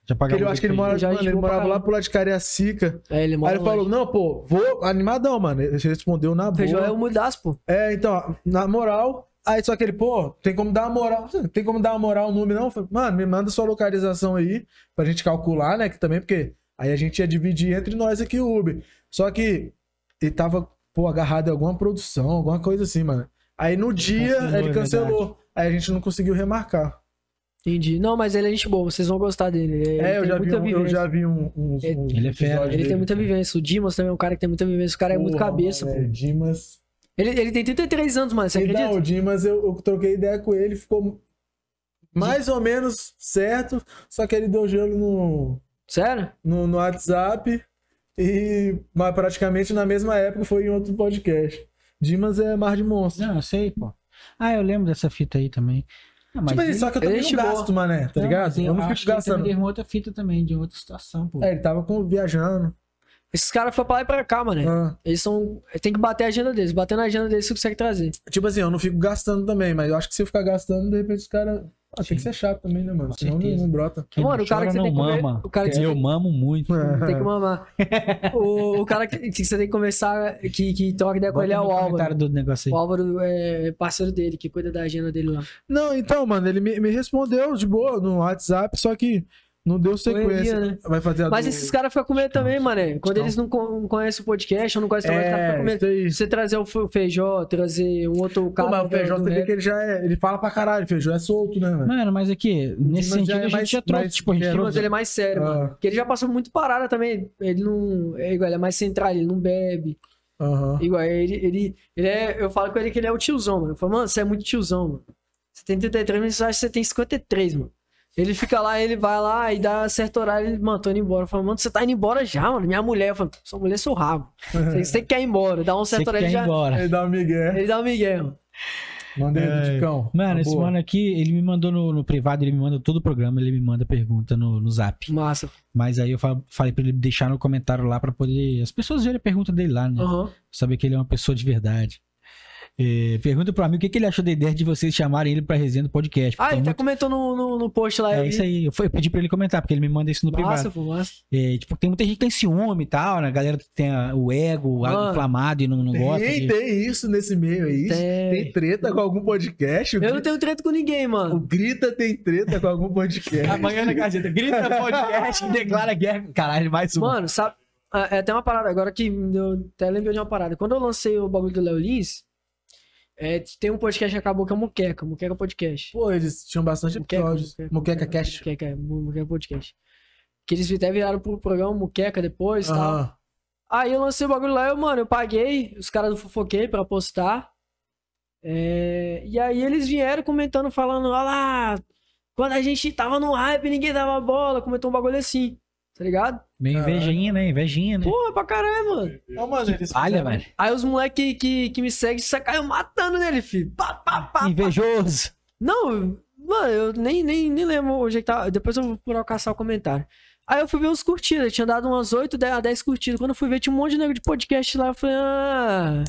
[SPEAKER 2] Já
[SPEAKER 3] Que
[SPEAKER 2] pagamos.
[SPEAKER 3] ele- Eu acho que ele, mora,
[SPEAKER 1] Feijó,
[SPEAKER 3] mano,
[SPEAKER 1] gente
[SPEAKER 3] ele
[SPEAKER 1] boa pra
[SPEAKER 3] morava lá
[SPEAKER 1] caralho.
[SPEAKER 3] pro lado de Cariacica.
[SPEAKER 1] É, ele
[SPEAKER 3] Aí
[SPEAKER 1] mora.
[SPEAKER 3] ele falou:
[SPEAKER 1] longe.
[SPEAKER 3] Não, pô, vou. Animadão, mano. Ele respondeu na boa.
[SPEAKER 1] Feijó é o Mudas, pô.
[SPEAKER 3] É, então, na moral. Aí só que ele, pô, tem como dar uma moral. Tem como dar uma moral no número, não? Eu falei, Mano, me manda sua localização aí pra gente calcular, né? Que também, porque aí a gente ia dividir entre nós aqui o Uber. Só que ele tava, pô, agarrado em alguma produção, alguma coisa assim, mano. Aí no dia
[SPEAKER 2] cancelou,
[SPEAKER 3] ele
[SPEAKER 2] é
[SPEAKER 3] cancelou. aí a gente não conseguiu remarcar.
[SPEAKER 1] Entendi. Não, mas ele é gente boa, vocês vão gostar dele. Ele
[SPEAKER 3] é, eu
[SPEAKER 1] tem
[SPEAKER 3] já, vi
[SPEAKER 1] muita
[SPEAKER 3] um, eu
[SPEAKER 1] vivência.
[SPEAKER 3] já vi um. uns-
[SPEAKER 1] Ele-
[SPEAKER 3] uns
[SPEAKER 2] ele é fera.
[SPEAKER 3] episódios
[SPEAKER 1] Ele tem
[SPEAKER 3] dele.
[SPEAKER 1] muita vivência. O Dimas também é um cara que tem muita vivência. O cara é muito
[SPEAKER 3] Porra,
[SPEAKER 1] cabeça,
[SPEAKER 3] mano,
[SPEAKER 1] pô.
[SPEAKER 3] é, Dimas.
[SPEAKER 1] Ele, ele tem 33 anos, mano, você
[SPEAKER 3] Então,
[SPEAKER 1] acredita?
[SPEAKER 3] o Dimas, eu, eu troquei ideia com ele, ficou mais ou menos certo, só que ele deu gelo no,
[SPEAKER 1] Sério?
[SPEAKER 3] no, no WhatsApp e mas praticamente na mesma época foi em outro podcast. Dimas é mar de monstro.
[SPEAKER 2] Não, eu sei, pô. Ah, eu lembro dessa fita aí também. Ah, mas
[SPEAKER 3] tipo assim,
[SPEAKER 2] ele-
[SPEAKER 3] só que eu também
[SPEAKER 1] ele
[SPEAKER 3] não
[SPEAKER 1] é gente
[SPEAKER 3] gasto, mané, tá
[SPEAKER 2] Não,
[SPEAKER 3] ligado?
[SPEAKER 2] mas
[SPEAKER 3] Eu
[SPEAKER 2] acho
[SPEAKER 3] não fico
[SPEAKER 2] que ele também
[SPEAKER 3] gastando.
[SPEAKER 2] teve uma outra fita também, de outra situação, pô.
[SPEAKER 3] É, ele tava com, viajando.
[SPEAKER 1] Esses caras ficam pra lá e pra cá,
[SPEAKER 2] É.
[SPEAKER 1] mano.
[SPEAKER 3] Ah,
[SPEAKER 1] Eles são. Tem que bater a agenda deles. Bater na agenda deles, você consegue trazer.
[SPEAKER 3] tipo assim, eu não fico gastando também, mas eu acho que se eu ficar gastando, de repente os caras. Ah, tem
[SPEAKER 2] Sim.
[SPEAKER 3] que ser chato também, né, mano?
[SPEAKER 2] Com
[SPEAKER 3] Senão não,
[SPEAKER 2] certeza.
[SPEAKER 3] não brota.
[SPEAKER 2] Quem
[SPEAKER 1] Mano,
[SPEAKER 2] não
[SPEAKER 1] o cara
[SPEAKER 2] chora
[SPEAKER 1] que você tem
[SPEAKER 2] não
[SPEAKER 1] que comer-
[SPEAKER 2] mama. É,
[SPEAKER 1] o cara que você
[SPEAKER 2] Eu mamo muito.
[SPEAKER 1] Tem
[SPEAKER 3] Ah.
[SPEAKER 1] que mamar. o, o cara que, que você tem que conversar, que, que troca ideia com
[SPEAKER 2] Bota
[SPEAKER 1] ele é
[SPEAKER 2] no
[SPEAKER 1] o
[SPEAKER 2] comentário
[SPEAKER 1] Álvaro.
[SPEAKER 2] do negócio
[SPEAKER 1] O
[SPEAKER 2] aí.
[SPEAKER 1] Álvaro é parceiro dele, que cuida da agenda dele lá.
[SPEAKER 3] Não, então, mano, ele me, me respondeu de boa no WhatsApp, só que Não deu sequência.
[SPEAKER 1] Correria, né?
[SPEAKER 3] Vai fazer a
[SPEAKER 1] Mas
[SPEAKER 3] do-
[SPEAKER 1] esses caras ficam com medo também, mané. Quando
[SPEAKER 2] Então.
[SPEAKER 1] eles não con- não conhecem o podcast ou não conhecem o trabalho, os caras
[SPEAKER 3] É,
[SPEAKER 1] ficam com medo.
[SPEAKER 3] isso aí.
[SPEAKER 1] Você trazer o Fe- o Feijó, trazer um outro cara.
[SPEAKER 3] Pô, mas o
[SPEAKER 1] do-
[SPEAKER 3] Feijó,
[SPEAKER 1] do
[SPEAKER 3] você vê
[SPEAKER 1] Neto.
[SPEAKER 3] que ele já é. Ele fala pra caralho, Feijó é solto, né, velho?
[SPEAKER 2] Mano, mas aqui, nesse
[SPEAKER 3] Mas já
[SPEAKER 2] sentido,
[SPEAKER 3] é
[SPEAKER 2] a gente
[SPEAKER 3] mais-
[SPEAKER 2] já trouxe.
[SPEAKER 3] mais-
[SPEAKER 2] tipo, a gente
[SPEAKER 3] é,
[SPEAKER 2] trouxe-
[SPEAKER 1] Mas ele é mais sério,
[SPEAKER 3] Ah.
[SPEAKER 1] mano. Porque ele já passou muito parada também. Ele não. É igual, ele é mais central, ele não bebe.
[SPEAKER 3] Aham.
[SPEAKER 1] Igual, ele, ele, ele é. Eu falo com ele que ele é o tiozão, mano. Eu falo, mano, você é muito tiozão, mano. Você tem 33, mas você acha que você tem 53, mano. Ele fica lá, ele vai lá e dá certo horário, ele, mano, tô indo embora. Eu falo, mano, você tá indo embora já, mano. Minha mulher, eu falo, sua mulher é seu rabo. Você, você quer ir embora. Dá um
[SPEAKER 2] Você
[SPEAKER 1] certo
[SPEAKER 2] que
[SPEAKER 1] horário,
[SPEAKER 2] quer
[SPEAKER 1] ele
[SPEAKER 2] ir
[SPEAKER 1] já.
[SPEAKER 2] embora.
[SPEAKER 3] Ele dá um migué.
[SPEAKER 1] Ele dá um migué, mano.
[SPEAKER 3] Manda ele, Ticão.
[SPEAKER 2] É, Mano,
[SPEAKER 3] Tá
[SPEAKER 2] esse
[SPEAKER 3] boa.
[SPEAKER 2] mano aqui, ele me mandou no, no privado, ele me manda todo o programa, ele me manda pergunta no, no zap.
[SPEAKER 1] Massa.
[SPEAKER 2] Mas aí eu fa- falei pra ele deixar no comentário lá pra poder. As pessoas verem a pergunta dele lá, né?
[SPEAKER 1] Aham.
[SPEAKER 2] Saber que ele é uma pessoa de verdade. É, pergunta pro amigo o que, que ele achou da ideia de vocês chamarem ele pra resenha do podcast.
[SPEAKER 1] Ah,
[SPEAKER 2] porque
[SPEAKER 1] ele
[SPEAKER 2] tá
[SPEAKER 1] até comentou no, no, no post lá.
[SPEAKER 2] muito-
[SPEAKER 1] eu
[SPEAKER 2] É
[SPEAKER 1] vi.
[SPEAKER 2] isso aí. Eu, fui- eu pedi pra ele comentar, porque ele me manda isso no privado.
[SPEAKER 1] Massa, pô, massa.
[SPEAKER 2] É, tipo, tem muita gente que tem ciúme e tal, né? A galera que tem a- o ego
[SPEAKER 1] Mano.
[SPEAKER 2] inflamado e não, não gosta.
[SPEAKER 3] Tem,
[SPEAKER 2] de-
[SPEAKER 3] tem É isso nesse meio aí.
[SPEAKER 1] Tem.
[SPEAKER 3] Tem treta com algum podcast. O
[SPEAKER 1] Eu não tenho treta com ninguém,
[SPEAKER 3] Grita- O
[SPEAKER 1] mano.
[SPEAKER 3] Grita tem treta com algum podcast.
[SPEAKER 2] Amanhã na Gazeta, grita podcast que declara guerra. Caralho, mais um.
[SPEAKER 1] Mano, sabe? É é até uma parada agora que me deu- até lembrei de uma parada. Quando eu lancei o bagulho do Léo Lins, é, tem um podcast que acabou que é o Muqueca, Muqueca Podcast.
[SPEAKER 3] Pô, eles tinham bastante
[SPEAKER 1] Muqueca,
[SPEAKER 3] episódios.
[SPEAKER 1] Muqueca.
[SPEAKER 3] Moqueca Cash.
[SPEAKER 1] Muqueca, Mu- Muqueca Podcast. Que eles até viraram pro programa Muqueca depois e tal.
[SPEAKER 3] Aham.
[SPEAKER 1] Aí eu lancei o bagulho lá, eu, mano, eu paguei os caras do Fofoquei pra postar. É, E aí eles vieram comentando, falando, olha lá, quando a gente tava no hype, ninguém dava bola, comentou um bagulho assim, tá ligado?
[SPEAKER 2] Meio invejinha, né? Invejinha, né?
[SPEAKER 1] Porra, pra caralho, mano.
[SPEAKER 3] Não, mano, eles
[SPEAKER 2] Olha,
[SPEAKER 3] fizeram-
[SPEAKER 2] velho.
[SPEAKER 1] Aí os moleque que, que me seguem caiu matando nele, filho. Pá, pá, pá.
[SPEAKER 2] Invejoso.
[SPEAKER 1] Não, eu- mano, eu nem, nem, nem lembro onde é que tava. Depois eu vou procurar caçar o comentário. Aí eu fui ver os curtidas, tinha dado umas 8, 10, a 10 curtidas. Quando eu fui ver, tinha um monte de nego de podcast lá, eu falei, ah...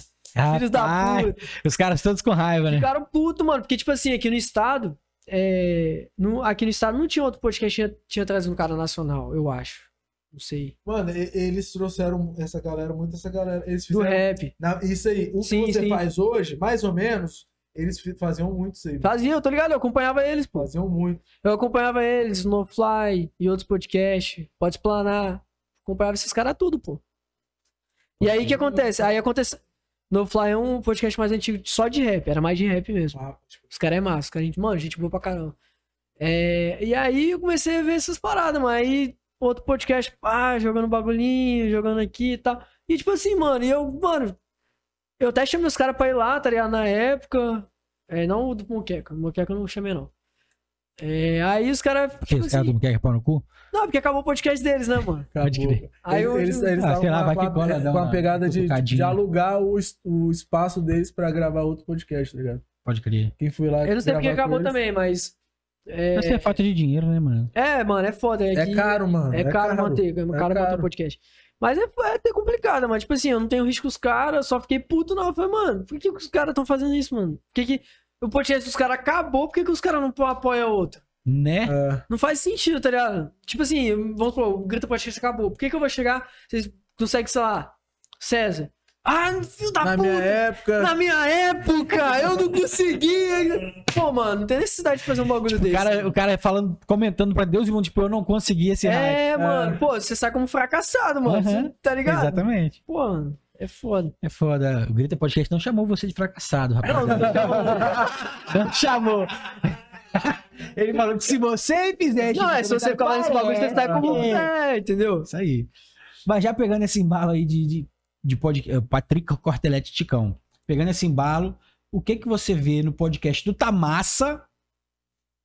[SPEAKER 1] Filhos da
[SPEAKER 2] Rapaz,
[SPEAKER 1] puta.
[SPEAKER 2] Os caras todos com raiva, né?
[SPEAKER 1] Ficaram puto, mano. Porque, tipo assim, aqui no estado. é, no- aqui no estado não tinha outro podcast que tinha, tinha trazido um cara nacional, eu acho. Não sei.
[SPEAKER 3] Mano, e- eles trouxeram essa galera, muito essa galera. Eles
[SPEAKER 1] Do
[SPEAKER 3] fizeram.
[SPEAKER 1] rap.
[SPEAKER 3] Na- isso aí, o
[SPEAKER 1] Sim,
[SPEAKER 3] que você
[SPEAKER 1] sim.
[SPEAKER 3] faz hoje, mais ou menos, eles fi- faziam muito isso aí.
[SPEAKER 2] Tá.
[SPEAKER 3] mano.
[SPEAKER 1] Fazia, eu tô ligado, eu acompanhava eles, pô.
[SPEAKER 3] Faziam muito.
[SPEAKER 1] Eu acompanhava eles, No Fly e outros podcasts. Pode planar. Acompanhava esses caras tudo, pô. E aí o que acontece? Aí acontece. No Fly é um podcast mais antigo só de rap, era mais de rap mesmo.
[SPEAKER 3] Ah, tipo,
[SPEAKER 1] Os caras é massa, os caras, gente, mano, gente boa pra caramba. É, e aí eu comecei a ver essas paradas, mano. Aí outro podcast, pá, jogando bagulhinho, jogando aqui e tal. E tipo assim, mano, e eu, mano, eu até chamei os caras pra ir lá, tá ligado? Na época. É, não o do Moqueca, o Moqueca eu não chamei, não. É, aí os caras.
[SPEAKER 2] Porque os
[SPEAKER 1] assim.
[SPEAKER 2] caras do Quer pau no cu?
[SPEAKER 1] Não, porque acabou o podcast deles, né, mano?
[SPEAKER 2] Pode
[SPEAKER 3] acabou.
[SPEAKER 2] crer.
[SPEAKER 1] Aí eu-
[SPEAKER 3] eles, eles, eles
[SPEAKER 2] Ah,
[SPEAKER 3] estavam
[SPEAKER 2] sei lá,
[SPEAKER 3] com
[SPEAKER 2] vai
[SPEAKER 3] a-
[SPEAKER 2] que cola, dá
[SPEAKER 3] é, com a
[SPEAKER 2] uma
[SPEAKER 3] pegada de,
[SPEAKER 2] cutucadinha.
[SPEAKER 3] de alugar o, es- o espaço deles pra gravar outro podcast, tá ligado?
[SPEAKER 2] Pode crer.
[SPEAKER 3] Quem foi lá.
[SPEAKER 1] Eu não sei porque
[SPEAKER 3] gravar
[SPEAKER 1] acabou
[SPEAKER 3] com eles-
[SPEAKER 1] também, mas.
[SPEAKER 2] Mas é
[SPEAKER 1] É,
[SPEAKER 2] falta de dinheiro, né, mano?
[SPEAKER 1] é, mano, é foda. É,
[SPEAKER 3] É
[SPEAKER 1] que-
[SPEAKER 3] caro, mano.
[SPEAKER 1] É caro manter, é caro, manter
[SPEAKER 3] caro.
[SPEAKER 1] o podcast. Mas é, é até complicado, mas tipo assim, eu não tenho risco com os caras, só fiquei puto não. Eu falei, mano, por que, que os caras estão fazendo isso, mano? Por que, que o podcast dos caras acabou, por que, que os caras não apoiam o outro?
[SPEAKER 2] Né?
[SPEAKER 3] É.
[SPEAKER 1] Não faz sentido, tá ligado? Tipo assim, vamos supor, o Grita Podcast acabou. Por que, que eu vou chegar, vocês conseguem, sei lá, César? Ah, filho da
[SPEAKER 3] Na
[SPEAKER 1] puta!
[SPEAKER 3] minha época.
[SPEAKER 1] Na minha época, eu não conseguia. Pô, mano, não tem necessidade de fazer um bagulho
[SPEAKER 2] Tipo, O
[SPEAKER 1] desse.
[SPEAKER 2] cara, é o cara falando, comentando pra Deus e o mundo, tipo, eu não consegui esse hype.
[SPEAKER 1] É, mano, pô, você sai como fracassado, mano.
[SPEAKER 2] Aham.
[SPEAKER 1] Você tá ligado?
[SPEAKER 2] Exatamente.
[SPEAKER 1] Pô, mano, é foda.
[SPEAKER 2] É foda. O Grita Podcast não chamou você de fracassado, rapaz. Não chamou. Ele falou que se você fizer.
[SPEAKER 1] Não, é se você ficar falando esse bagulho, você sai como. É, entendeu?
[SPEAKER 2] Isso aí. Mas já pegando esse embalo aí de, de, de podcast. Patrick Cortelete Ticão. Pegando esse embalo, o que que você vê no podcast do Tamassa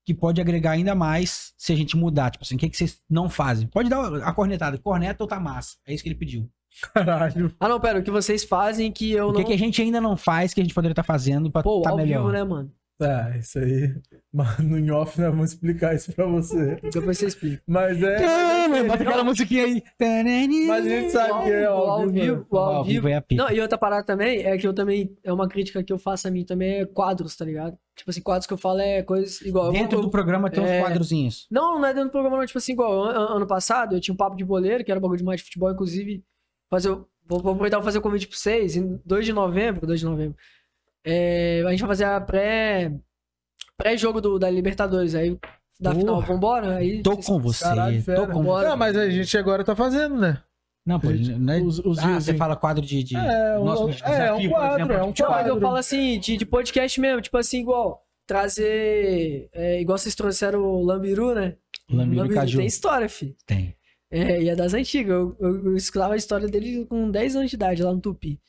[SPEAKER 2] que pode agregar ainda mais se a gente mudar? Tipo assim, o que, que vocês não fazem? Pode dar a cornetada. Corneta ou Tamassa? É isso que ele pediu.
[SPEAKER 3] Caralho.
[SPEAKER 1] Ah, não, pera, o que vocês fazem que eu
[SPEAKER 2] O que,
[SPEAKER 1] não.
[SPEAKER 2] que a gente ainda não faz que a gente poderia estar fazendo pra
[SPEAKER 1] Pô,
[SPEAKER 2] tá
[SPEAKER 1] ao
[SPEAKER 2] melhor?
[SPEAKER 1] vivo, né, mano?
[SPEAKER 3] Tá, isso aí. Mano, em off, nós vamos explicar isso pra você.
[SPEAKER 1] Depois você explica.
[SPEAKER 3] Mas é.
[SPEAKER 2] Tana, Bota aquela musiquinha aí.
[SPEAKER 3] Mas a gente sabe que é
[SPEAKER 1] O ao vivo. o
[SPEAKER 2] Ao vivo é a pica.
[SPEAKER 1] Não, e outra parada também é que eu também. É uma crítica que eu faço a mim também é quadros, tá ligado? Tipo assim, quadros que eu falo é coisas igual. eu-
[SPEAKER 2] Dentro
[SPEAKER 1] eu-
[SPEAKER 2] do programa tem uns
[SPEAKER 1] É.
[SPEAKER 2] quadrozinhos.
[SPEAKER 1] Não, não é dentro do programa, não. Tipo assim, igual an- ano passado eu tinha um papo de boleiro, que era um bagulho demais de futebol, inclusive. Fazer, o- vou, vou aproveitar pra fazer o convite pra vocês. Em 2 de novembro, 2 de novembro. é, a gente vai fazer a pré, pré-jogo do, da Libertadores. Aí da final.
[SPEAKER 2] Porra.
[SPEAKER 1] Vambora? Aí,
[SPEAKER 2] Tô com você.
[SPEAKER 3] Caralho,
[SPEAKER 2] tô
[SPEAKER 3] fera.
[SPEAKER 2] com
[SPEAKER 1] Bora.
[SPEAKER 3] Não, mas a gente agora tá fazendo, né?
[SPEAKER 2] Não, pô,
[SPEAKER 3] Gente,
[SPEAKER 2] não é-
[SPEAKER 3] os- os
[SPEAKER 2] ah,
[SPEAKER 3] views,
[SPEAKER 2] você
[SPEAKER 3] hein?
[SPEAKER 2] fala quadro de. de...
[SPEAKER 3] É, um-
[SPEAKER 2] nosso
[SPEAKER 3] é,
[SPEAKER 2] desafio,
[SPEAKER 3] um
[SPEAKER 2] por
[SPEAKER 3] quadro,
[SPEAKER 2] exemplo,
[SPEAKER 3] é um
[SPEAKER 1] Tipo, mas eu
[SPEAKER 3] quadro.
[SPEAKER 1] falo assim, de, de podcast mesmo, tipo assim, igual. Trazer. é, igual vocês trouxeram o Lambiru, né?
[SPEAKER 2] Lambiru e Caju.
[SPEAKER 1] tem história, fi.
[SPEAKER 2] Tem.
[SPEAKER 1] É, e é das antigas. Eu, eu- eu escutava a história dele com 10 anos de idade lá no Tupi.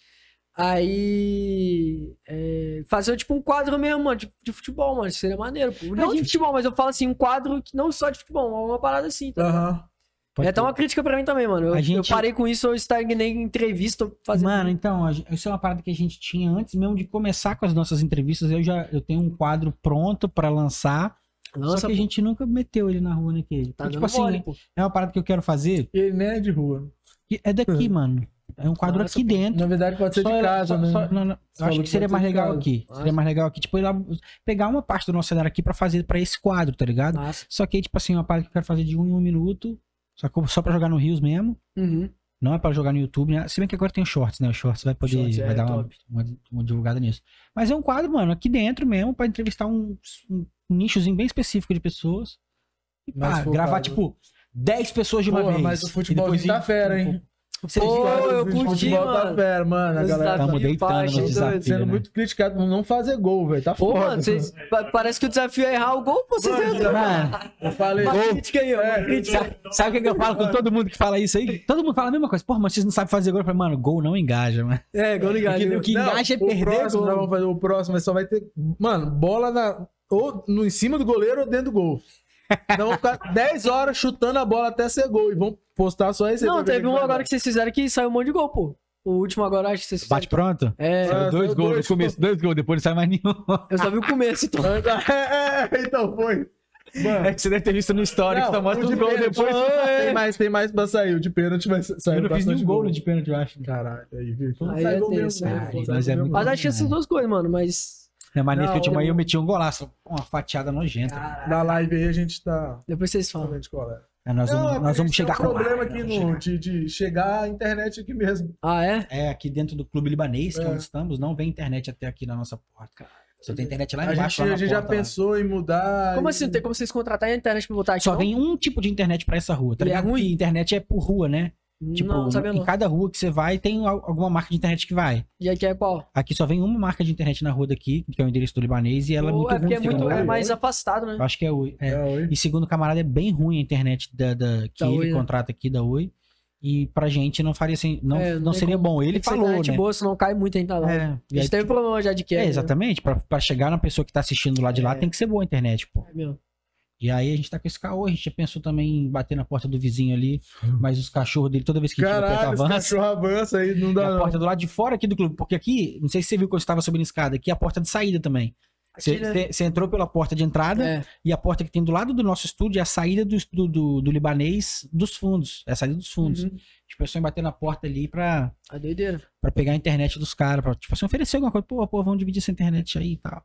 [SPEAKER 1] Aí. É, fazer tipo um quadro mesmo, mano, de, de futebol, mano. Isso seria maneiro. Pô. Não de futebol, mas eu falo assim, um quadro que não só de futebol, mas uma parada assim. Tá? ligado?
[SPEAKER 3] Aham.
[SPEAKER 2] Pode
[SPEAKER 1] é
[SPEAKER 3] então
[SPEAKER 1] até uma crítica pra mim também, mano. Eu,
[SPEAKER 2] A
[SPEAKER 1] eu
[SPEAKER 2] gente-
[SPEAKER 1] parei com isso, eu estagnei em entrevista, eu
[SPEAKER 3] é
[SPEAKER 1] fazendo.
[SPEAKER 2] Mano, então, a gen- isso é uma parada que a gente tinha antes mesmo de começar com as nossas entrevistas. Eu já eu tenho um quadro pronto pra lançar, só
[SPEAKER 1] Lança,
[SPEAKER 2] que a gente nunca meteu ele na rua, né, que
[SPEAKER 1] tá
[SPEAKER 2] Tipo
[SPEAKER 1] dando
[SPEAKER 2] assim,
[SPEAKER 1] mole, pô.
[SPEAKER 2] é uma parada que eu quero fazer,
[SPEAKER 3] E ele nem é de rua.
[SPEAKER 2] que é
[SPEAKER 3] Hum.
[SPEAKER 2] daqui, mano. É um quadro
[SPEAKER 1] Nossa,
[SPEAKER 2] aqui dentro.
[SPEAKER 3] Na verdade, pode ser
[SPEAKER 2] Só
[SPEAKER 3] de
[SPEAKER 2] ela-
[SPEAKER 3] casa,
[SPEAKER 2] só-
[SPEAKER 3] né?
[SPEAKER 2] só- não, não, eu
[SPEAKER 3] Você
[SPEAKER 2] acho
[SPEAKER 3] falou
[SPEAKER 2] que
[SPEAKER 3] que
[SPEAKER 2] seria
[SPEAKER 3] pode
[SPEAKER 2] mais
[SPEAKER 3] ser de
[SPEAKER 2] legal
[SPEAKER 3] casa.
[SPEAKER 2] aqui. Seria
[SPEAKER 1] Nossa.
[SPEAKER 2] mais legal aqui, tipo, ir lá, pegar uma parte do nosso cenário aqui pra fazer pra esse quadro, tá ligado?
[SPEAKER 1] Massa.
[SPEAKER 2] Só que, tipo assim, uma parada que eu quero fazer de um em um minuto. Só, que eu- só pra jogar no Rios mesmo.
[SPEAKER 1] Uhum.
[SPEAKER 2] Não é pra jogar no YouTube, né? Se bem que agora tem o Shorts, né? O Shorts vai poder
[SPEAKER 1] Shorts,
[SPEAKER 2] vai
[SPEAKER 1] é,
[SPEAKER 2] dar uma,
[SPEAKER 1] top.
[SPEAKER 2] uma, uma divulgada nisso. Mas é um quadro, mano, aqui dentro mesmo, pra entrevistar um, um nichozinho bem específico de pessoas. E
[SPEAKER 3] Mais
[SPEAKER 2] pá,
[SPEAKER 3] focado.
[SPEAKER 2] gravar, tipo, 10 pessoas de uma
[SPEAKER 3] um Porra,
[SPEAKER 2] vez.
[SPEAKER 3] mas o
[SPEAKER 2] E
[SPEAKER 3] futebolzinho
[SPEAKER 2] depois ir-
[SPEAKER 3] tá fera, hein?
[SPEAKER 2] Vocês
[SPEAKER 1] Pô,
[SPEAKER 2] viram?
[SPEAKER 1] eu
[SPEAKER 3] O
[SPEAKER 1] curti,
[SPEAKER 3] futebol tá
[SPEAKER 1] mano.
[SPEAKER 3] fera, mano. A
[SPEAKER 2] né,
[SPEAKER 1] Os
[SPEAKER 3] galera
[SPEAKER 1] dados
[SPEAKER 2] Tamo
[SPEAKER 1] de
[SPEAKER 2] deitando
[SPEAKER 1] paz,
[SPEAKER 2] Tá nos
[SPEAKER 1] doido.
[SPEAKER 2] desafios.
[SPEAKER 3] sendo
[SPEAKER 2] né?
[SPEAKER 3] muito criticado por não fazer gol, velho. Tá
[SPEAKER 1] Ô,
[SPEAKER 3] foda.
[SPEAKER 1] mano, vocês, pa- parece que o desafio é errar o gol, pô. Vocês
[SPEAKER 3] Mano,
[SPEAKER 1] erram.
[SPEAKER 2] Mano,
[SPEAKER 3] Eu falei,
[SPEAKER 1] Uma
[SPEAKER 3] gol.
[SPEAKER 1] crítica aí, ó.
[SPEAKER 2] É.
[SPEAKER 1] uma crítica.
[SPEAKER 2] sabe, sabe o que, que eu falo com todo mundo que fala isso aí? Todo mundo fala a mesma coisa. Porra, mas vocês não sabem fazer gol. Eu falo, mano, gol não engaja, mano.
[SPEAKER 1] É, gol ligado.
[SPEAKER 2] Porque o que engaja é
[SPEAKER 3] o
[SPEAKER 2] perder
[SPEAKER 3] próximo,
[SPEAKER 2] gol.
[SPEAKER 3] nós vamos fazer o próximo, mas só vai ter, mano, bola na ou no em cima do goleiro ou dentro do gol. Então vão ficar 10 horas chutando a bola até ser gol e vão postar só esse
[SPEAKER 1] Não, teve um agora que vocês fizeram que saiu um monte de gol, pô. O último agora, acho que vocês fizeram.
[SPEAKER 2] Bate pronto?
[SPEAKER 1] É,
[SPEAKER 3] Ah,
[SPEAKER 2] dois gols
[SPEAKER 3] tá- saiu dois,
[SPEAKER 2] no começo, dois gols, depois não sai mais nenhum.
[SPEAKER 1] eu só vi o começo, então.
[SPEAKER 3] É, é, é, então foi. Mano,
[SPEAKER 2] É que você deve ter visto no histórico,
[SPEAKER 3] não,
[SPEAKER 2] só mostra
[SPEAKER 3] o de
[SPEAKER 2] um gol
[SPEAKER 3] pênalti, é.
[SPEAKER 2] depois.
[SPEAKER 3] Tem mais, tem mais pra sair. O de pênalti vai sair.
[SPEAKER 2] Eu não fiz nenhum gol no de
[SPEAKER 3] de
[SPEAKER 2] pênalti, eu acho.
[SPEAKER 3] Caralho, aí, viu? Então
[SPEAKER 1] Aí
[SPEAKER 3] sai
[SPEAKER 1] é
[SPEAKER 3] gol mesmo,
[SPEAKER 1] tenso,
[SPEAKER 3] né?
[SPEAKER 1] cara.
[SPEAKER 3] Sai gol
[SPEAKER 2] Mas é
[SPEAKER 3] mesmo.
[SPEAKER 2] muito-
[SPEAKER 1] Mas acho que essas duas coisas, mano, mas
[SPEAKER 2] Não, é mas nesse
[SPEAKER 3] Não,
[SPEAKER 2] último aí
[SPEAKER 3] eu-
[SPEAKER 2] eu meti um golaço, uma fatiada nojenta.
[SPEAKER 1] Ah.
[SPEAKER 3] Na live aí a gente tá
[SPEAKER 1] depois vocês falam.
[SPEAKER 3] totalmente colado.
[SPEAKER 2] É, nós
[SPEAKER 3] Não,
[SPEAKER 2] vamos,
[SPEAKER 3] é porque
[SPEAKER 2] nós vamos
[SPEAKER 3] a gente
[SPEAKER 2] chegar
[SPEAKER 3] tem um
[SPEAKER 2] com
[SPEAKER 3] problema
[SPEAKER 2] Ah,
[SPEAKER 3] aqui
[SPEAKER 2] vamos
[SPEAKER 3] no,
[SPEAKER 2] chegar.
[SPEAKER 3] de, de chegar a internet aqui mesmo.
[SPEAKER 1] Ah, é?
[SPEAKER 2] É, aqui dentro do clube libanês, que é
[SPEAKER 3] É.
[SPEAKER 2] onde estamos, não vem internet até aqui na nossa porta. cara. Só tem internet lá
[SPEAKER 3] A
[SPEAKER 2] embaixo.
[SPEAKER 3] gente,
[SPEAKER 2] lá na
[SPEAKER 3] a gente já
[SPEAKER 2] porta, né? lá.
[SPEAKER 3] pensou em mudar.
[SPEAKER 1] Como
[SPEAKER 3] e-
[SPEAKER 1] assim? Não tem como vocês contratarem a internet pra botar aqui?
[SPEAKER 2] Só
[SPEAKER 1] não?
[SPEAKER 2] vem um tipo de internet pra essa rua, tá
[SPEAKER 1] E é
[SPEAKER 2] ligado?
[SPEAKER 1] ruim?
[SPEAKER 2] Que internet é por rua, né? Tipo,
[SPEAKER 1] não, não sabia
[SPEAKER 2] em
[SPEAKER 1] não.
[SPEAKER 2] cada rua que você vai, tem al- alguma marca de internet que vai.
[SPEAKER 1] E aqui é qual?
[SPEAKER 2] Aqui só vem uma marca de internet na rua daqui, que é o endereço do libanês, e ela é
[SPEAKER 1] Ou
[SPEAKER 2] muito
[SPEAKER 1] é porque é
[SPEAKER 2] ruim,
[SPEAKER 1] muito
[SPEAKER 2] segundo
[SPEAKER 1] é
[SPEAKER 2] ele.
[SPEAKER 1] mais afastado, né?
[SPEAKER 2] Eu Acho que é o. é.
[SPEAKER 3] É, oi.
[SPEAKER 2] E segundo o camarada, é bem ruim a internet da, da- que
[SPEAKER 1] Da
[SPEAKER 2] ele
[SPEAKER 1] Oi, né?
[SPEAKER 2] contrata aqui da Oi. E pra gente não faria assim. Não,
[SPEAKER 1] É, não
[SPEAKER 2] não
[SPEAKER 1] tem
[SPEAKER 2] seria bom. Ele
[SPEAKER 1] Tem que ser
[SPEAKER 2] falou,
[SPEAKER 1] internet
[SPEAKER 2] né?
[SPEAKER 1] boa, né? senão cai muito ainda lá. A
[SPEAKER 2] É, e aí,
[SPEAKER 1] gente teve problema já de que
[SPEAKER 2] é, exatamente. Pra, pra chegar na pessoa que tá assistindo lá de lá,
[SPEAKER 1] né? É.
[SPEAKER 2] tem que ser boa a internet, pô.
[SPEAKER 1] É mesmo.
[SPEAKER 2] E aí a gente tá com esse caô. A gente já pensou também em bater na porta do vizinho ali. Mas os cachorros dele, toda vez que a gente
[SPEAKER 3] Caralho, esse
[SPEAKER 2] avança.
[SPEAKER 3] cachorro avança aí, não
[SPEAKER 2] E
[SPEAKER 3] dá
[SPEAKER 2] a
[SPEAKER 3] não.
[SPEAKER 2] porta do lado de fora aqui do clube. Porque aqui, não sei se você viu quando você tava subindo a escada, aqui é a porta de saída também. Você
[SPEAKER 1] Aqui, né?
[SPEAKER 2] você- você entrou pela porta de entrada
[SPEAKER 1] É.
[SPEAKER 2] e a porta que tem do lado do nosso estúdio é a saída do, do, do- do libanês dos fundos. É a saída dos fundos. Tipo,
[SPEAKER 1] Uhum.
[SPEAKER 2] As pessoas bater na porta ali pra,
[SPEAKER 1] A doideira.
[SPEAKER 2] pra pegar a internet dos caras. Pra, tipo assim, oferecer alguma coisa. Pô, pô, vamos dividir essa internet aí e tal.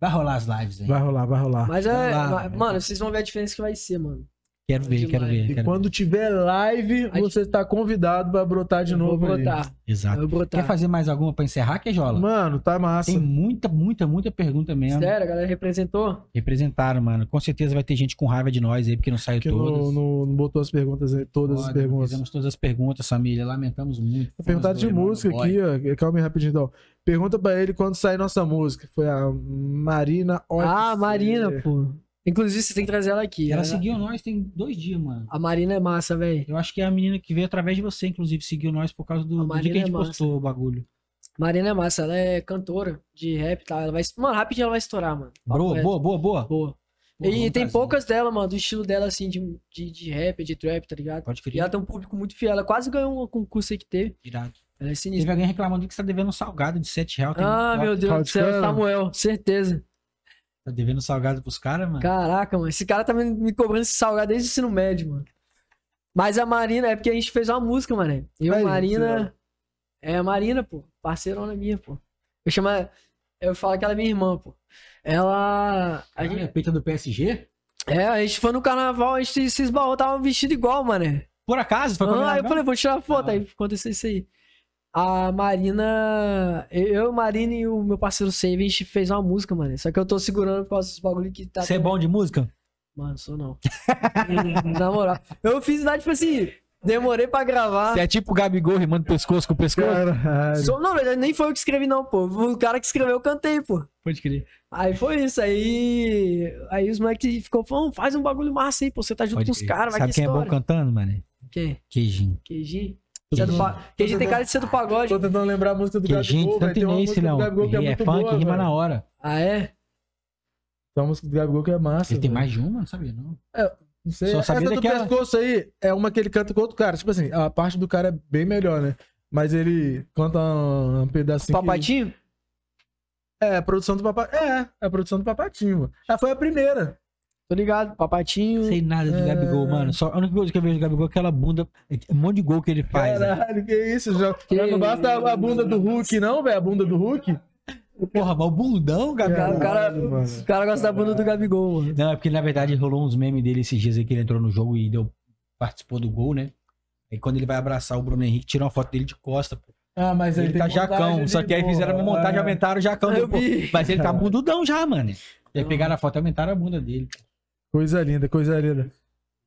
[SPEAKER 2] Vai rolar as lives aí.
[SPEAKER 3] Vai rolar, vai rolar.
[SPEAKER 1] Mas é.
[SPEAKER 2] Ah, vai lá,
[SPEAKER 1] ma-
[SPEAKER 2] vai.
[SPEAKER 1] mano, vocês vão ver a diferença que vai ser, mano.
[SPEAKER 2] Quero ver, quero
[SPEAKER 1] Demais.
[SPEAKER 2] ver.
[SPEAKER 3] E
[SPEAKER 2] Quero ver.
[SPEAKER 3] quando tiver live,
[SPEAKER 1] Aí-
[SPEAKER 3] você tá convidado pra brotar de
[SPEAKER 1] Eu
[SPEAKER 3] novo.
[SPEAKER 1] Vou
[SPEAKER 3] aí.
[SPEAKER 1] brotar. Eu
[SPEAKER 2] Exato.
[SPEAKER 1] vou brotar.
[SPEAKER 2] Tá. Quer fazer mais alguma pra encerrar, Queijola?
[SPEAKER 3] Mano, tá massa.
[SPEAKER 2] Tem muita, muita, muita pergunta mesmo.
[SPEAKER 1] Sério, a galera representou?
[SPEAKER 2] Representaram, mano. Com certeza vai ter gente com raiva de nós aí, porque não saiu
[SPEAKER 3] Porque
[SPEAKER 2] todas.
[SPEAKER 3] não, não- não botou as perguntas aí, todas
[SPEAKER 2] Foda,
[SPEAKER 3] as
[SPEAKER 2] não
[SPEAKER 3] perguntas.
[SPEAKER 2] Fizemos todas as perguntas, família. Lamentamos muito.
[SPEAKER 3] Perguntaram de
[SPEAKER 2] Fomos
[SPEAKER 3] música
[SPEAKER 2] dois,
[SPEAKER 3] aqui, ó. Calma aí rapidinho então. Pergunta pra ele quando sai nossa música. Foi a Marina Ortiz.
[SPEAKER 1] Ah, a Marina, pô. Inclusive, vocês têm que trazer ela aqui.
[SPEAKER 2] E Ela
[SPEAKER 1] Ela-
[SPEAKER 2] seguiu nós tem dois dias, mano.
[SPEAKER 1] A Marina é massa, velho.
[SPEAKER 2] Eu acho que é a menina que veio através de você, inclusive, seguiu nós por causa do,
[SPEAKER 1] A
[SPEAKER 2] do dia
[SPEAKER 1] Marina
[SPEAKER 2] que a gente
[SPEAKER 1] é massa.
[SPEAKER 2] postou o bagulho.
[SPEAKER 1] Marina é massa, ela é cantora de rap e tal. Ela vai... Mano, rapidinho ela vai estourar, mano.
[SPEAKER 2] Bro,
[SPEAKER 1] Papo
[SPEAKER 2] boa, boa, boa.
[SPEAKER 1] reto. Boa.
[SPEAKER 2] Boa,
[SPEAKER 1] e
[SPEAKER 2] vamos
[SPEAKER 1] tem
[SPEAKER 2] trazer.
[SPEAKER 1] poucas dela, mano, do estilo dela, assim, de, de, de rap, de trap, tá ligado?
[SPEAKER 2] Pode
[SPEAKER 1] E
[SPEAKER 2] crer.
[SPEAKER 1] ela tem um público muito fiel. Ela quase ganhou um concurso aí que teve.
[SPEAKER 2] Irado.
[SPEAKER 1] Ela é sinistra.
[SPEAKER 2] Teve alguém reclamando que você tá devendo um salgado de 7 reais. Tem
[SPEAKER 1] Ah,
[SPEAKER 2] foto.
[SPEAKER 1] meu Deus do céu,
[SPEAKER 3] Claudio Cano?
[SPEAKER 1] Samuel, certeza.
[SPEAKER 2] Tá devendo salgado pros caras, mano.
[SPEAKER 1] Caraca, mano, esse cara tá me, me cobrando esse salgado desde o ensino médio, mano. Mas a Marina, é porque a gente fez uma música, mano. Eu,
[SPEAKER 3] Aí,
[SPEAKER 1] Marina. É, a Marina, pô, parceirona minha, pô. Eu chamo. ela- Eu falo que ela é minha irmã, pô. Ela. A
[SPEAKER 2] Caralho,
[SPEAKER 1] gente,
[SPEAKER 2] é peita do PSG?
[SPEAKER 1] é, a gente foi no carnaval, a gente se esbarrou, tava vestido igual, mano.
[SPEAKER 2] Por acaso? Foi
[SPEAKER 1] Ah,
[SPEAKER 2] combinado,
[SPEAKER 1] eu
[SPEAKER 2] não?
[SPEAKER 1] falei, vou tirar foto.
[SPEAKER 2] Ah.
[SPEAKER 1] Aí aconteceu isso aí. A Marina. Eu, a Marina e o meu parceiro Save, a gente fez uma música, mano. Só que eu tô segurando por causa dos bagulho que tá.
[SPEAKER 2] Você é bom de música?
[SPEAKER 1] Mano, sou não. Na moral. Eu fiz lá, tipo assim, demorei pra gravar.
[SPEAKER 2] Você é tipo o Gabigol rimando pescoço com pescoço?
[SPEAKER 3] Caralho.
[SPEAKER 1] Sou, não, nem foi eu que escrevi, não, pô. O cara que escreveu, eu cantei, pô.
[SPEAKER 2] Pode crer.
[SPEAKER 1] Aí foi isso, aí. Aí os moleques ficou falando, faz um bagulho massa aí, pô. Você tá junto
[SPEAKER 2] Pode
[SPEAKER 1] com os
[SPEAKER 2] crer.
[SPEAKER 1] caras, vai
[SPEAKER 2] Sabe
[SPEAKER 1] que
[SPEAKER 2] quem é bom
[SPEAKER 1] história.
[SPEAKER 2] cantando, mano?
[SPEAKER 1] Quem?
[SPEAKER 2] Queijinho.
[SPEAKER 1] Queijinho? Você é do pa... Queijinho tem cara de ser do pagode.
[SPEAKER 3] Tô tentando lembrar a música do
[SPEAKER 2] Queijinho,
[SPEAKER 3] Gabigol, velho.
[SPEAKER 2] tanto
[SPEAKER 3] Tem uma
[SPEAKER 2] inês,
[SPEAKER 3] música do
[SPEAKER 2] não.
[SPEAKER 3] Gabigol que é
[SPEAKER 2] É
[SPEAKER 3] muito
[SPEAKER 2] funk,
[SPEAKER 3] boa,
[SPEAKER 2] rima
[SPEAKER 3] velho.
[SPEAKER 2] na hora.
[SPEAKER 1] Ah, é?
[SPEAKER 3] Tem uma música do Gabigol que é massa.
[SPEAKER 2] Ele tem
[SPEAKER 3] velho.
[SPEAKER 2] mais de uma? Não sabia, não.
[SPEAKER 3] Não sei.
[SPEAKER 2] Só
[SPEAKER 3] Essa
[SPEAKER 2] sabia
[SPEAKER 3] do
[SPEAKER 2] daquela-
[SPEAKER 3] pescoço aí é uma que ele canta com outro cara. Tipo assim, a parte do cara é bem melhor, né? Mas ele canta um, um pedacinho. que-
[SPEAKER 1] Papatinho?
[SPEAKER 3] É, a produção do Papatinho. É, é a produção do Papatinho. mano. Ela foi a primeira.
[SPEAKER 1] Tô ligado, papatinho.
[SPEAKER 2] Sei nada de Gabigol,
[SPEAKER 3] É.
[SPEAKER 2] mano. Só a única coisa que eu vejo do Gabigol é aquela bunda. Um monte de gol que ele faz. né?
[SPEAKER 3] Caralho, que isso? Já,
[SPEAKER 1] Que
[SPEAKER 3] já não basta a- a bunda do Hulk, não, velho? A bunda do Hulk?
[SPEAKER 2] né? Porra, mas o
[SPEAKER 3] É,
[SPEAKER 2] bundão,
[SPEAKER 1] Cara, o,
[SPEAKER 2] Gabigol.
[SPEAKER 1] cara,
[SPEAKER 3] Caralho, mano.
[SPEAKER 1] o cara gosta da bunda do Gabigol, mano.
[SPEAKER 2] Não, é porque na verdade rolou uns memes dele esses dias aí que ele entrou no jogo e deu, participou do gol, né? Aí quando ele vai abraçar o Bruno Henrique, tirou uma foto dele de costa. pô.
[SPEAKER 3] Ah, mas
[SPEAKER 2] Ele, tá jacão. Só que aí fizeram uma
[SPEAKER 3] É.
[SPEAKER 2] montagem, aumentaram o jacão.
[SPEAKER 1] Eu
[SPEAKER 2] dele, pô.
[SPEAKER 1] vi.
[SPEAKER 2] Mas ele tá bundudão já, mano. Aí
[SPEAKER 1] Não.
[SPEAKER 2] pegaram a foto e aumentaram a bunda dele.
[SPEAKER 3] Coisa linda, coisa linda.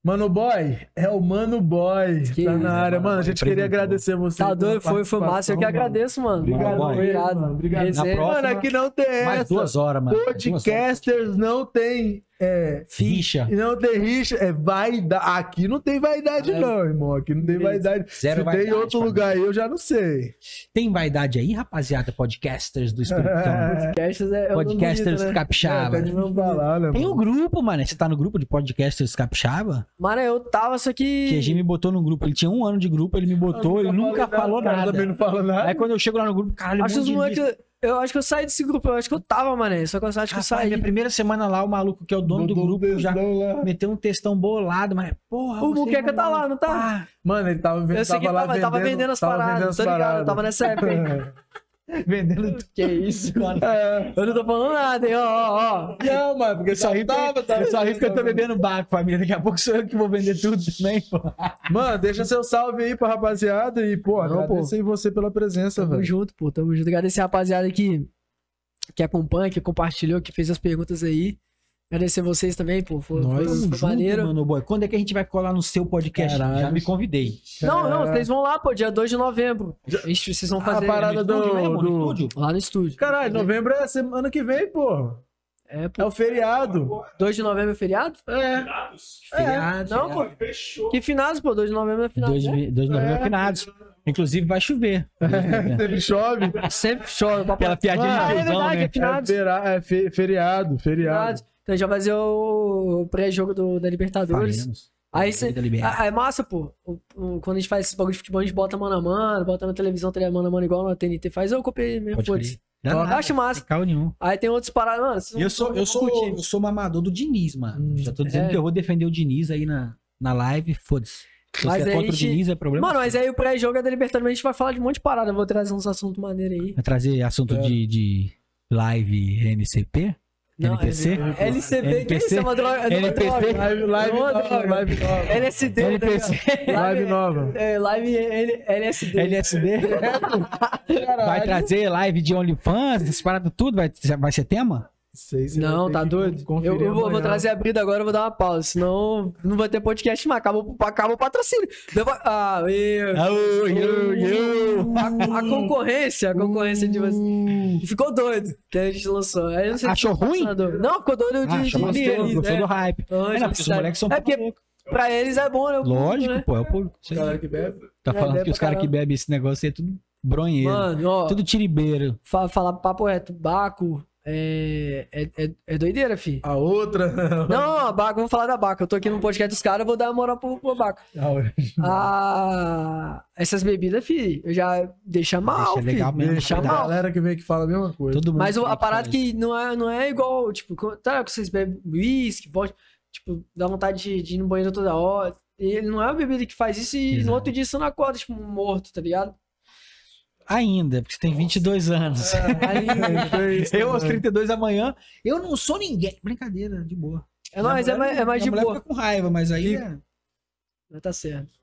[SPEAKER 3] Mano Boy, é o Mano Boy.
[SPEAKER 1] Que
[SPEAKER 3] tá
[SPEAKER 1] isso,
[SPEAKER 3] na área.
[SPEAKER 2] Mano
[SPEAKER 3] Mano,
[SPEAKER 2] Boy,
[SPEAKER 3] a gente
[SPEAKER 2] apresentou.
[SPEAKER 3] queria agradecer você.
[SPEAKER 1] Tá
[SPEAKER 3] pela
[SPEAKER 1] doido, foi, foi massa. Eu que
[SPEAKER 3] participação, mano.
[SPEAKER 1] agradeiro, mano.
[SPEAKER 3] Obrigado,
[SPEAKER 2] Mano,
[SPEAKER 1] obrigado.
[SPEAKER 3] mano. Obrigado.
[SPEAKER 1] Esse
[SPEAKER 2] Na
[SPEAKER 1] é-
[SPEAKER 2] próxima,
[SPEAKER 3] Mano, aqui não tem
[SPEAKER 2] Mais
[SPEAKER 3] essa.
[SPEAKER 2] duas horas, mano. Duas horas.
[SPEAKER 3] Podcasters não tem. É,
[SPEAKER 2] Ficha.
[SPEAKER 3] não tem rixa. É vaidade. Aqui não tem vaidade,
[SPEAKER 1] É.
[SPEAKER 3] não, irmão. Aqui não tem vaidade.
[SPEAKER 2] Zero
[SPEAKER 3] Se
[SPEAKER 2] vaidade,
[SPEAKER 3] tem outro
[SPEAKER 2] família.
[SPEAKER 3] lugar aí, eu já não sei.
[SPEAKER 2] Tem vaidade aí, rapaziada? Podcasters do Espírito Santo.
[SPEAKER 1] Podcasters é. é um nome
[SPEAKER 2] Podcasters
[SPEAKER 1] bonito, né?
[SPEAKER 2] capixaba.
[SPEAKER 3] Tá de não falar, né?
[SPEAKER 2] Tem um
[SPEAKER 3] mano?
[SPEAKER 2] grupo, mano. Você tá no grupo de podcasters capixaba?
[SPEAKER 1] Mano, eu tava, só que.
[SPEAKER 2] Que é a gente me botou num grupo. Ele tinha um ano de grupo, ele me botou, ele nunca
[SPEAKER 3] falei
[SPEAKER 2] falou
[SPEAKER 3] cara Também
[SPEAKER 2] nada. É,
[SPEAKER 3] não fala nada.
[SPEAKER 2] Aí quando eu chego lá no grupo,
[SPEAKER 1] é?
[SPEAKER 2] caralho, um
[SPEAKER 1] Acho que os
[SPEAKER 2] de
[SPEAKER 1] moleques.
[SPEAKER 2] lista.
[SPEAKER 1] Eu acho que eu saí desse grupo, eu acho que eu tava, mané. Só que eu acho que eu
[SPEAKER 2] Rapaz,
[SPEAKER 1] saí.
[SPEAKER 2] minha primeira semana lá, o maluco que é o dono do
[SPEAKER 3] Mandou um
[SPEAKER 2] grupo já
[SPEAKER 3] textão lá.
[SPEAKER 2] meteu um textão bolado, mas porra.
[SPEAKER 1] né? O
[SPEAKER 2] vocês
[SPEAKER 1] Muqueca
[SPEAKER 2] mandaram
[SPEAKER 1] tá lá, não tá?
[SPEAKER 2] pá.
[SPEAKER 3] Mano, ele tava,
[SPEAKER 1] Eu
[SPEAKER 3] ele
[SPEAKER 1] sei que
[SPEAKER 3] tava
[SPEAKER 1] ele
[SPEAKER 3] lá
[SPEAKER 1] tava,
[SPEAKER 3] vendendo,
[SPEAKER 1] tava vendendo as
[SPEAKER 3] tava
[SPEAKER 1] paradas,
[SPEAKER 3] vendendo as
[SPEAKER 1] tô ligado? Eu
[SPEAKER 3] paradas.
[SPEAKER 1] tava nessa época. aí.
[SPEAKER 2] Vendendo
[SPEAKER 1] que isso, mano.
[SPEAKER 3] É.
[SPEAKER 1] Eu não tô falando nada, hein? Ó, ó, ó.
[SPEAKER 3] Não, mano, porque
[SPEAKER 2] Eu só
[SPEAKER 3] só
[SPEAKER 2] ri
[SPEAKER 3] tava, tava.
[SPEAKER 2] É, eu só ri porque eu tô bebendo baco, família. Daqui a pouco sou eu que vou vender tudo também, pô.
[SPEAKER 3] Mano, deixa seu salve aí pra rapaziada e, pô,
[SPEAKER 1] Não,
[SPEAKER 3] agradeço aí você pela presença,
[SPEAKER 1] Tamo
[SPEAKER 3] velho.
[SPEAKER 1] junto, pô. Tamo junto. Agradecer a rapaziada que, que acompanha, que compartilhou, que fez as perguntas aí. Agradecer vocês também, pô. Foi, foi,
[SPEAKER 2] Tamo
[SPEAKER 1] foi
[SPEAKER 2] junto,
[SPEAKER 1] maneiro.
[SPEAKER 2] mano, boy. Quando é que a gente vai colar no seu podcast?
[SPEAKER 3] Caralho.
[SPEAKER 2] Já me convidei.
[SPEAKER 1] Não, não,
[SPEAKER 3] É.
[SPEAKER 1] vocês vão lá, pô, dia 2 de novembro. Ixi, vocês vão
[SPEAKER 3] A
[SPEAKER 1] fazer.
[SPEAKER 3] parada-
[SPEAKER 2] No
[SPEAKER 3] do-
[SPEAKER 2] estúdio mesmo, no
[SPEAKER 3] do-
[SPEAKER 2] estúdio?
[SPEAKER 1] Lá no estúdio.
[SPEAKER 3] Caralho, novembro é semana que vem, pô.
[SPEAKER 1] É,
[SPEAKER 3] É
[SPEAKER 1] pô.
[SPEAKER 3] o feriado.
[SPEAKER 1] 2 de novembro é feriado?
[SPEAKER 3] É.
[SPEAKER 4] Dados? tipo,
[SPEAKER 2] Feriado,
[SPEAKER 1] Não, pô.
[SPEAKER 4] Fechou.
[SPEAKER 1] Que finados, pô. 2 de novembro é final.
[SPEAKER 2] Dois,
[SPEAKER 1] né?
[SPEAKER 2] de- dois de novembro é. finados. Inclusive, vai chover.
[SPEAKER 3] Sempre chove.
[SPEAKER 1] Sempre chora, papai.
[SPEAKER 2] Aquela piadinha
[SPEAKER 1] Ah,
[SPEAKER 2] de
[SPEAKER 1] é
[SPEAKER 2] tiozão,
[SPEAKER 1] verdade,
[SPEAKER 2] né?
[SPEAKER 1] é
[SPEAKER 3] É,
[SPEAKER 1] finados.
[SPEAKER 3] fera- é fe- feriado, feriado.
[SPEAKER 1] Finados. Então a gente vai fazer o pré-jogo do- da Libertadores.
[SPEAKER 2] Faremos.
[SPEAKER 1] Aí você.
[SPEAKER 2] Vida liberada.
[SPEAKER 1] Ah, é massa, pô. O- o- quando a gente faz esse bagulho de futebol, a gente bota mano a mano, bota na televisão, tele- mano a mano igual na TNT. Faz, eu copiei mesmo,
[SPEAKER 2] Pode
[SPEAKER 1] foda-se.
[SPEAKER 2] crer. Dá
[SPEAKER 1] Eu
[SPEAKER 2] nada,
[SPEAKER 1] acho massa.
[SPEAKER 2] sem carro nenhum.
[SPEAKER 1] Aí tem outros paradas, mano. vocês
[SPEAKER 2] E eu sou,
[SPEAKER 1] vão-
[SPEAKER 2] eu sou,
[SPEAKER 1] vão curtir.
[SPEAKER 2] eu sou mamador do Diniz, mano. Já tô dizendo
[SPEAKER 1] É.
[SPEAKER 2] que eu vou defender o Diniz aí na, na live, foda-se. Se
[SPEAKER 1] Mas
[SPEAKER 2] você é
[SPEAKER 1] aí
[SPEAKER 2] contra
[SPEAKER 1] a
[SPEAKER 2] o
[SPEAKER 1] gente-
[SPEAKER 2] Diniz, é problema.
[SPEAKER 1] Mano, mas aí o pré-jogo é da Libertadores, a gente vai falar de um monte de parada. Eu vou trazer uns assuntos maneiros aí.
[SPEAKER 2] Vai trazer assunto de, de live NCP? NPC?
[SPEAKER 1] é- LCB, que
[SPEAKER 2] NPC?
[SPEAKER 1] isso? É uma droga. é uma
[SPEAKER 2] NPC?
[SPEAKER 1] droga.
[SPEAKER 3] Live, live
[SPEAKER 1] É uma
[SPEAKER 3] nova,
[SPEAKER 1] droga.
[SPEAKER 3] live nova.
[SPEAKER 1] LSD. tá
[SPEAKER 2] NPC?
[SPEAKER 1] ligado?
[SPEAKER 3] Live nova.
[SPEAKER 1] É, live L- LSD.
[SPEAKER 2] LSD? Vai trazer live de OnlyFans, essas paradas tudo? Vai, vai ser tema?
[SPEAKER 3] Sei, você vai
[SPEAKER 1] Não,
[SPEAKER 3] ter
[SPEAKER 1] tá
[SPEAKER 3] que
[SPEAKER 1] doido?
[SPEAKER 3] conferir
[SPEAKER 1] Eu, eu vou, vou
[SPEAKER 3] amanhã.
[SPEAKER 1] trazer a brida agora, eu vou dar uma pausa. Senão não vai ter podcast, mas acaba, o- acaba o patrocínio. Deu pa- Ah, eu-
[SPEAKER 2] Oh, yo, yo.
[SPEAKER 1] A, a concorrência, a concorrência de você. Ficou doido que a gente lançou. Aí eu não sei se
[SPEAKER 2] Hum. Achou
[SPEAKER 1] foi
[SPEAKER 2] ruim?
[SPEAKER 1] patrocinador. Não, ficou doido de,
[SPEAKER 2] Ah,
[SPEAKER 1] de,
[SPEAKER 2] chama
[SPEAKER 1] de-
[SPEAKER 2] gostou,
[SPEAKER 1] de-
[SPEAKER 2] gostou
[SPEAKER 1] é.
[SPEAKER 2] do hype.
[SPEAKER 1] Então,
[SPEAKER 2] É,
[SPEAKER 1] a
[SPEAKER 2] não,
[SPEAKER 1] gente
[SPEAKER 2] porque os
[SPEAKER 1] sabe.
[SPEAKER 2] moleques são
[SPEAKER 1] É porque
[SPEAKER 2] pouco.
[SPEAKER 1] pra eles é bom, né? O público,
[SPEAKER 2] Lógico,
[SPEAKER 1] né?
[SPEAKER 2] pô, é o público. Isso aí.
[SPEAKER 3] Galera que bebe.
[SPEAKER 2] Tá
[SPEAKER 1] É,
[SPEAKER 2] falando
[SPEAKER 1] bebe
[SPEAKER 2] que os
[SPEAKER 1] pra
[SPEAKER 2] caras que
[SPEAKER 1] caramba.
[SPEAKER 2] bebem esse negócio aí é tudo bronheiro.
[SPEAKER 1] Mano, ó,
[SPEAKER 2] Tudo tiribeiro.
[SPEAKER 1] fa- falar papo reto, Baco é, é, é, é doideira, fi.
[SPEAKER 3] A outra.
[SPEAKER 1] Não, a Baco, vamos falar da Baco. Eu tô aqui no podcast dos caras, eu vou dar uma moral pro, pro Baco.
[SPEAKER 3] A outra.
[SPEAKER 1] Ah, essas bebidas, fi, eu já deixa mal,
[SPEAKER 2] Deixa
[SPEAKER 1] fi.
[SPEAKER 2] legal mesmo,
[SPEAKER 1] Deixa
[SPEAKER 3] a
[SPEAKER 2] cuidado.
[SPEAKER 1] mal.
[SPEAKER 3] galera que vem que fala a mesma coisa.
[SPEAKER 2] Todo mundo
[SPEAKER 1] Mas o-
[SPEAKER 2] tem
[SPEAKER 1] a parada
[SPEAKER 2] fazer.
[SPEAKER 1] que não é, não é igual, tipo, quando- tá, que vocês bebem uísque, vodka, tipo, dá vontade de, de ir no banheiro toda hora. E não é uma bebida que faz isso e
[SPEAKER 2] Exato.
[SPEAKER 1] no outro dia você não acorda, tipo, morto, tá ligado?
[SPEAKER 2] Ainda, porque você tem 22 anos.
[SPEAKER 1] Aí,
[SPEAKER 3] É isso,
[SPEAKER 2] Eu assim, aos
[SPEAKER 3] mano.
[SPEAKER 2] 32 da manhã, eu não sou ninguém. Brincadeira, de boa.
[SPEAKER 1] é, nóis, é, mais- é mais
[SPEAKER 2] A
[SPEAKER 1] de
[SPEAKER 2] mulher
[SPEAKER 1] boa.
[SPEAKER 2] Fica com raiva, mas aí. é-
[SPEAKER 1] Mas Tá certo.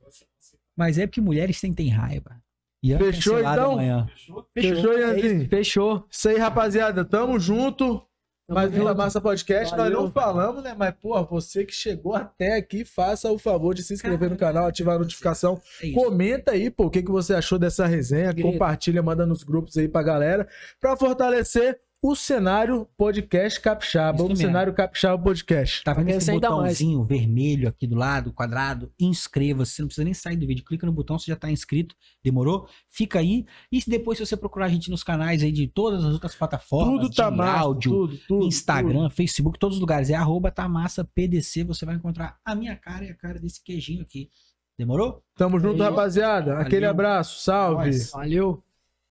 [SPEAKER 2] Mas é porque mulheres sentem raiva. E é
[SPEAKER 3] Fechou,
[SPEAKER 2] cancelada
[SPEAKER 3] então?
[SPEAKER 2] amanhã.
[SPEAKER 4] Fechou?
[SPEAKER 3] Fechou,
[SPEAKER 1] É isso,
[SPEAKER 3] Ianzinho?
[SPEAKER 1] Fechou.
[SPEAKER 3] Isso aí, rapaziada. Tamo junto. Mas Vila Massa Podcast, nós
[SPEAKER 1] Valeu.
[SPEAKER 3] não falamos, né? Mas, porra, você que chegou até aqui, faça o favor de se inscrever no canal, ativar a notificação.
[SPEAKER 2] É isso.
[SPEAKER 3] Comenta aí, pô, o que, que você achou dessa resenha.
[SPEAKER 1] Grita.
[SPEAKER 3] Compartilha, manda nos grupos aí pra galera. Pra fortalecer o cenário podcast capixaba.
[SPEAKER 2] Isso
[SPEAKER 3] O
[SPEAKER 2] mesmo.
[SPEAKER 3] cenário capixaba podcast.
[SPEAKER 2] Tá vendo
[SPEAKER 1] Aqui
[SPEAKER 2] esse
[SPEAKER 1] você ainda
[SPEAKER 2] botãozinho vermelho aqui do lado, quadrado? Inscreva-se. Você não precisa nem sair do vídeo. Clica no botão, você já tá inscrito. Demorou? Fica aí. E se depois, se você procurar a gente nos canais aí de todas as outras plataformas,
[SPEAKER 3] Tudo
[SPEAKER 2] de
[SPEAKER 3] tá massa,
[SPEAKER 2] áudio,
[SPEAKER 3] tudo, tudo,
[SPEAKER 2] Instagram, Facebook, todos os lugares. É arroba tamassapdc. Você vai encontrar a minha cara e a cara desse queijinho aqui. Demorou?
[SPEAKER 3] Tamo junto,
[SPEAKER 1] Valeu.
[SPEAKER 3] rapaziada. Aquele
[SPEAKER 2] Valeu.
[SPEAKER 3] abraço, salve.
[SPEAKER 2] Nós.
[SPEAKER 1] Valeu.